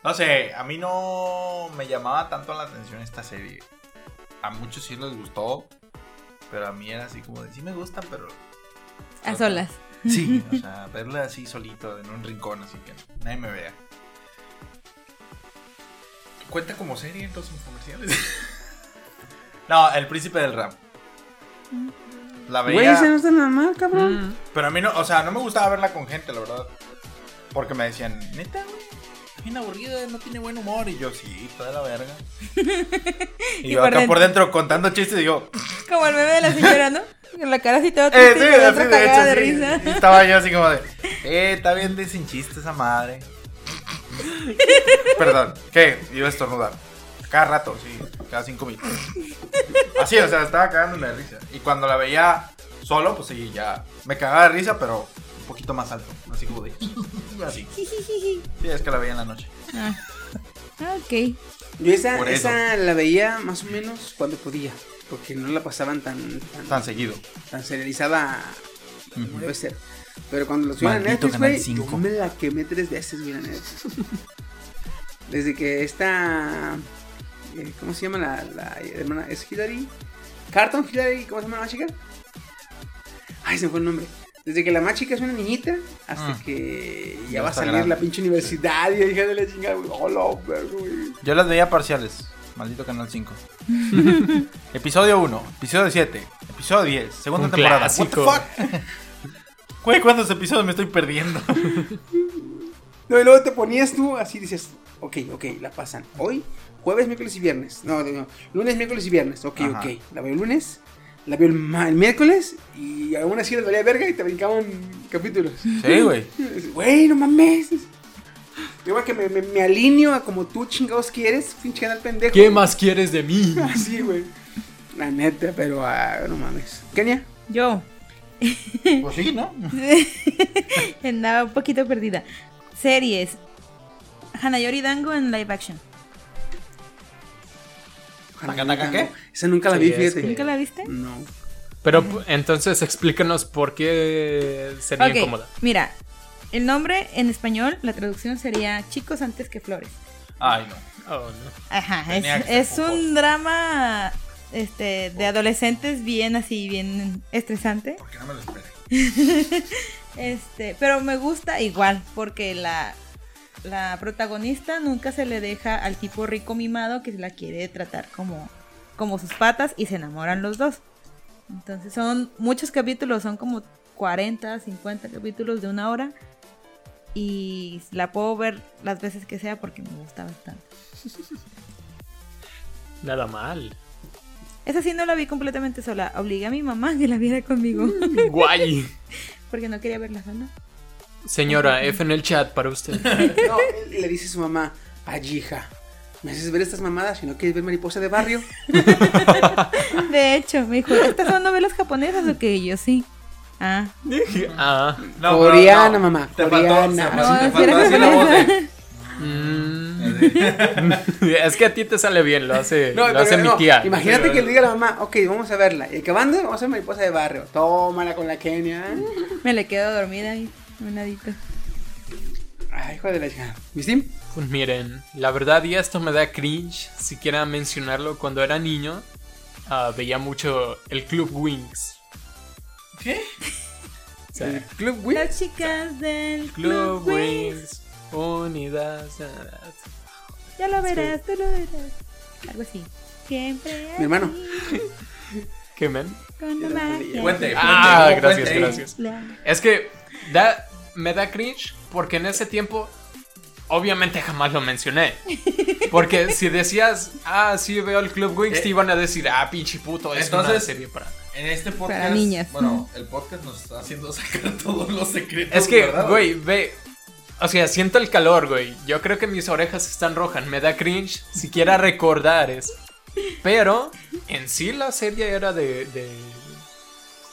S7: No sé, a mí no me llamaba tanto la atención esta serie. A muchos sí les gustó, pero a mí era así como de sí me gusta, pero
S9: A solas.
S7: sí, o sea, verla así solito en un rincón, así que nadie me vea. Cuenta como serie en los comerciales. no, El Príncipe del Rap. La veía.
S1: Güey, ese no está nada mal, cabrón.
S7: Pero a mí no, o sea, no me gustaba verla con gente, la verdad. Porque me decían, neta, güey, bien aburrida, no tiene buen humor. Y yo, sí, toda la verga. y,
S9: Y
S7: yo
S9: por
S7: acá
S9: dentro.
S7: por dentro contando chistes, digo,
S9: Como el bebé de la señora, ¿no? Con la cara así toda
S7: eh,
S9: triste
S7: sí,
S9: y con la
S7: así
S9: otra
S7: de
S9: cagada de
S7: hecho, sí.
S9: risa.
S7: Y Estaba yo así como de, eh, está bien de sin chistes esa madre. Perdón, ¿qué? Iba a estornudar. Cada rato, sí, cada cinco minutos. Así, o sea, estaba cagándome de risa. Y cuando la veía solo, pues sí, ya me cagaba de risa, pero un poquito más alto. Así como de, así. Sí, es que la veía en la noche.
S9: Ok.
S1: Yo esa,
S7: Por eso.
S1: esa la veía más o menos cuando podía, porque no la pasaban tan tan,
S7: Tan seguido.
S1: tan serializada como debe ser. Pero cuando lo subían a
S7: Maldito
S1: Netflix,
S7: Canal
S1: güey, yo
S7: cinco.
S1: me la quemé tres veces, güey, la neta. Desde que esta... eh, ¿Cómo se llama la, la hermana? ¿Es Hillary? ¿Carton Hillary? ¿Cómo se llama la más chica? Ay, se me fue el nombre. Desde que la más chica es una niñita hasta
S7: Mm.
S1: que ya,
S7: Ya
S1: va a
S7: está
S1: salir
S7: grande.
S1: la pinche universidad y la hija de la chingada, güey. Hola, verga, güey.
S7: Yo las veía parciales. Maldito Canal 5. episodio 1, episodio 7, episodio 10, segunda
S3: Un
S7: temporada.
S3: clásico.
S7: What the fuck? Güey, ¿cuántos episodios me estoy perdiendo?
S1: No, y luego te ponías tú así, dices, ok, ok, la pasan. Hoy, jueves, miércoles y viernes. No, no, no, lunes, miércoles y viernes. Ok,
S7: Ajá.
S1: ok. La veo el lunes, la veo el, ma- el miércoles y aún así les valía verga y te brincaban capítulos.
S7: Sí, güey.
S1: Güey, no mames. Yo creo que me, me- me alineo a como tú chingados quieres, pinche canal pendejo.
S3: ¿Qué más quieres de mí?
S1: Así, güey. La neta, pero ah, no mames. Kenia,
S9: Yo
S7: Pues sí, ¿no?
S9: andaba un poquito perdida. Series. Hanayori Dango en live action.
S7: ¿Taca, taca, qué?
S1: Esa nunca la
S3: Sí,
S1: vi,
S3: es
S1: fíjate.
S3: que-
S9: ¿Nunca la viste?
S1: No.
S3: Pero pu- entonces explícanos por qué sería
S9: Ok,
S3: incómoda.
S9: Mira, el nombre en español, la traducción sería Chicos antes que flores.
S7: Ay, no.
S3: Oh, no.
S9: Ajá, es,
S7: Tenía que ser
S9: es un
S7: fútbol.
S9: drama este, de adolescentes bien así, bien estresante.
S7: ¿Por qué no me lo esperé?
S9: Este, pero me gusta igual, porque la, la protagonista nunca se le deja al tipo rico mimado que la quiere tratar como, como sus patas y se enamoran los dos. Entonces son muchos capítulos, son como 40, 50 capítulos de una hora. Y la puedo ver las veces que sea porque me gusta bastante.
S3: Nada mal.
S9: Esa sí no la vi completamente sola. Obligué a mi mamá a que la viera conmigo.
S3: Guay.
S9: Porque no quería verla sola.
S3: Señora, F en el chat para usted.
S1: No, él le dice a su mamá, pallija, me haces ver estas mamadas si no quieres ver mariposa de barrio.
S9: De hecho, me dijo, ¿estas son novelas japonesas o qué? Y yo sí. Ah,
S3: Ah.
S7: No,
S1: Coreana,
S7: pero
S1: mamá,
S7: Te faltó-
S1: coreana.
S7: te
S9: No,
S7: faltó- te
S9: es que
S7: faltó
S9: era
S7: así la voz de-
S3: Mm. es que a ti te sale bien, lo hace,
S1: No,
S3: lo hace
S1: pero
S3: mi
S1: no,
S3: tía.
S1: Imagínate
S3: Pero-
S1: que le diga a la mamá, ok, vamos a verla. Y acabando, vamos a ver mariposa de barrio. Tómala con la Kenia.
S9: me le quedo dormida ahí, un ladito.
S1: Ay, hijo de la chica. ¿Viste?
S3: Pues miren, la verdad y esto me da cringe siquiera mencionarlo cuando era niño. ah, veía mucho el Club Wings. ¿Qué? el Club Wings.
S6: Las chicas del
S3: Club
S6: Club Wings.
S3: Wings. Unidas. ah,
S6: Ya lo verás, tú lo verás. Algo así. Siempre.
S1: Mi hermano.
S6: así,
S3: ¿Qué men?
S6: Con la magia.
S7: Cuente.
S3: Ah,
S7: cuente,
S3: gracias,
S7: cuente.
S3: gracias.
S6: La-
S3: Es que da, me da cringe porque en ese tiempo obviamente jamás lo mencioné. Porque si decías, ah, sí, veo el Club Wings, te iban a decir, ah, pinche puto, es una
S7: Eh, Entonces-
S3: serie para...
S7: En este podcast.
S6: Para niñas.
S7: Bueno, el podcast nos está haciendo sacar todos los secretos.
S3: Es que,
S7: ¿verdad?
S3: güey, ve... O sea, siento el calor, güey. Yo creo que mis orejas están rojas. Me da cringe siquiera recordar eso. Pero en sí la serie era de... de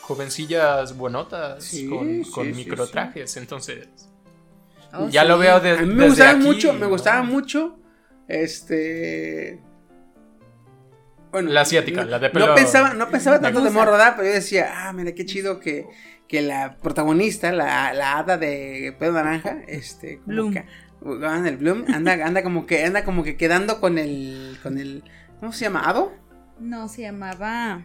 S3: jovencillas buenotas
S1: Sí,
S3: con,
S1: sí,
S3: con
S1: sí, sí.
S3: microtrajes. Entonces...
S6: Oh,
S3: ya lo veo de-
S1: A mí me
S3: desde
S1: gustaba
S3: aquí,
S1: mucho, me
S3: ¿no?
S1: gustaba mucho. Este. Bueno,
S3: La asiática, la de
S1: No
S3: pelo-
S1: pensaba, no pensaba tanto de
S6: Medusa.
S1: morro, ¿verdad? Pero yo decía, ah, mira qué chido que, que la protagonista, la, la hada de pelo naranja, este. como
S6: Bloom.
S1: que- ah, el Bloom, anda, anda como que, anda como que quedando con el. con el. ¿Cómo se llama? ¿Hado?
S6: No, se llamaba.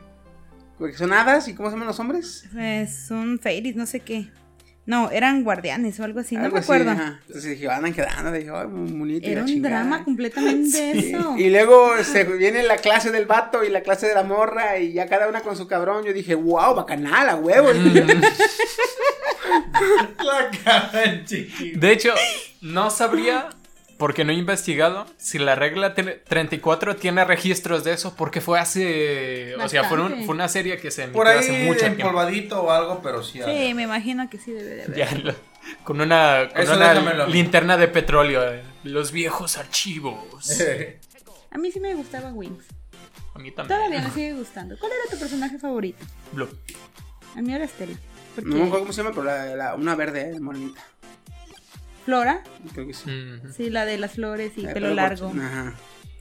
S1: Porque son hadas y cómo se llaman los hombres.
S6: Es un fairies, no sé qué. No, eran guardianes o algo así, no
S1: Algo
S6: me
S1: así,
S6: acuerdo.
S1: ajá. Entonces dije, "Ah, andan quedando, dije, ay, muy bonito. y la
S6: Era un
S1: chingada.
S6: drama completamente eso.
S1: Y luego se viene la clase del vato y la clase de la morra y ya cada una con su cabrón. Yo dije, wow, bacanal, a huevo.
S7: Mm. La cara del chiquillo.
S3: De hecho, no sabría, porque no he investigado, si la regla tre- 34 tiene registros de eso, porque fue hace. O sea, fue, un-
S6: Bastante.
S3: fue una serie que se emitió
S7: Por
S3: hace
S7: ahí
S3: mucho tiempo.
S7: empolvadito o algo, pero sí.
S6: Sí, me imagino que sí debe de haber.
S3: Ya lo- con una, con
S7: Eso
S3: una
S7: déjamelo a mí.
S3: linterna de petróleo. eh, Los viejos archivos.
S6: A mí sí me gustaba Wings.
S3: A mí también.
S6: Todavía me sigue gustando. ¿Cuál era tu personaje favorito?
S3: Blue.
S6: A mí era Estela. Porque
S1: No me acuerdo cómo se llama, pero la, la- una verde, eh, morenita.
S6: Flora,
S1: Creo que sí.
S3: Mm.
S6: sí, la de las flores y
S1: Eh,
S6: pelo largo.
S1: Ajá.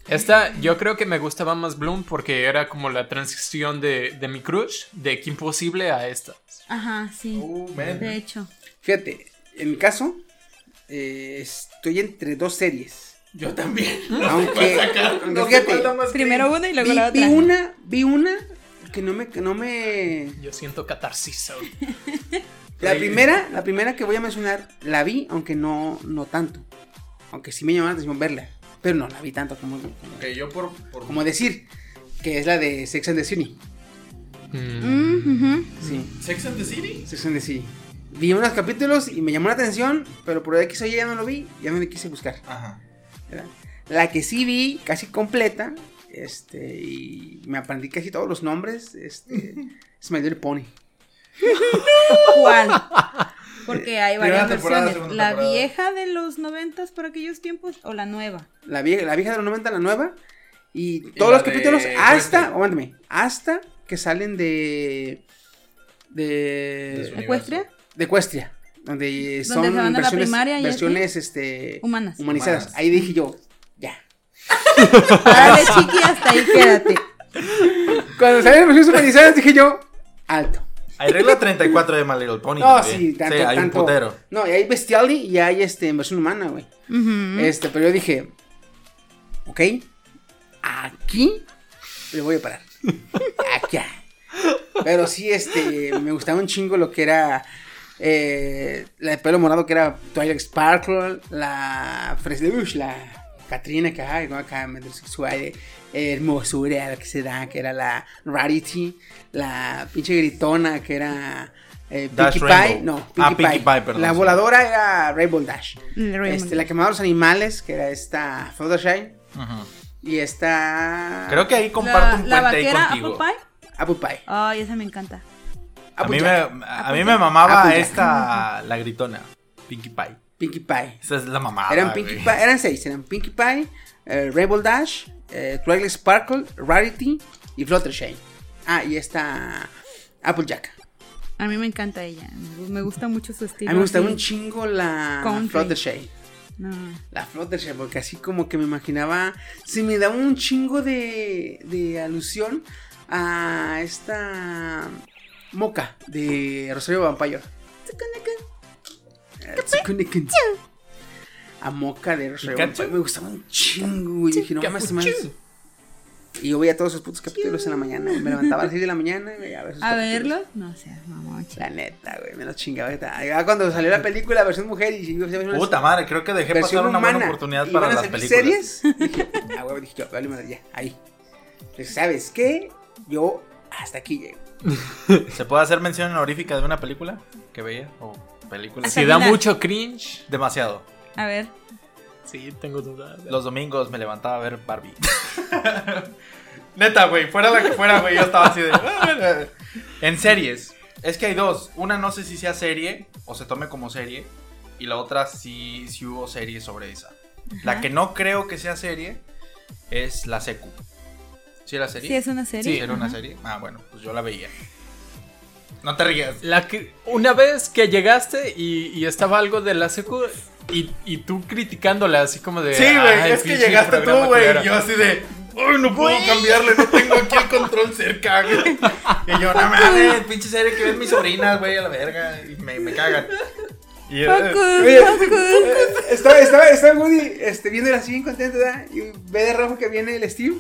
S3: Esta, yo creo que me gustaba más Bloom porque era como la transición de, de mi crush, de que imposible a esta.
S6: Ajá, sí.
S1: Oh.
S7: Uh, man.
S6: De hecho.
S1: Fíjate, en mi caso, eh, estoy entre dos series.
S7: Yo también.
S1: Aunque, aunque
S7: No te falta
S1: fíjate,
S7: más
S6: Primero una y luego
S1: vi,
S6: la
S1: vi
S6: otra.
S1: una, vi una que no me, que no me,
S3: Yo siento catarsis. ahorita.
S1: La
S7: Ahí.
S1: primera, la primera que voy a mencionar, la vi, aunque no, no tanto. Aunque sí me llamó la atención verla. Pero no la vi tanto como, como-
S7: que- Ok, yo por. por
S1: como decir, que es la de Sex and the City.
S3: Mm.
S6: Mm, ujú.
S1: Sí,
S7: ¿Sex and the City?
S1: Sex and the City. Vi unos capítulos y me llamó la atención, pero por X o Y ya no lo vi, ya no le quise buscar.
S7: Ajá.
S1: ¿verdad? La que sí vi, casi completa, este, y me aprendí casi todos los nombres, este, es My Little Pony.
S6: ¿Cuál? Porque hay
S7: Primera
S6: varias
S7: temporada,
S6: versiones.
S7: segunda
S6: La
S7: temporada.
S6: vieja de los noventas por aquellos tiempos o la nueva.
S1: La vieja, la vieja de los 90, la nueva. Y
S7: la
S1: todos los
S7: de
S1: capítulos
S7: Wesley.
S1: hasta, aguántame, hasta que salen de.
S7: De su
S1: de.
S6: ¿Ecuestria?
S1: de Ecuestria. Donde eh, son
S6: se van a la
S1: versiones,
S6: primaria y
S1: versiones este,
S6: Humanas.
S1: humanizadas.
S7: Humanas.
S1: Ahí dije yo, ya.
S6: Párale, chiqui, hasta ahí quédate.
S1: Cuando salen las versiones humanizadas, dije yo, alto.
S7: Hay regla 34 de My Little Pony.
S1: No,
S7: también.
S1: sí, tanto,
S7: hay
S1: tanto.
S7: un putero.
S1: No, y hay bestiality y hay este, en versión humana, güey.
S6: Ujú.
S1: Este, pero yo dije, ok, aquí le voy a parar. Acá. Pero sí, este, me gustaba un chingo lo que era eh, la de pelo morado, que era Twilight Sparkle, la Freslebush, la Katrina, que ay, como acá medio sexual, eh, hermosura, la que se da, que era la Rarity, la pinche gritona, que era. Eh,
S7: Dash
S1: Pinkie Pie,
S7: Rainbow.
S1: no, Pinkie,
S7: Ah, Pinkie
S1: Pie.
S7: Pie, perdón,
S1: La
S7: sí.
S1: voladora era Rainbow Dash.
S6: Raymond.
S1: Este, la quemadora de los animales, que era esta Fluttershy.
S7: Ajá.
S1: Y esta.
S7: Creo que ahí
S6: La,
S7: comparto un
S6: la
S7: puente ahí
S6: vaquera
S7: contigo.
S6: Apple Pie.
S1: Apple Pie.
S6: Ay, esa me encanta.
S7: A
S1: Apple
S7: mí, me,
S1: Jack,
S7: a mí me mamaba
S1: Applejack.
S7: esta, la gritona, Pinkie Pie.
S1: Pinkie Pie.
S7: Esa es Ah, la mamada.
S1: Eran, Pinkie
S7: güey.
S1: Pie- eran seis: eran Pinkie Pie, eh, Rainbow Dash, eh, Twilight Sparkle, Rarity y Fluttershy. Ah, y esta. Applejack.
S6: A mí me encanta ella. Me gusta mucho su estilo.
S1: A mí me gustaba
S6: así.
S1: un chingo la
S6: Country.
S1: Fluttershy.
S6: No.
S1: La Fluttershy, porque así como que me imaginaba. Se me daba un chingo de, de alusión a esta. Moca de Rosario Vampire. Eh, Tsukunekun. A moca de Rosario
S7: Pikachu.
S1: Vampire. Me gustaba un chingo, güey. Dije, no, mames, se me hace- Y yo veía todos sus putos capítulos en la mañana. güey. Me levantaba a las 6 de la mañana y veía a ver sus
S6: A
S1: capítulos.
S6: verlos, no seas mamón,
S1: La
S6: chica.
S1: neta, güey, me lo chingaba. Ya cuando salió la película versión mujer y yo se me hizo una
S7: Puta madre, creo que dejé
S1: versión
S7: pasar una buena
S1: humana,
S7: oportunidad
S1: y
S7: para
S1: van a
S7: las
S1: salir
S7: películas.
S1: series. Dije, ah, güey, dije yo, vale madre, ya, ahí. Pues, ¿sabes qué? Yo hasta aquí llego.
S7: ¿Se puede hacer mención honorífica de una película que veía? ¿O película?
S6: Hasta
S3: Si da
S6: Milán.
S3: mucho cringe.
S7: Demasiado.
S6: A ver,
S3: Sí, tengo dudas.
S7: Los domingos me levantaba a ver Barbie. Neta, güey, fuera la que fuera, güey, yo estaba así de. "Ah, en series. Es que hay dos. Una no sé si sea serie o se tome como serie. Y la otra sí, sí hubo serie sobre esa. La que no creo que sea serie es la secu. ¿Sí era serie?
S6: si es una serie.
S7: ¿Era una
S6: Ajá.
S7: serie? Ah, bueno, pues yo la veía. No te rías.
S3: La que, una vez que llegaste y, y estaba algo de la secu y, y tú criticándola así como de...
S7: Sí,
S3: "Ay,
S7: güey, es que
S3: pinche
S7: llegaste tú,
S3: programa culero".
S7: güey. Yo así de, uy, no puedo cambiarle, no tengo aquí el control cerca, güey. Y yo, no mames, pinche serie que ven mis sobrinas, güey, a la verga. Y me, me cagan. Y eh, yo,
S6: Focus, focus.
S1: Eh, Estaba, estaba, estaba Woody este, viéndola así bien contento, ¿verdad? Y ve de rojo que viene el Steve.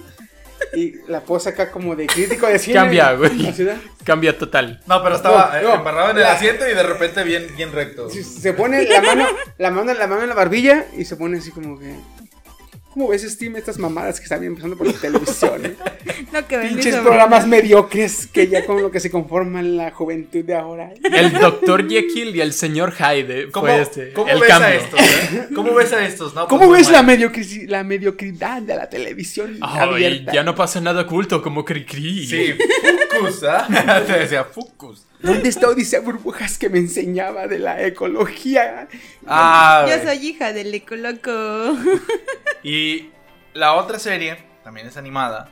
S1: Y la posa acá como de crítico de cine.
S3: Cambia, güey.
S1: Así, ¿verdad?
S3: Cambia total.
S7: No, pero estaba
S1: No,
S7: eh,
S1: no,
S7: embarrado en el
S1: la-
S7: asiento y de repente bien, bien recto.
S1: Sí, Se pone la mano, la mano, la mano en la barbilla y se pone así como que. ¿Cómo ves, Steam, estas mamadas que están bien pasando por la televisión? eh?
S6: No, que ven mis
S1: Pinches
S6: sobrinos.
S1: programas mediocres que ya con lo que se conforma la juventud de ahora.
S3: El doctor Jekyll y el señor Hyde
S7: ¿Cómo,
S3: fue este.
S7: ¿cómo
S3: el
S7: ves
S3: cambio.
S7: a estos? eh? ¿Cómo ves a estos? No,
S1: ¿Cómo
S7: pues,
S1: ves
S7: muy
S1: la,
S7: mal.
S1: mediocri- la mediocridad de la televisión?
S3: Ay,
S1: abierta?
S3: ya no pasa nada oculto como Cricri.
S7: Sí, Fucus, ¿ah? Te decía Fucus.
S1: ¿Dónde está Odisea Burbujas que me enseñaba de la ecología?
S7: Ah,
S6: Yo
S7: güey.
S6: soy hija del Ecoloco.
S7: Y la otra serie, también es animada,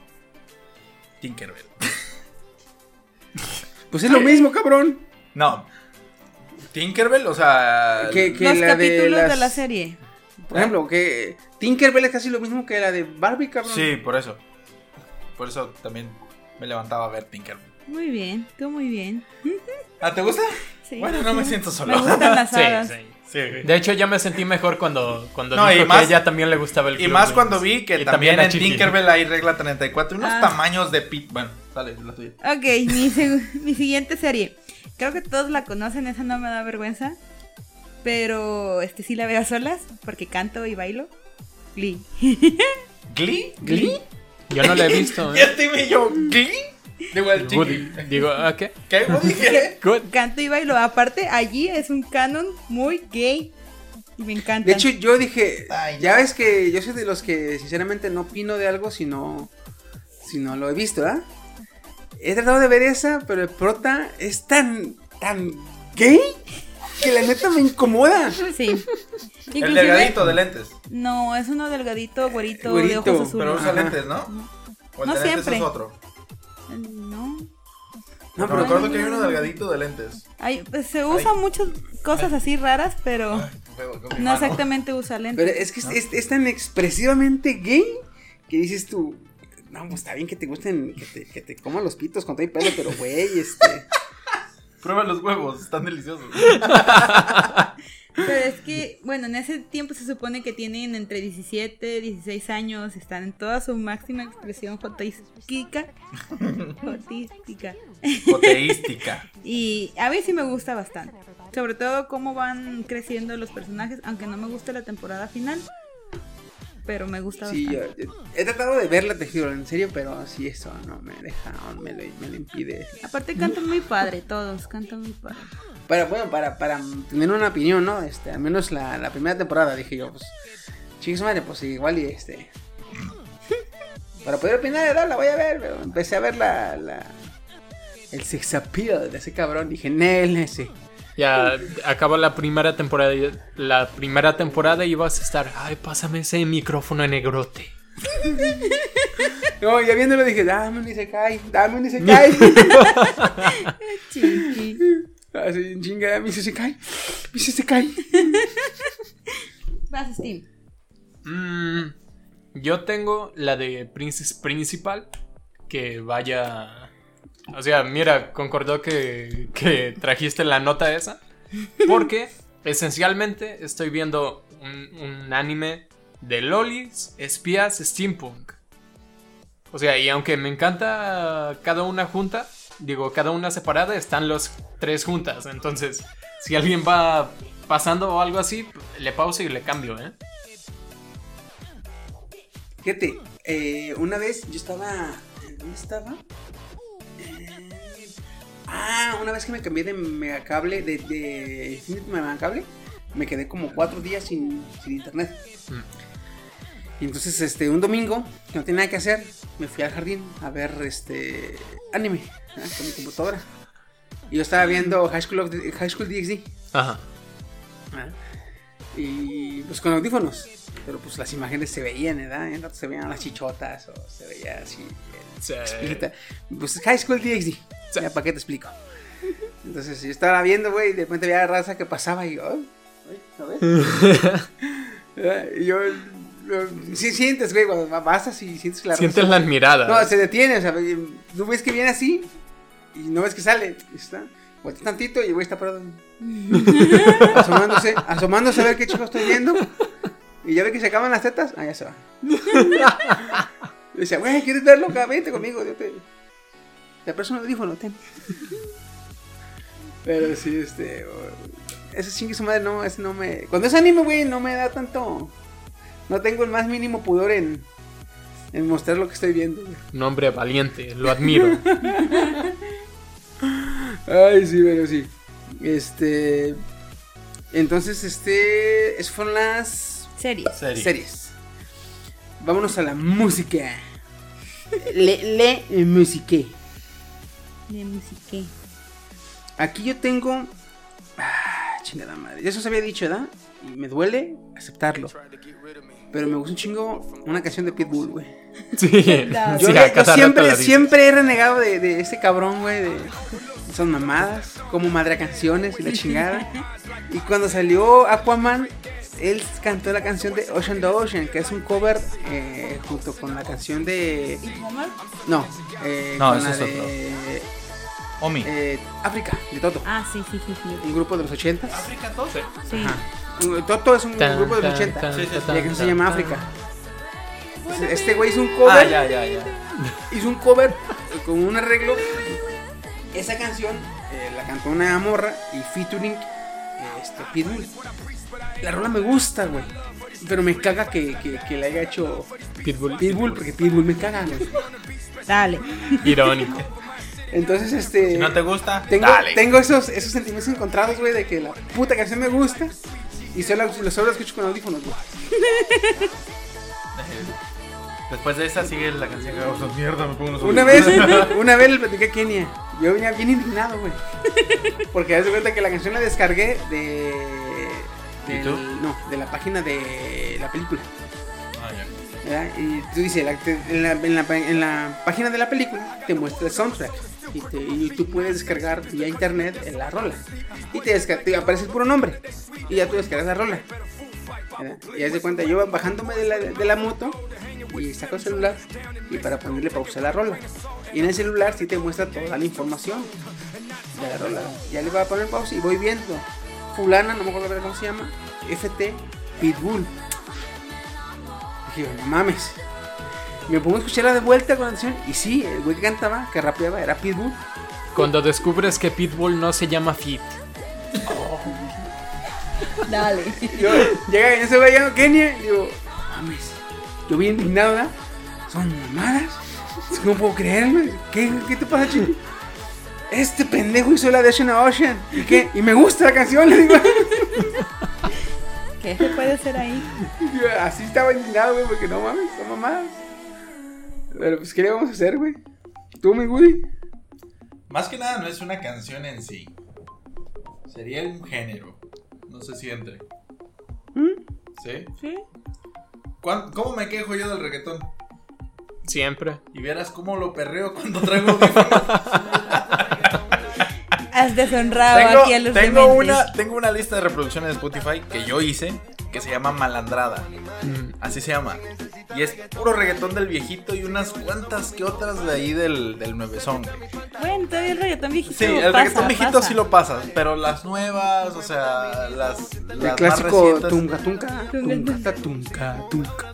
S7: Tinkerbell.
S1: Pues es lo mismo, cabrón.
S7: No. Tinkerbell, o sea.
S1: Que, que
S6: Los
S1: la
S6: capítulos de,
S1: las-
S6: la serie.
S1: Por ejemplo, que Tinkerbell es casi lo mismo que la de Barbie, cabrón.
S7: Sí, por eso. Por eso también me levantaba a ver Tinkerbell.
S6: Muy bien, tú muy bien.
S7: ¿Ah, te gusta?
S6: Sí,
S7: bueno, no me siento solo.
S6: Me gustan las
S3: Sí,
S6: hadas.
S3: sí.
S7: Sí, güey.
S3: De hecho, ya me sentí mejor cuando, cuando
S7: No, y
S3: dijo
S7: más-
S3: que a ella también le gustaba el
S7: Y
S3: club,
S7: más
S3: güey.
S7: cuando vi que
S3: Y
S7: también,
S3: a
S7: en
S3: Chiqui.
S7: Tinkerbell hay regla 34. Unos
S6: Ah.
S7: tamaños de pit. Bueno, dale, la tuya.
S6: Ok, mi, seg- mi siguiente serie. Creo que todos la conocen, esa no me da vergüenza. Pero este sí la veo a solas porque canto y bailo. Glee.
S7: ¿Glee?
S6: Glee.
S3: Yo no la he visto.
S7: Ya
S3: ¿eh?
S7: estoy yo. ¿Glee? Digo el
S3: Woody.
S7: chiqui.
S3: Digo, ¿a qué?
S7: ¿Qué? Woody, ¿qué?
S3: Good.
S6: Canto y bailo. Aparte, allí es un canon muy gay. Y me encanta.
S1: De hecho, yo dije,
S7: Ay,
S1: ya ves que yo soy de los que sinceramente no opino de algo si no, si no lo he visto, ¿ah? He tratado de ver esa, pero el prota es tan, tan gay que la neta me incomoda.
S6: sí.
S7: El
S6: Inclusive-
S7: delgadito de lentes.
S6: No, es uno delgadito, güerito,
S1: Güerito,
S6: de ojos azules.
S7: Pero usa
S1: Ajá.
S7: lentes, ¿no? O el
S6: No
S7: de lentes
S6: siempre.
S7: es otro.
S6: No.
S7: No, pero recuerdo que hay uno delgadito de lentes.
S6: Ay, pues, se usa muchas cosas así raras, pero no exactamente usa
S1: Pero
S6: lentes.
S1: es que es, es- es tan expresivamente gay que dices tú, no, pues está bien que te gusten, que te, que te coman los pitos con todo y pelo, pero güey, este...
S7: Prueba los huevos, están deliciosos.
S6: Pero es que, bueno, en ese tiempo se supone que tienen entre 17, 16 años, están en toda su máxima expresión jotística. Jotística.
S7: Poteística.
S6: Y a mí sí me gusta bastante. Sobre todo cómo van creciendo los personajes, aunque no me gusta la temporada final. Pero me gusta
S1: Sí,
S6: bastante.
S1: yo, yo- he tratado de verla, te juro, en serio, pero sí, eso no me deja, me lo, me lo impide.
S6: Aparte cantan muy padre, todos cantan muy padre.
S1: Para, bueno, para, para tener una opinión, ¿no? Este, al menos la, la primera temporada, dije yo, pues, chicos madre, pues igual y este. Para poder opinar, ¿verdad? la voy a ver, pero empecé a ver la. la- el sex appeal de ese cabrón, dije, Nel, ese.
S3: Ya acaba la primera temporada. y- La primera temporada y vas a estar. Ay, pásame ese micrófono negrote.
S1: No, ya viéndolo dije, dame un Isekai, dame un Isekai.
S6: Chiqui.
S1: Así, en chinga, dame un Isekai, mi Isekai.
S6: Vas, Steam.
S3: Mm, yo tengo la de Princess Principal. Que vaya. O sea, mira, concordó que, que trajiste la nota esa. Porque esencialmente estoy viendo un, un anime de lolis, espías, steampunk. O sea, y aunque me encanta cada una junta, digo, cada una separada, están los tres juntas. Entonces, si alguien va pasando o algo así, le pauso y le cambio, ¿eh?
S1: Fíjate, eh, una vez yo estaba. ¿Dónde estaba? Eh, ah, una vez que me cambié de megacable, de, de Infinite Megacable, me quedé como cuatro días sin, sin internet. Y entonces, este, un domingo, que no tenía nada que hacer, me fui al jardín a ver este anime ¿ah? con mi computadora. Y yo estaba viendo High School, of the- High School DxD.
S3: Ajá.
S1: ¿verdad? Ah. Y pues con audífonos. Pero pues las imágenes se veían, ¿verdad? En rato se veían las chichotas o se veía así. eh,
S3: Sí.
S1: explícita. Pues High School DxD. Ya, ¿para qué te explico? Entonces yo estaba viendo, güey, y de repente veía raza que pasaba y yo, ay, ay, ¿no ves? ¿Verdad? y yo, yo- sí sientes, güey, cuando vas así, sientes que la raza-
S3: Sientes las miradas.
S1: no, se detiene, o sea, tú ves que viene así y no ves que sale. y Está, voltea tantito y el güey está parado. asomándose, asomándose a ver qué chico estoy viendo. Y ya ve que se acaban las tetas. Ah, ya se va. Y dice, güey, ¿quieres verlo? acá? Vente conmigo. Yo te, te presto un audífono, ten. Pero sí, este. o- Ese chingue su madre, no, ese no me. Cuando es anime, güey, no me da tanto. No tengo el más mínimo pudor en. En mostrar lo que estoy viendo, güey.
S3: Nombre valiente, lo admiro.
S1: Ay, sí, bueno, sí. Este. Entonces, este. Esas fueron las
S6: Series.
S7: Serie.
S1: series. Vámonos a la música. Le, le musique.
S6: De musiqué.
S1: Aquí yo tengo. Ah, chingada madre. Ya se os había dicho, ¿verdad? Y me duele aceptarlo. Pero me gusta un chingo una canción de Pitbull, güey.
S3: sí.
S6: Yo
S3: sí,
S1: Yo,
S3: a
S1: le- yo
S3: cada rato la
S1: siempre,
S3: dices.
S1: siempre he renegado de, de este cabrón, güey, de son mamadas, como madre canciones y la chingada. Y cuando salió Aquaman, él cantó la canción de Ocean to Ocean, que es un cover eh, junto con la canción de... No, eh,
S7: No,
S1: con
S7: ese
S1: la
S7: es otro.
S1: de
S7: Omi.
S1: eh, África, de Toto,
S6: Ah, sí, sí, sí, sí.
S1: un grupo de los 80.
S6: Sí.
S1: Toto es un
S3: Tan,
S1: grupo de los
S3: tan,
S1: 80,
S3: tan,
S1: ya
S3: tan,
S1: que se
S3: tan,
S1: llama
S3: tan.
S1: África. Entonces, Este güey hizo un cover
S7: Ah, ya, ya, ya.
S1: hizo un cover con un arreglo. Esa canción eh, la cantó una morra y featuring eh, este Pitbull. La rola me gusta, güey. Pero me caga que, que, que la haya hecho
S3: Pitbull.
S1: Pitbull, porque Pitbull me caga, güey.
S6: Dale.
S3: Irónico.
S1: Entonces, este.
S7: Si no te gusta,
S1: tengo,
S7: dale.
S1: tengo esos, esos sentimientos encontrados, güey, de que la puta canción me gusta y solo, solo la escucho con audífonos, güey.
S7: Después de esa sigue la canción que hago. Mierda, me pongo unos
S1: Una vez, una vez le platiqué a Kenia. Yo venía bien indignado, güey. Porque haz de cuenta que la canción la descargué de. del-
S7: ¿YouTube?
S1: no, de la página de la película.
S7: Ah, ya.
S1: ¿verdad? Y tú dices, la- te- en, la, en, la, en la página de la película te muestra el soundtrack. Y, te- y tú puedes descargar vía internet en la rola. Y te, desca- te aparece el puro nombre. Y ya tú descargas la rola. ¿verdad? Eh, Y haz de cuenta, yo bajándome de la, de la moto y saco el celular y para ponerle pausa a la rola. Y en el celular sí te muestra toda la información de la rola. Ya le voy a poner pausa y voy viendo. Fulana, no me acuerdo cómo se llama, FT Pitbull. Dije, no mames. Me pongo a escucharla de vuelta con atención y sí, el güey que cantaba, que rapeaba, era Pitbull.
S3: Cuando descubres que Pitbull no se llama Fit.
S6: Dale.
S1: Yo, llega en ese güey, llega Kenia, y digo, mames. Yo bien indignado, ¿verdad? Son mamadas. Es que No puedo creerlo. ¿Qué, qué te pasa, chico? Este pendejo hizo la de Ocean a Ocean. ¿Y qué? Y me gusta la canción, le digo.
S6: ¿Qué se puede hacer ahí?
S1: Yo así estaba indignado, güey, porque no mames, son mamadas. Pero pues, ¿qué le vamos a hacer, güey? ¿Tú, mi Woody?
S7: Más que nada no es una canción en sí. Sería un género. No sé si entre.
S1: ¿Mm?
S7: ¿Sí?
S6: Sí.
S7: ¿Cuán- ¿Cómo me quejo yo del reggaetón?
S3: Siempre.
S7: Y verás cómo lo perreo cuando traigo audífonos.
S6: Has deshonrado aquí a
S7: tengo,
S6: los
S7: tengo
S6: dementes.
S7: una, tengo una lista de reproducción en Spotify que yo hice que se llama Malandrada.
S6: Mm.
S7: Así se llama. Y es puro reggaetón del viejito y unas cuantas que otras de ahí del, del nuevezón. güey.
S6: Bueno, todavía el reggaetón viejito.
S7: Sí, el
S6: pasa,
S7: reggaetón viejito
S6: pasa.
S7: sí lo pasas, pero las nuevas, o sea, las, las
S1: El
S7: más
S1: clásico
S7: recientes-
S1: tunga tunga tunga
S6: Tunga,
S1: tunga tunga tunga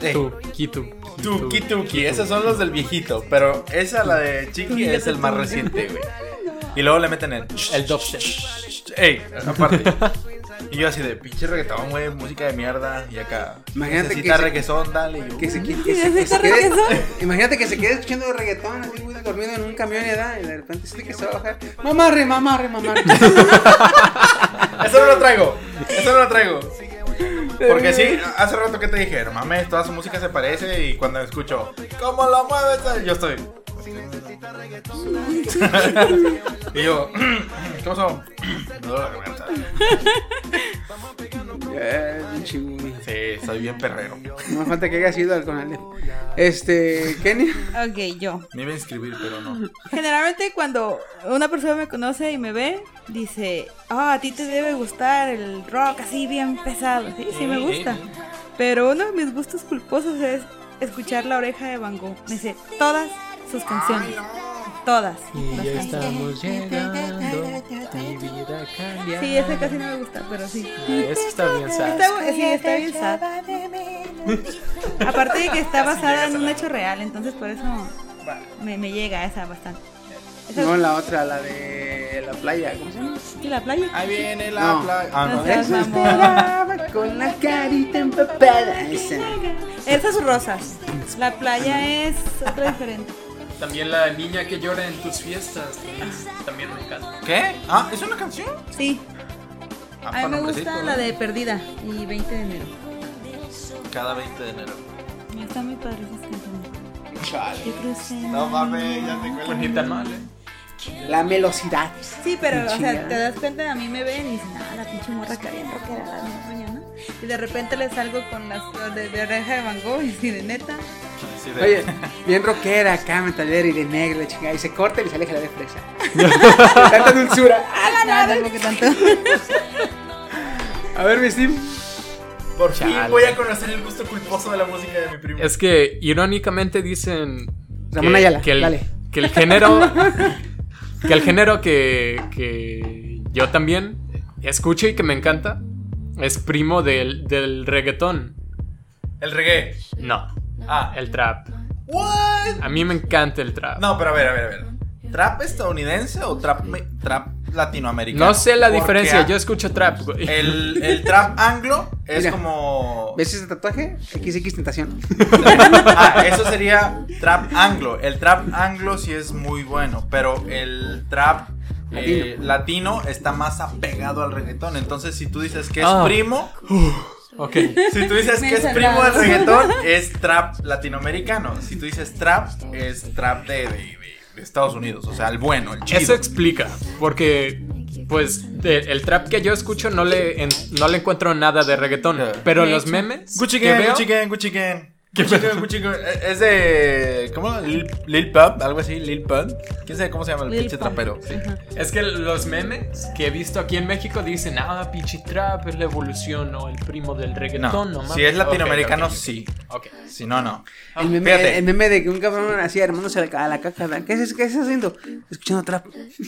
S7: Sí.
S3: Tuki, tuki,
S7: Tuki Tuki, esos eh, son los del viejito, pero esa, la de Chiqui, es el más reciente, güey. Y luego le meten el...
S3: El dubstep.
S7: Ey, aparte. Y yo así de pinche reggaetón, güey, música de mierda. Y acá.
S1: Imagínate
S7: necesita
S1: que se-
S7: reggaetón, dale. y yo,
S1: Que se, que- que
S5: ¿Y
S1: se- que
S5: ese
S1: se quede,
S5: reggaetón?
S1: imagínate que se quede escuchando reggaetón, así, güey, dormido en un camión y edad, y de repente siente que se va a bajar. Mamarre, mamarre, mamarre.
S7: Eso no lo traigo. Eso no lo traigo. Porque
S1: Eh.
S7: sí, hace rato que te dije, no mames, toda su música se parece. Y cuando escucho, ¿cómo lo mueves? Yo estoy. y yo, "Mm, ¿qué pasó? Me duele la garganta.
S1: Eh, pinche güey.
S7: Sí, soy bien perrero.
S1: No falta que hayas ido al Conalep. Este, Kenia.
S6: Ok, yo.
S7: Me iba a inscribir, pero no.
S6: Generalmente cuando una persona me conoce y me ve, dice, ah, a ti te debe gustar el rock así bien pesado. Sí, sí me gusta. Pero uno de mis gustos culposos es escuchar la oreja de Van Gogh. Me sé todas sus canciones. Todas. las canciones.
S3: llegando. Mi vida cambia.
S6: Sí, ese casi no me gusta, pero sí.
S3: Eso está bien, sad.
S6: Está, bu- sí, está bien sad. Aparte de que está basada en un hecho real, entonces por eso me, me llega esa bastante. Esa
S1: No, la otra, la de la playa. ¿Cómo se llama?
S6: ¿Y la playa?
S7: Ahí viene
S1: la
S7: la
S1: playa.
S7: Ah,
S6: No
S7: no.
S6: seas
S1: Eso
S6: mamón.
S1: esperaba con la carita empapada. Esa.
S6: Esas rosas. La playa es otra diferente.
S3: También la niña que llora en tus fiestas. es- También me encanta.
S7: ¿Qué? Ah, ¿es una canción?
S6: Sí,
S7: Ah,
S6: a mí me
S7: nombrecito,
S6: gusta
S7: ¿no?
S6: la de Perdida y 20 de enero.
S7: Cada 20 de enero.
S6: Está muy padre esas canciones. Yo crucé.
S7: No mames, ya te
S3: Pues ni tan mal, ¿eh?
S1: La melosidad.
S6: Sí, pero, o sea,
S1: Chingada.
S6: te das cuenta, a mí me ven y dicen, ah, la pinche morra que bien rockera la de mañana. Y de repente les salgo con las de, de oreja de Van Gogh y dicen, neta.
S7: Así de-
S1: Oye, bien rockera acá, metalera y de negro, la chingada. Y se corta y sale jalea de fresa. Tanta dulzura.
S6: Ah, la no, tampoco tanto.
S1: A ver, mi Steve.
S7: Por fin voy a conocer el gusto culposo de la música de mi primo.
S3: Es que irónicamente dicen
S1: Ramón Ayala,
S3: el,
S1: dale.
S3: que el género que el género que, que yo también escucho y que me encanta es primo del, del reggaetón.
S7: El reggae.
S3: No,
S7: Ah,
S3: el trap.
S7: ¿What?
S3: A mí me encanta el trap.
S7: No, pero a ver, a ver, a ver. ¿Trap estadounidense o trap, me- trap latinoamericano?
S3: No sé la
S7: Porque
S3: diferencia,
S7: a-
S3: yo escucho trap, güey.
S7: El, el trap anglo es
S1: Mira.
S7: como.
S1: ¿Ves ese tatuaje? XX Tentación.
S7: Ah, eso sería trap anglo. El trap anglo sí es muy bueno, pero el trap eh, latino está más apegado al reggaetón. Entonces, si tú dices que es
S3: Ah.
S7: primo,
S3: Ok.
S7: Si tú dices
S6: Me
S7: que es
S6: salvaron.
S7: primo del reggaetón, es trap latinoamericano. Si tú dices trap, es trap de, de- de- de Estados Unidos. O sea, el bueno, el chido.
S3: Eso explica, porque pues de- el trap que yo escucho no le en- no le encuentro nada de reggaetón,
S7: Claro.
S3: pero los memes
S7: Gucci
S3: que
S7: Gang,
S3: veo-
S7: Gucci Gang, Gucci Gang. Gucci Gang, Gucci Gang. Eh, Es de. ¿Cómo? Lil, Lil Pump, algo así, Lil Pump. ¿Quién sabe cómo se llama el
S6: Lil
S7: pinche
S6: Pump.
S7: trapero? Sí.
S3: Es que los memes que he visto aquí en México dicen, ah, pinche trap es la evolución o el primo del
S7: No,
S3: reggaetón, no, mames.
S7: si es latinoamericano,
S3: Ok, ok, ok.
S7: sí.
S3: Ok.
S7: Si no, no.
S1: El meme,
S7: Ah, Fíjate.
S1: el meme de que un cabrón hacía hermanos a la, a la caca. ¿Qué es- qué estás haciendo? Escuchando trap.
S7: Sí,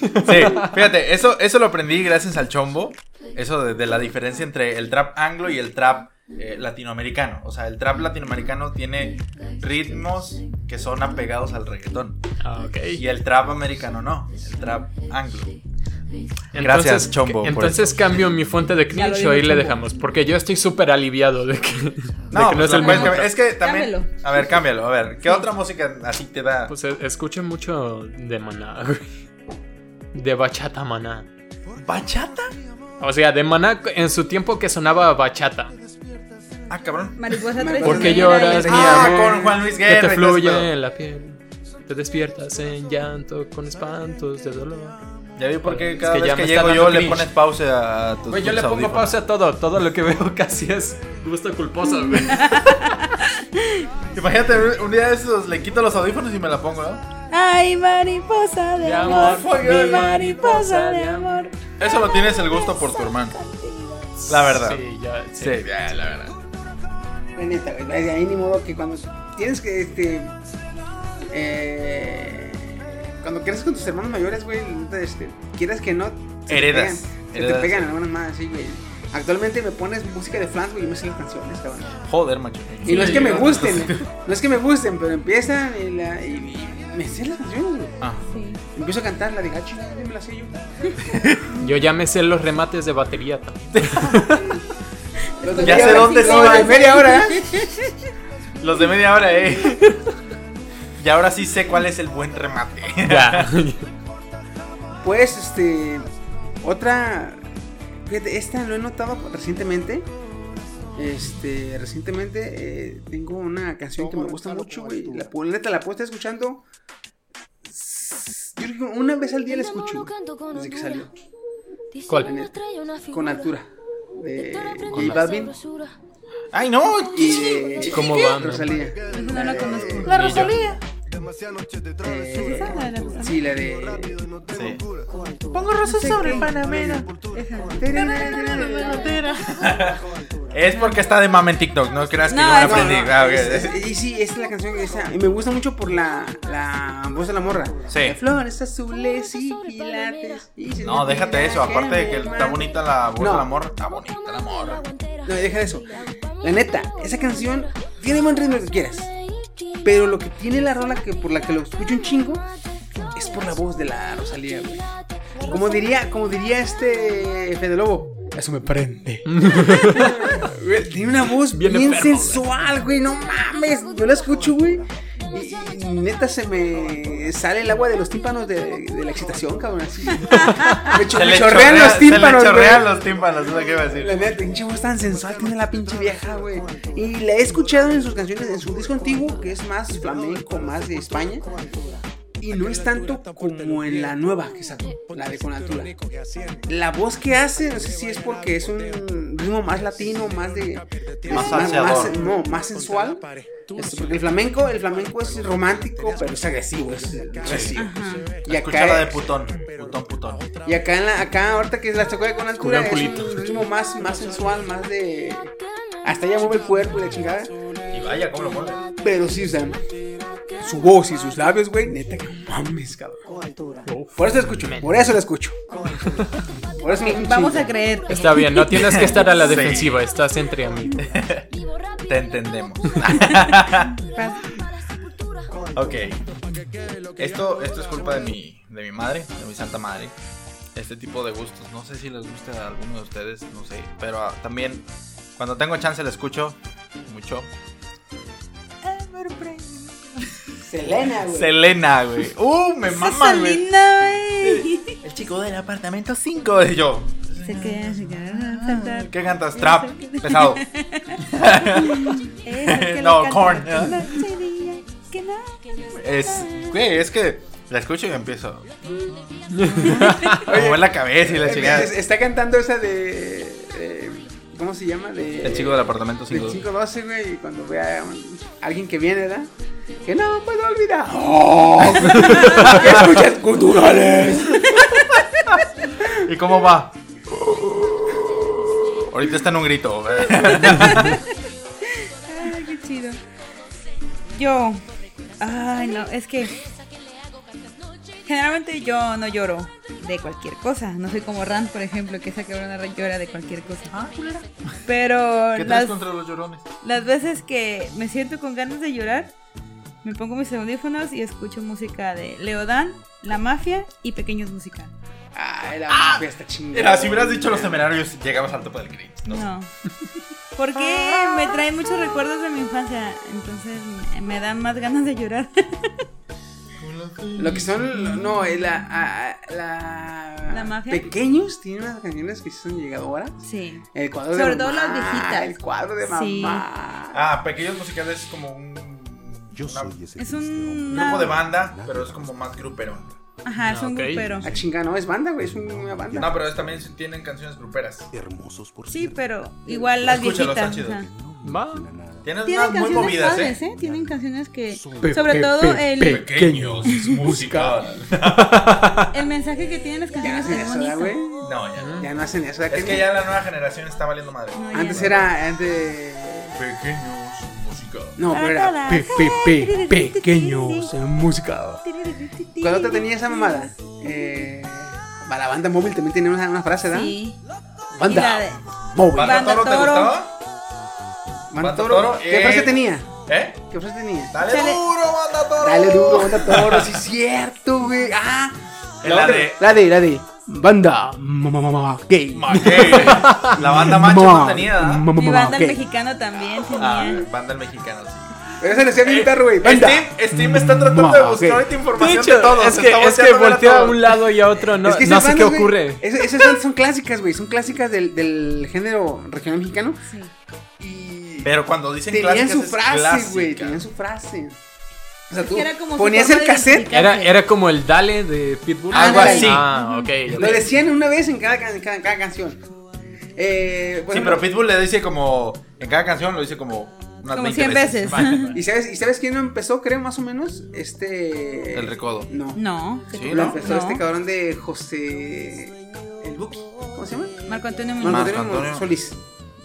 S7: fíjate, eso, eso lo aprendí gracias al chombo. Eso de, de la diferencia entre el trap anglo y el trap eh, latinoamericano. O sea, el trap latinoamericano tiene ritmos que son apegados al reggaetón.
S3: Ah, ok.
S7: Y el trap americano no, el trap anglo.
S3: Entonces-
S7: Gracias, Chombo, por
S3: Entonces cambio mi fuente de
S6: Ya lo
S3: cringe
S6: dijo
S3: o ahí le
S6: Chombo.
S3: dejamos, porque yo estoy súper aliviado de que de que
S7: No,
S3: no, es el mismo.
S7: que, es que también...
S6: Cámbialo.
S7: A ver, cámbialo, a ver. ¿Qué otra música así te da?
S3: Pues eh, escucho mucho de maná, güey. De bachata maná.
S7: ¿Bachata?
S3: O sea, de maná en su tiempo que sonaba bachata.
S7: Ah, cabrón.
S6: Mariposa
S3: Porque
S6: traicionera
S3: lloras,
S6: y-
S3: pues, mi
S7: Ah,
S3: amor,
S7: con Juan Luis
S3: Que
S7: Guerra
S3: te
S7: y todo ese
S3: fluye
S7: pedo.
S3: en la piel. Te despiertas en llanto, con espantos de dolor.
S7: Ya vi por qué
S3: Es
S7: cada
S3: que ya
S7: vez
S3: me
S7: que
S3: está
S7: llego yo
S3: dando
S7: le
S3: cringe.
S7: pones pausa a tus
S3: Güey, yo
S7: tus
S3: le pongo
S7: audífonos.
S3: pausa a todo. Todo lo que veo casi es gusto culposo, güey.
S7: Imagínate, un- un día de esos le quito los audífonos y me la pongo, ¿no?
S6: Ay, mariposa de,
S3: De
S6: amor.
S3: amor,
S6: mi mariposa de amor.
S7: Eso lo tienes el gusto por tu hermano. La verdad.
S3: Sí, ya, sí.
S7: Sí, ya, la verdad.
S1: La neta, güey, de ahí ni modo que cuando tienes que, este, eh, cuando creces con tus hermanos mayores, güey, la neta, este, quieras que no, se
S7: Heredas,
S1: te pegan, se te
S7: heredas.
S1: pegan algunas más, sí, güey. Actualmente me pones música de Flans, güey, yo me sé las canciones, cabrón.
S7: Joder, macho.
S1: Y no es que me gusten, no es que me gusten, pero empiezan y, la, y, y me sé las canciones, güey.
S7: Ah,
S6: Sí.
S1: Empiezo a cantar la de gacho, me la sé yo.
S3: Yo ya me sé los remates de batería también.
S7: Ya sé dónde
S1: Como
S7: sí,
S1: de
S7: güey.
S1: media hora, ¿eh?
S7: los de media hora, eh. y ahora sí sé cuál es el buen remate.
S3: Ya.
S1: Pues, este. Otra. Fíjate, esta lo he notado recientemente. Este, recientemente eh, tengo una canción que me gusta mucho, güey. La pu- neta la puedo estar escuchando. s- Yo creo que una vez al día la escucho, güey, desde que salió.
S3: ¿Cuál?
S1: Con altura. De J Balvin
S7: Ay, no.
S1: y de
S3: ¿Cómo va? no?
S1: Rosalía.
S6: Esa no la conozco.
S3: Ni yo.
S1: Eh,
S6: ¿Esa es la de la Rosalía?
S1: sí, la de.
S7: Sí.
S6: Pongo rosas sobre el panamera.
S7: Es porque está de mame en TikTok, no creas que
S5: No,
S7: yo me la
S5: es que
S7: aprendí.
S1: no,
S7: Ah, ok.
S1: es- es- y sí, esa es la canción que está. Y me gusta mucho por la, la voz de la morra.
S7: Sí.
S1: De flores azules y quilates. y se
S7: No,
S1: me
S7: déjate
S1: tira
S7: eso. Aparte de que
S1: me
S7: está bonita la voz
S1: No.
S7: del amor, está bonita la amor.
S1: No, deja eso. La neta, esa canción tiene buen ritmo que quieras. Pero lo que tiene la rola que por la que lo escucho un chingo es por la voz de la Rosalía, güey. Como diría, como diría este Fede Lobo, eso me prende. Güey, tiene una voz bien,
S3: Bien enfermo, güey.
S1: sensual, güey. No mames. Yo la escucho, güey. Y, y neta se me sale el agua de los tímpanos de, de la excitación, cabrón. Así. Me, cho-
S7: Se
S1: me
S7: le
S1: chorrean
S7: chorrea-
S1: los tímpanos.
S7: Se le
S1: güey.
S7: chorrean los tímpanos, es lo que iba a
S1: La
S7: decir.
S1: neta, pinche voz tan sensual tiene la pinche vieja, güey. Y la he escuchado en sus canciones, en su disco antiguo, que es más flamenco, más de España. Y no es tanto como en la nueva que sacó, la de Con Altura. La voz que hace, no sé si es porque es un ritmo más latino, más de.
S7: Más
S1: más,
S7: salseador.
S1: No, más sensual. Este, porque el flamenco, el flamenco es romántico, pero es agresivo, es agresivo. Y
S7: Escucha la de
S1: acá,
S7: putón. Putón, putón.
S1: y acá, en la, acá ahorita que es la tocó de Con Altura,
S3: Con un
S1: es un
S3: culito.
S1: ritmo más, más sensual, más de. Hasta ella mueve el cuerpo y la chingada.
S7: Y vaya, cómo lo mola.
S1: Pero sí, o sea, su voz y sus labios, güey, neta que no mames, cabrón. Por eso la escucho, por eso la escucho. Por eso la escucho.
S6: Vamos a creer.
S3: Está bien, no tienes que estar a la
S7: Sí.
S3: defensiva, estás entre amigos.
S7: Te entendemos. ok. Esto, esto es culpa de mi, de mi madre, de mi santa madre. Este tipo de gustos. No sé si les gusta a alguno de ustedes, no sé. Pero ah, también, cuando tengo chance, la escucho mucho.
S1: Selena, güey.
S7: Selena, güey. Uh, me mama,
S6: Esa
S7: güey.
S6: linda, güey.
S7: El chico del apartamento 5. Y yo,
S6: Se queda, Ah, se
S7: Ah,
S6: queda.
S7: ¿qué cantas? Trap, pesado. No,
S6: No,
S7: Korn.
S6: corn.
S7: Es, güey, es que la escucho y empiezo. Como en la cabeza y la chingada.
S1: Eh, Es- Está cantando esa de. eh, ¿Cómo se llama? De,
S7: El chico del apartamento
S1: del
S7: 5.
S1: 512, güey, y cuando vea a un- alguien que viene, ¿verdad? Que no puedo olvidar. ¡Oh! ¿Qué escuchas culturales?
S7: ¿Y cómo va? Ahorita está en un grito. güey.
S6: Ay, qué chido. Yo. Ay, no, es que. Generalmente yo no lloro de cualquier cosa. No soy como Rand, por ejemplo, que esa cabrona llora de cualquier cosa.
S7: Ah,
S6: Pero
S7: ¿Qué
S6: las,
S7: traes contra los llorones?
S6: las veces que me siento con ganas de llorar, me pongo mis audífonos y escucho música de Leodán, La Mafia y Pequeños Musical.
S1: Ay, la mafia está chingada.
S7: Mira, si hubieras dicho los seminarios, llegabas al tope del cringe. No.
S6: No. Porque me traen muchos recuerdos de mi infancia, entonces me dan más ganas de llorar.
S1: Lo que son, no, eh, la, a- a- la,
S6: ¿La mafia?
S1: Pequeños tienen unas canciones que sí son llegadoras.
S6: Sí.
S1: El cuadro de
S6: Sobre
S1: mamá.
S6: todo las viejitas.
S1: El cuadro de mamá.
S6: Sí.
S7: Ah, pequeños musicales es como un. Yo
S6: Es un
S7: grupo de banda, pero es como más grupero.
S6: Ajá, es un
S3: ok.
S6: grupero.
S1: La chinga no es banda, güey, es una banda.
S7: No, pero es- también tienen canciones gruperas.
S6: Sí, pero igual las
S7: Escúchalo,
S6: viejitas.
S7: está chido.
S6: ajá.
S3: Va.
S7: Tienen
S6: Tienen
S7: unas muy
S6: canciones
S7: movidas, ¿eh?
S6: padres, ¿eh? Tienen canciones que sobre todo el,
S7: Pequeños musical.
S6: el mensaje que tienen las
S1: ya no
S6: canciones
S1: hacen
S6: es
S1: eso, ¿verdad,
S6: bonito.
S1: güey.
S7: No, ya no.
S1: Ya no hacen eso. ¿verdad?
S7: Es que ya la nueva generación está valiendo madre.
S6: No, ya
S1: Antes
S6: no.
S1: era. Antes...
S7: Pequeños musical.
S1: No, pero era.
S6: pequeños
S4: música.
S1: Cuando te tenía esa mamada. Eh, para la banda móvil también tenía una, una frase, ¿verdad?
S6: Sí. Y
S1: Banda.
S6: la de-
S4: Móvil.
S7: ¿Banda
S6: Banda
S7: Toro te
S6: Toro.
S7: gustaba?
S1: Banda
S7: Banda
S1: Toro.
S7: Toro,
S1: ¿Qué
S7: eh.
S1: frase tenía?
S7: ¿Eh?
S1: ¿Qué frase tenía?
S7: Dale
S6: Chale.
S7: duro, Banda Toro.
S1: Dale duro, Banda Toro, sí es cierto, güey. Ah,
S7: En la de
S1: la de, la de. Banda ma, ma, ma, ma, gay.
S7: Maquey. La banda macho
S1: Ma,
S7: no tenía, ¿verdad?
S1: ma, ma,
S6: Mi
S1: ma,
S6: banda el
S1: gay.
S6: mexicano también
S7: Ah,
S6: tenía.
S7: banda del mexicano, sí.
S1: Pero esa le decía
S7: Eh,
S1: bien perro, güey. Banda.
S7: Steam, Steam está tratando de
S1: Ma,
S7: buscar
S1: ok.
S7: ahorita
S3: De
S7: información de,
S3: hecho,
S7: todos.
S3: es que,
S7: está
S3: es que
S7: volteando a ver a
S3: voltea a
S7: todos.
S3: un lado y a otro, no,
S1: es que
S3: no
S1: esas
S3: sé qué
S1: bandas, güey,
S3: ocurre.
S1: es- esas bandas son clásicas, güey. Son clásicas del, del género regional mexicano.
S6: Sí.
S1: Y
S7: Pero cuando dicen
S1: tenían
S7: clásicas
S1: su
S7: es
S1: frase, güey.
S7: clásica.
S1: Tenían su frase. O sea, tú
S6: que era como su
S1: ponías
S6: forma
S1: el
S6: de
S1: cassette.
S3: Era, era como el Dale de Pitbull.
S7: Algo
S1: Ándale.
S7: así.
S3: Ah, ok. ya
S1: Lo
S3: te-
S1: decían una vez en cada, can- cada- cada canción. Eh, por
S7: Sí,
S1: ejemplo,
S7: pero Pitbull le dice como. En cada canción lo dice como. Unas
S6: Como
S7: 20
S6: 100 veces.
S7: Vale.
S1: ¿Y sabes, ¿Y sabes quién lo empezó, creo, más o menos? Este.
S7: El recodo.
S1: No.
S6: No.
S7: Sí, ¿no?
S1: Lo empezó
S6: No.
S1: este cabrón de José. El Buki. ¿Cómo se llama?
S6: Marco Antonio
S1: Marco
S6: Muñoz.
S7: Marco
S1: Antonio
S7: Antonio.
S1: Solís.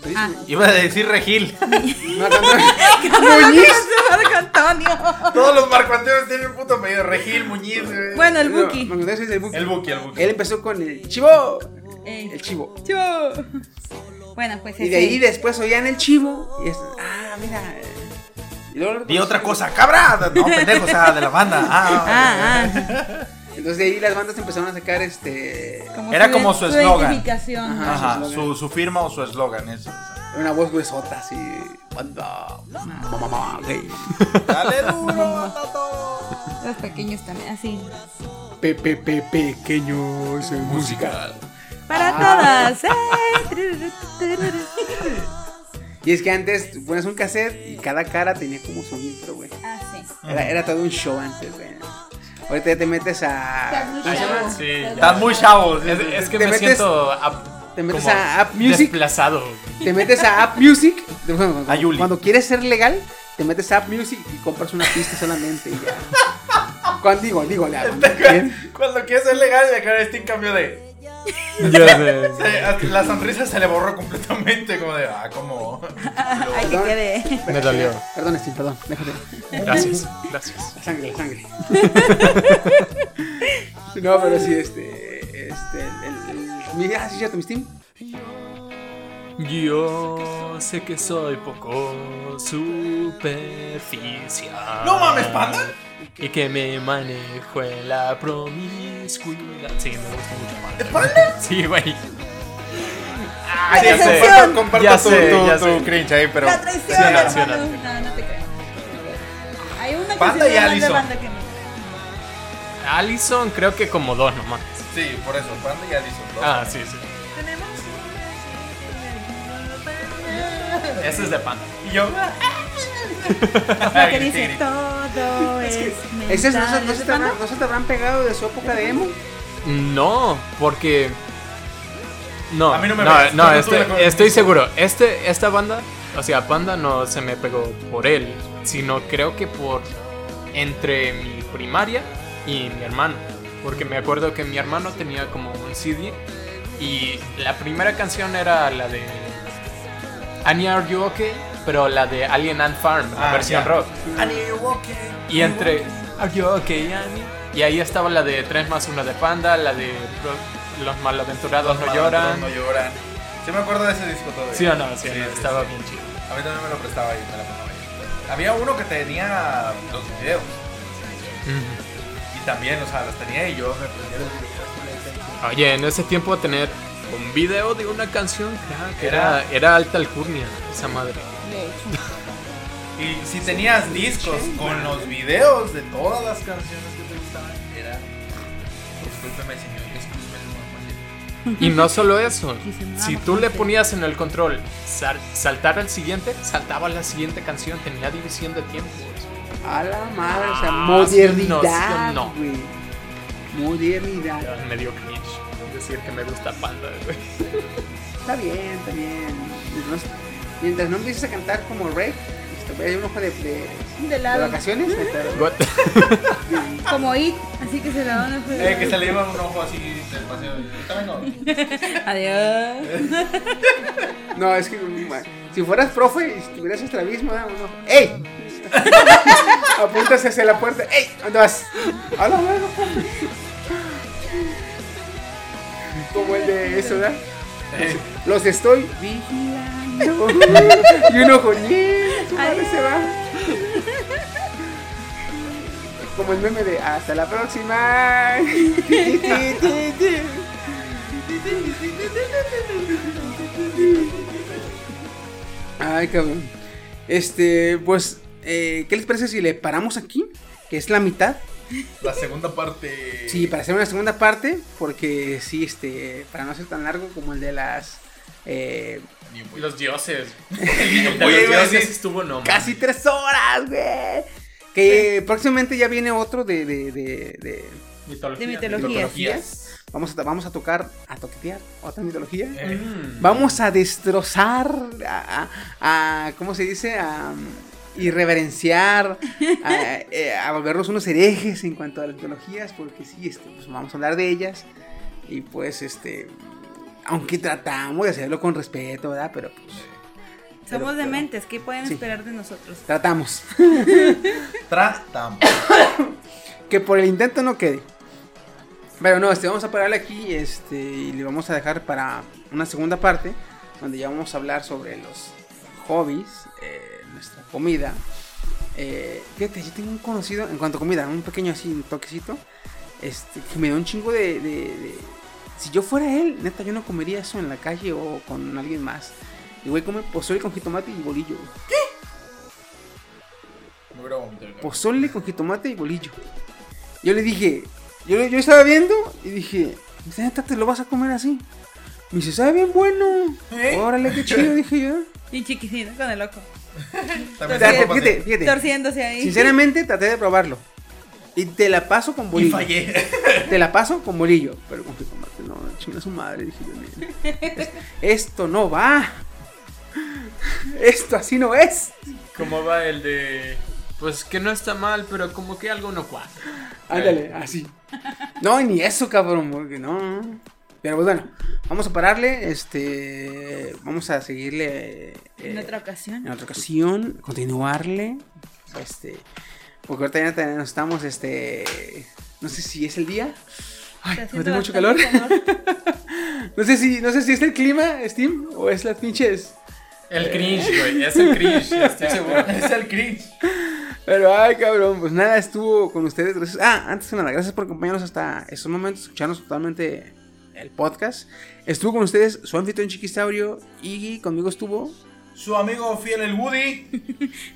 S1: ¿Solís?
S6: Ah.
S7: Iba a decir Regil.
S1: Marco Antonio. Muñiz.
S6: Marco Antonio.
S7: Todos los Marco Antonio tienen un puto apellido. Regil, Muñiz. güey.
S6: Bueno, el
S1: No,
S6: Buki.
S1: Marco Antonio Solís, el Buki.
S7: El Buki, el Buki.
S1: Él empezó con el chivo.
S6: Ey.
S1: El chivo.
S6: Chivo. Bueno, pues
S1: Y
S6: ese.
S1: de ahí después oían el chivo. Y es, ah, mira. Y luego lo
S7: Di otra
S1: conocieron.
S7: cosa, cabra. No, pendejo, o sea, de la banda. Ah,
S6: Ah, ah.
S1: Entonces de ahí las bandas empezaron a sacar este.
S7: Era como su eslogan.
S6: identificación.
S1: Ajá.
S7: Ajá,
S1: su eslogan.
S7: su, su firma o su eslogan, eso.
S1: Una voz gruesota así. Banda. Mamá, mamá, gay.
S7: Dale duro, banda todo.
S6: Los pequeños también, así.
S1: Pe, pe, pe, pequeños en música.
S6: Para
S1: Ah.
S6: todas. eh.
S1: Y es que antes ponías un cassette y cada cara tenía como su intro, güey.
S6: Ah, sí.
S1: Era, era todo un show antes, güey. Ahorita ya te metes
S6: Estás muy
S1: a.
S6: chavo.
S3: Sí, ya.
S7: Están muy chavos.
S3: Es,
S7: sí, sí.
S3: es que
S1: Te
S3: me
S1: metes-
S3: siento ap-
S1: te metes
S3: como
S1: a App Music.
S3: desplazado.
S1: Te metes a App Music. de- bueno, cuando,
S7: Ayuli.
S1: cuando quieres ser legal, te metes a App Music y compras una pista solamente y ya. Cuando digo, digo, ya. cuando quieres.
S7: Cuando quieres ser legal, la cara de Steam cambió de. se- la sonrisa se le borró completamente, como de, ah, como.
S6: Ay, que quede.
S3: Me dolió.
S1: Perdón, Steve, perdón. Déjate.
S3: Gracias, gracias.
S1: La sangre, la sangre. no, pero sí, este. Este. El, el, el- mi- ah, sí, cierto, mi Steam.
S3: Yo sé que soy poco superficial.
S7: ¡No mames, panda!
S3: Y que me manejo en la promiscuidad. Sí, me gusta mucho panda. güey. Sí, güey.
S7: Ah,
S6: ya sé.
S7: Comparto, comparto
S3: Ya
S7: tu,
S3: sé,
S7: tu-
S3: ya
S7: tu
S3: sé.
S7: cringe ahí, pero.
S6: La traición,
S3: Sí,
S6: hermano.
S3: sí,
S6: No, no te creo. Hay una canción
S7: Banda y
S6: de banda,
S7: Allison.
S6: banda que no.
S3: Allison, creo que como dos nomás.
S7: Sí, por eso, panda ya listo.
S3: Ah, sí, sí.
S6: Tenemos una.
S3: Ese es de panda.
S7: Y yo.
S6: La que dice todo es.
S1: ¿Ese no,
S6: mental.
S1: se- no, se
S6: ¿Es
S1: te
S6: banda?
S1: habrán, no se te habrán pegado de su época de emo?
S3: No, porque. No,
S7: A mí no
S3: no,
S7: me
S3: no,
S7: veas, yo no tuve
S3: este-
S7: la conexión.
S3: estoy seguro. Este, esta banda, o sea, Panda no se me pegó por él, sino creo que por entre mi primaria y mi hermano. Porque me acuerdo que mi hermano tenía como un CD y la primera canción era la de Anya Are You Okay, pero la de Alien Ant Farm, la
S7: Ah,
S3: versión
S7: ya.
S3: rock.
S7: Ani, walking.
S3: Y entre Are You Okay, Annie? Y ahí estaba la de 3 más 1 de Panda, la de Pro- Los Malaventurados No Lloran.
S7: No lloran. Sí me acuerdo de ese disco todavía.
S3: Sí o no, sí, o no,
S7: sí,
S3: estaba
S7: sí.
S3: bien chido.
S7: A mí también me lo prestaba ahí, me la ponía ahí. Había uno que tenía los videos. Y también, o sea, los tenía y yo me prendía los videos.
S3: Oye, en ese tiempo tener un video de una canción, creo que
S7: Era-
S3: era, era alta alcurnia, esa madre.
S7: Y si tenías discos con los videos de todas las canciones que te gustaban, era. Discúlpeme, señor, discúlpeme, señor.
S3: Y no solo eso,
S6: Dice, "Vamos,
S3: si tú le
S6: gente".
S3: ponías en el control sal- saltar al siguiente, saltaba la siguiente canción, tenía división de tiempos.
S1: A la madre, o sea,
S3: Ah,
S1: modernidad.
S3: sí, no, sí,
S1: güey. Modernidad.
S3: Me dio cringe decir que me gusta Panda, güey.
S1: Está bien, está bien. Mientras no- Mientras no empieces a cantar como Rey, este, hay un ojo de, de,
S6: De
S1: de
S6: lado.
S1: vacaciones. ahí está.
S3: What?
S6: Como It. Así que se la van a ofrecer.
S7: Eh, que se le iba un ojo así del paseo. Ahorita vengo.
S6: Adiós.
S1: No, es que ma, si fueras profe y estuvieras en estrabismo, ah, uno, ¡Ey! Apuntas hacia la puerta, ¡Ey! ¿Dónde vas? ¡Hola, bueno! Como el de eso, ¿verdad? Los estoy vigilando. y un ojo, "Yeah, tu madre
S6: Ay.
S1: se va. Como el meme de hasta la próxima. Ay, cabrón. Este, pues, eh, ¿qué les parece si le paramos aquí? Que es la mitad.
S7: La segunda parte.
S1: Sí, para hacer una segunda parte, porque sí, este, para no ser tan largo como el de las eh,
S10: Los dioses.
S1: Oye,
S10: Oye,
S1: iba a
S10: los dioses
S1: decir,
S10: estuvo no.
S1: casi tres horas, güey. Que próximamente ya viene otro de, de, de, de
S6: De
S1: mitologías.
S6: mitología.
S1: Vamos a, vamos a tocar, a toquetear otra mitología.
S3: Eh,
S1: Vamos a destrozar, a, a- a- ¿cómo se dice? A mm, irreverenciar, a, eh, a volvernos unos herejes en cuanto a las mitologías, porque sí, este, pues vamos a hablar de ellas. Y pues, este, aunque tratamos de hacerlo con respeto, ¿verdad? Pero pues
S6: Somos dementes, ¿qué pueden
S1: Sí.
S6: esperar de nosotros?
S1: tratamos.
S7: Tratamos.
S1: Que por el intento no quede. Pero no, este, vamos a pararle aquí este, y le vamos a dejar para una segunda parte donde ya vamos a hablar sobre los hobbies, eh, nuestra comida. Eh, fíjate, yo tengo un conocido en cuanto a comida, un pequeño así, un toquecito, este, que me da un chingo de, de- de- Si yo fuera él, neta, yo no comería eso en la calle o con alguien más. Y güey come pozole con jitomate y bolillo. güey.
S7: Me hubiera vomitado, cabrón.
S1: pozole con jitomate y bolillo. Yo le dije, yo, yo estaba viendo y dije, neta, te lo vas a comer así. Me dice, sabe bien bueno.
S7: ¿Eh?
S1: Órale, qué chido, dije yo.
S6: Y chiquitito con el ojo.
S7: También
S6: Torciendo.
S7: te ¿eh? lo pasé.
S1: Fíjate, fíjate.
S6: Torciéndose ahí.
S1: Sinceramente, traté de probarlo. Y te la paso con
S7: Y
S1: bolillo.
S7: fallé.
S1: Te la paso con bolillo. Pero con jitomate, no, chinga su madre, dije yo. "Nel, Esto no va. Esto así no es.
S3: ¿Cómo va el de.? Pues que no está mal, pero como que algo no cuadra.
S1: Ándale, así. No, ni eso, cabrón, porque no. Pero pues bueno, vamos a pararle, este, vamos a seguirle eh,
S6: En otra ocasión.
S1: en otra ocasión, continuarle, este, porque ahorita ya te- nos estamos, este, no sé si es el día, ay,
S6: Está
S1: me
S6: haciendo
S1: tengo mucho calor,
S6: bastante
S1: no sé si, no sé si es el clima, Steam, o es las pinches,
S10: El cringe, güey. Es el cringe. Estoy seguro.
S7: Es el cringe.
S1: Pero ay, cabrón, pues nada, estuvo con ustedes. Gracias. Ah, antes que nada, gracias por acompañarnos hasta estos momentos, escucharnos totalmente el podcast. Estuvo con ustedes su anfitrión Chiquisaurio y conmigo estuvo.
S7: Su amigo fiel, el Woody.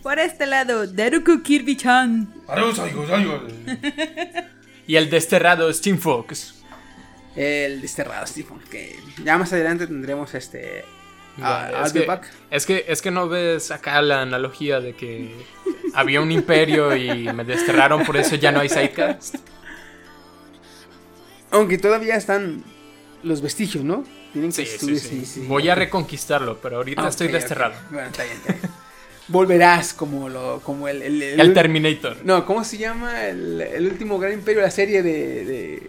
S6: Por este lado, Daruku Kirby-chan.
S7: Adiós, amigos, amigos.
S3: Y el desterrado Steam Fox.
S1: El desterrado Stephen, que ya más adelante tendremos este. ah,
S3: Ya,
S1: I'll
S3: es,
S1: be
S3: que,
S1: back.
S3: es que es que no ves acá la analogía de que había un imperio y me desterraron, por eso ya no hay sidecast.
S1: Aunque todavía están los vestigios, ¿no? Tienen
S3: Sí,
S1: que
S3: sí,
S1: subir,
S3: sí. Voy a reconquistarlo, pero ahorita
S1: Ah,
S3: estoy
S1: ok, ok.
S3: desterrado.
S1: Bueno, está bien, está bien. Volverás como lo. como el. el, el-
S3: El Terminator.
S1: No, ¿cómo se llama el, el último gran imperio? La serie de, de-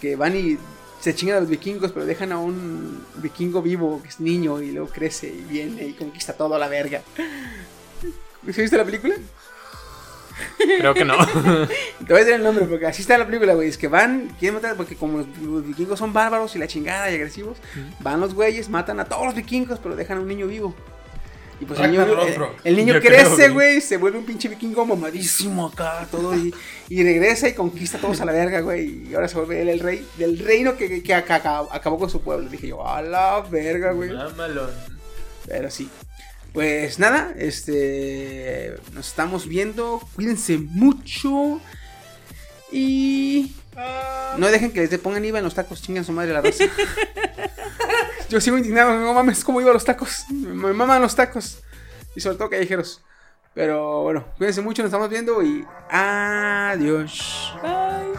S1: que van y se chingan a los vikingos, pero dejan a un vikingo vivo que es niño y luego crece y viene y conquista todo a la verga. ¿Sí viste la película?
S3: Creo que no.
S1: Te voy a decir el nombre porque así está la película, güey. Es que van, quieren matar, porque como los, los vikingos son bárbaros y la chingada y agresivos, van los güeyes, matan a todos los vikingos, pero dejan a un niño vivo. Y pues el niño,
S7: Ragnarok,
S1: el-
S7: bro.
S1: el niño
S3: Yo creo,
S1: crece,
S3: güey.
S1: güey, se vuelve un pinche vikingo mamadísimo acá, todo. Y, y regresa y conquista a todos a la verga, güey. Y ahora se vuelve él el rey del reino que, que, aca- aca- acabó con su pueblo. Dije yo, a la verga, güey.
S10: Mamalón.
S1: Pero sí. Pues nada, este. Nos estamos viendo. Cuídense mucho. Y. No dejen que les de- pongan IVA en los tacos. Chingan su madre la raza. Yo sigo indignado. No mames, ¿cómo iba a los tacos? Me maman los tacos. Y sobre todo callejeros. Pero bueno, cuídense mucho. Nos estamos viendo y. Adiós.
S6: Bye.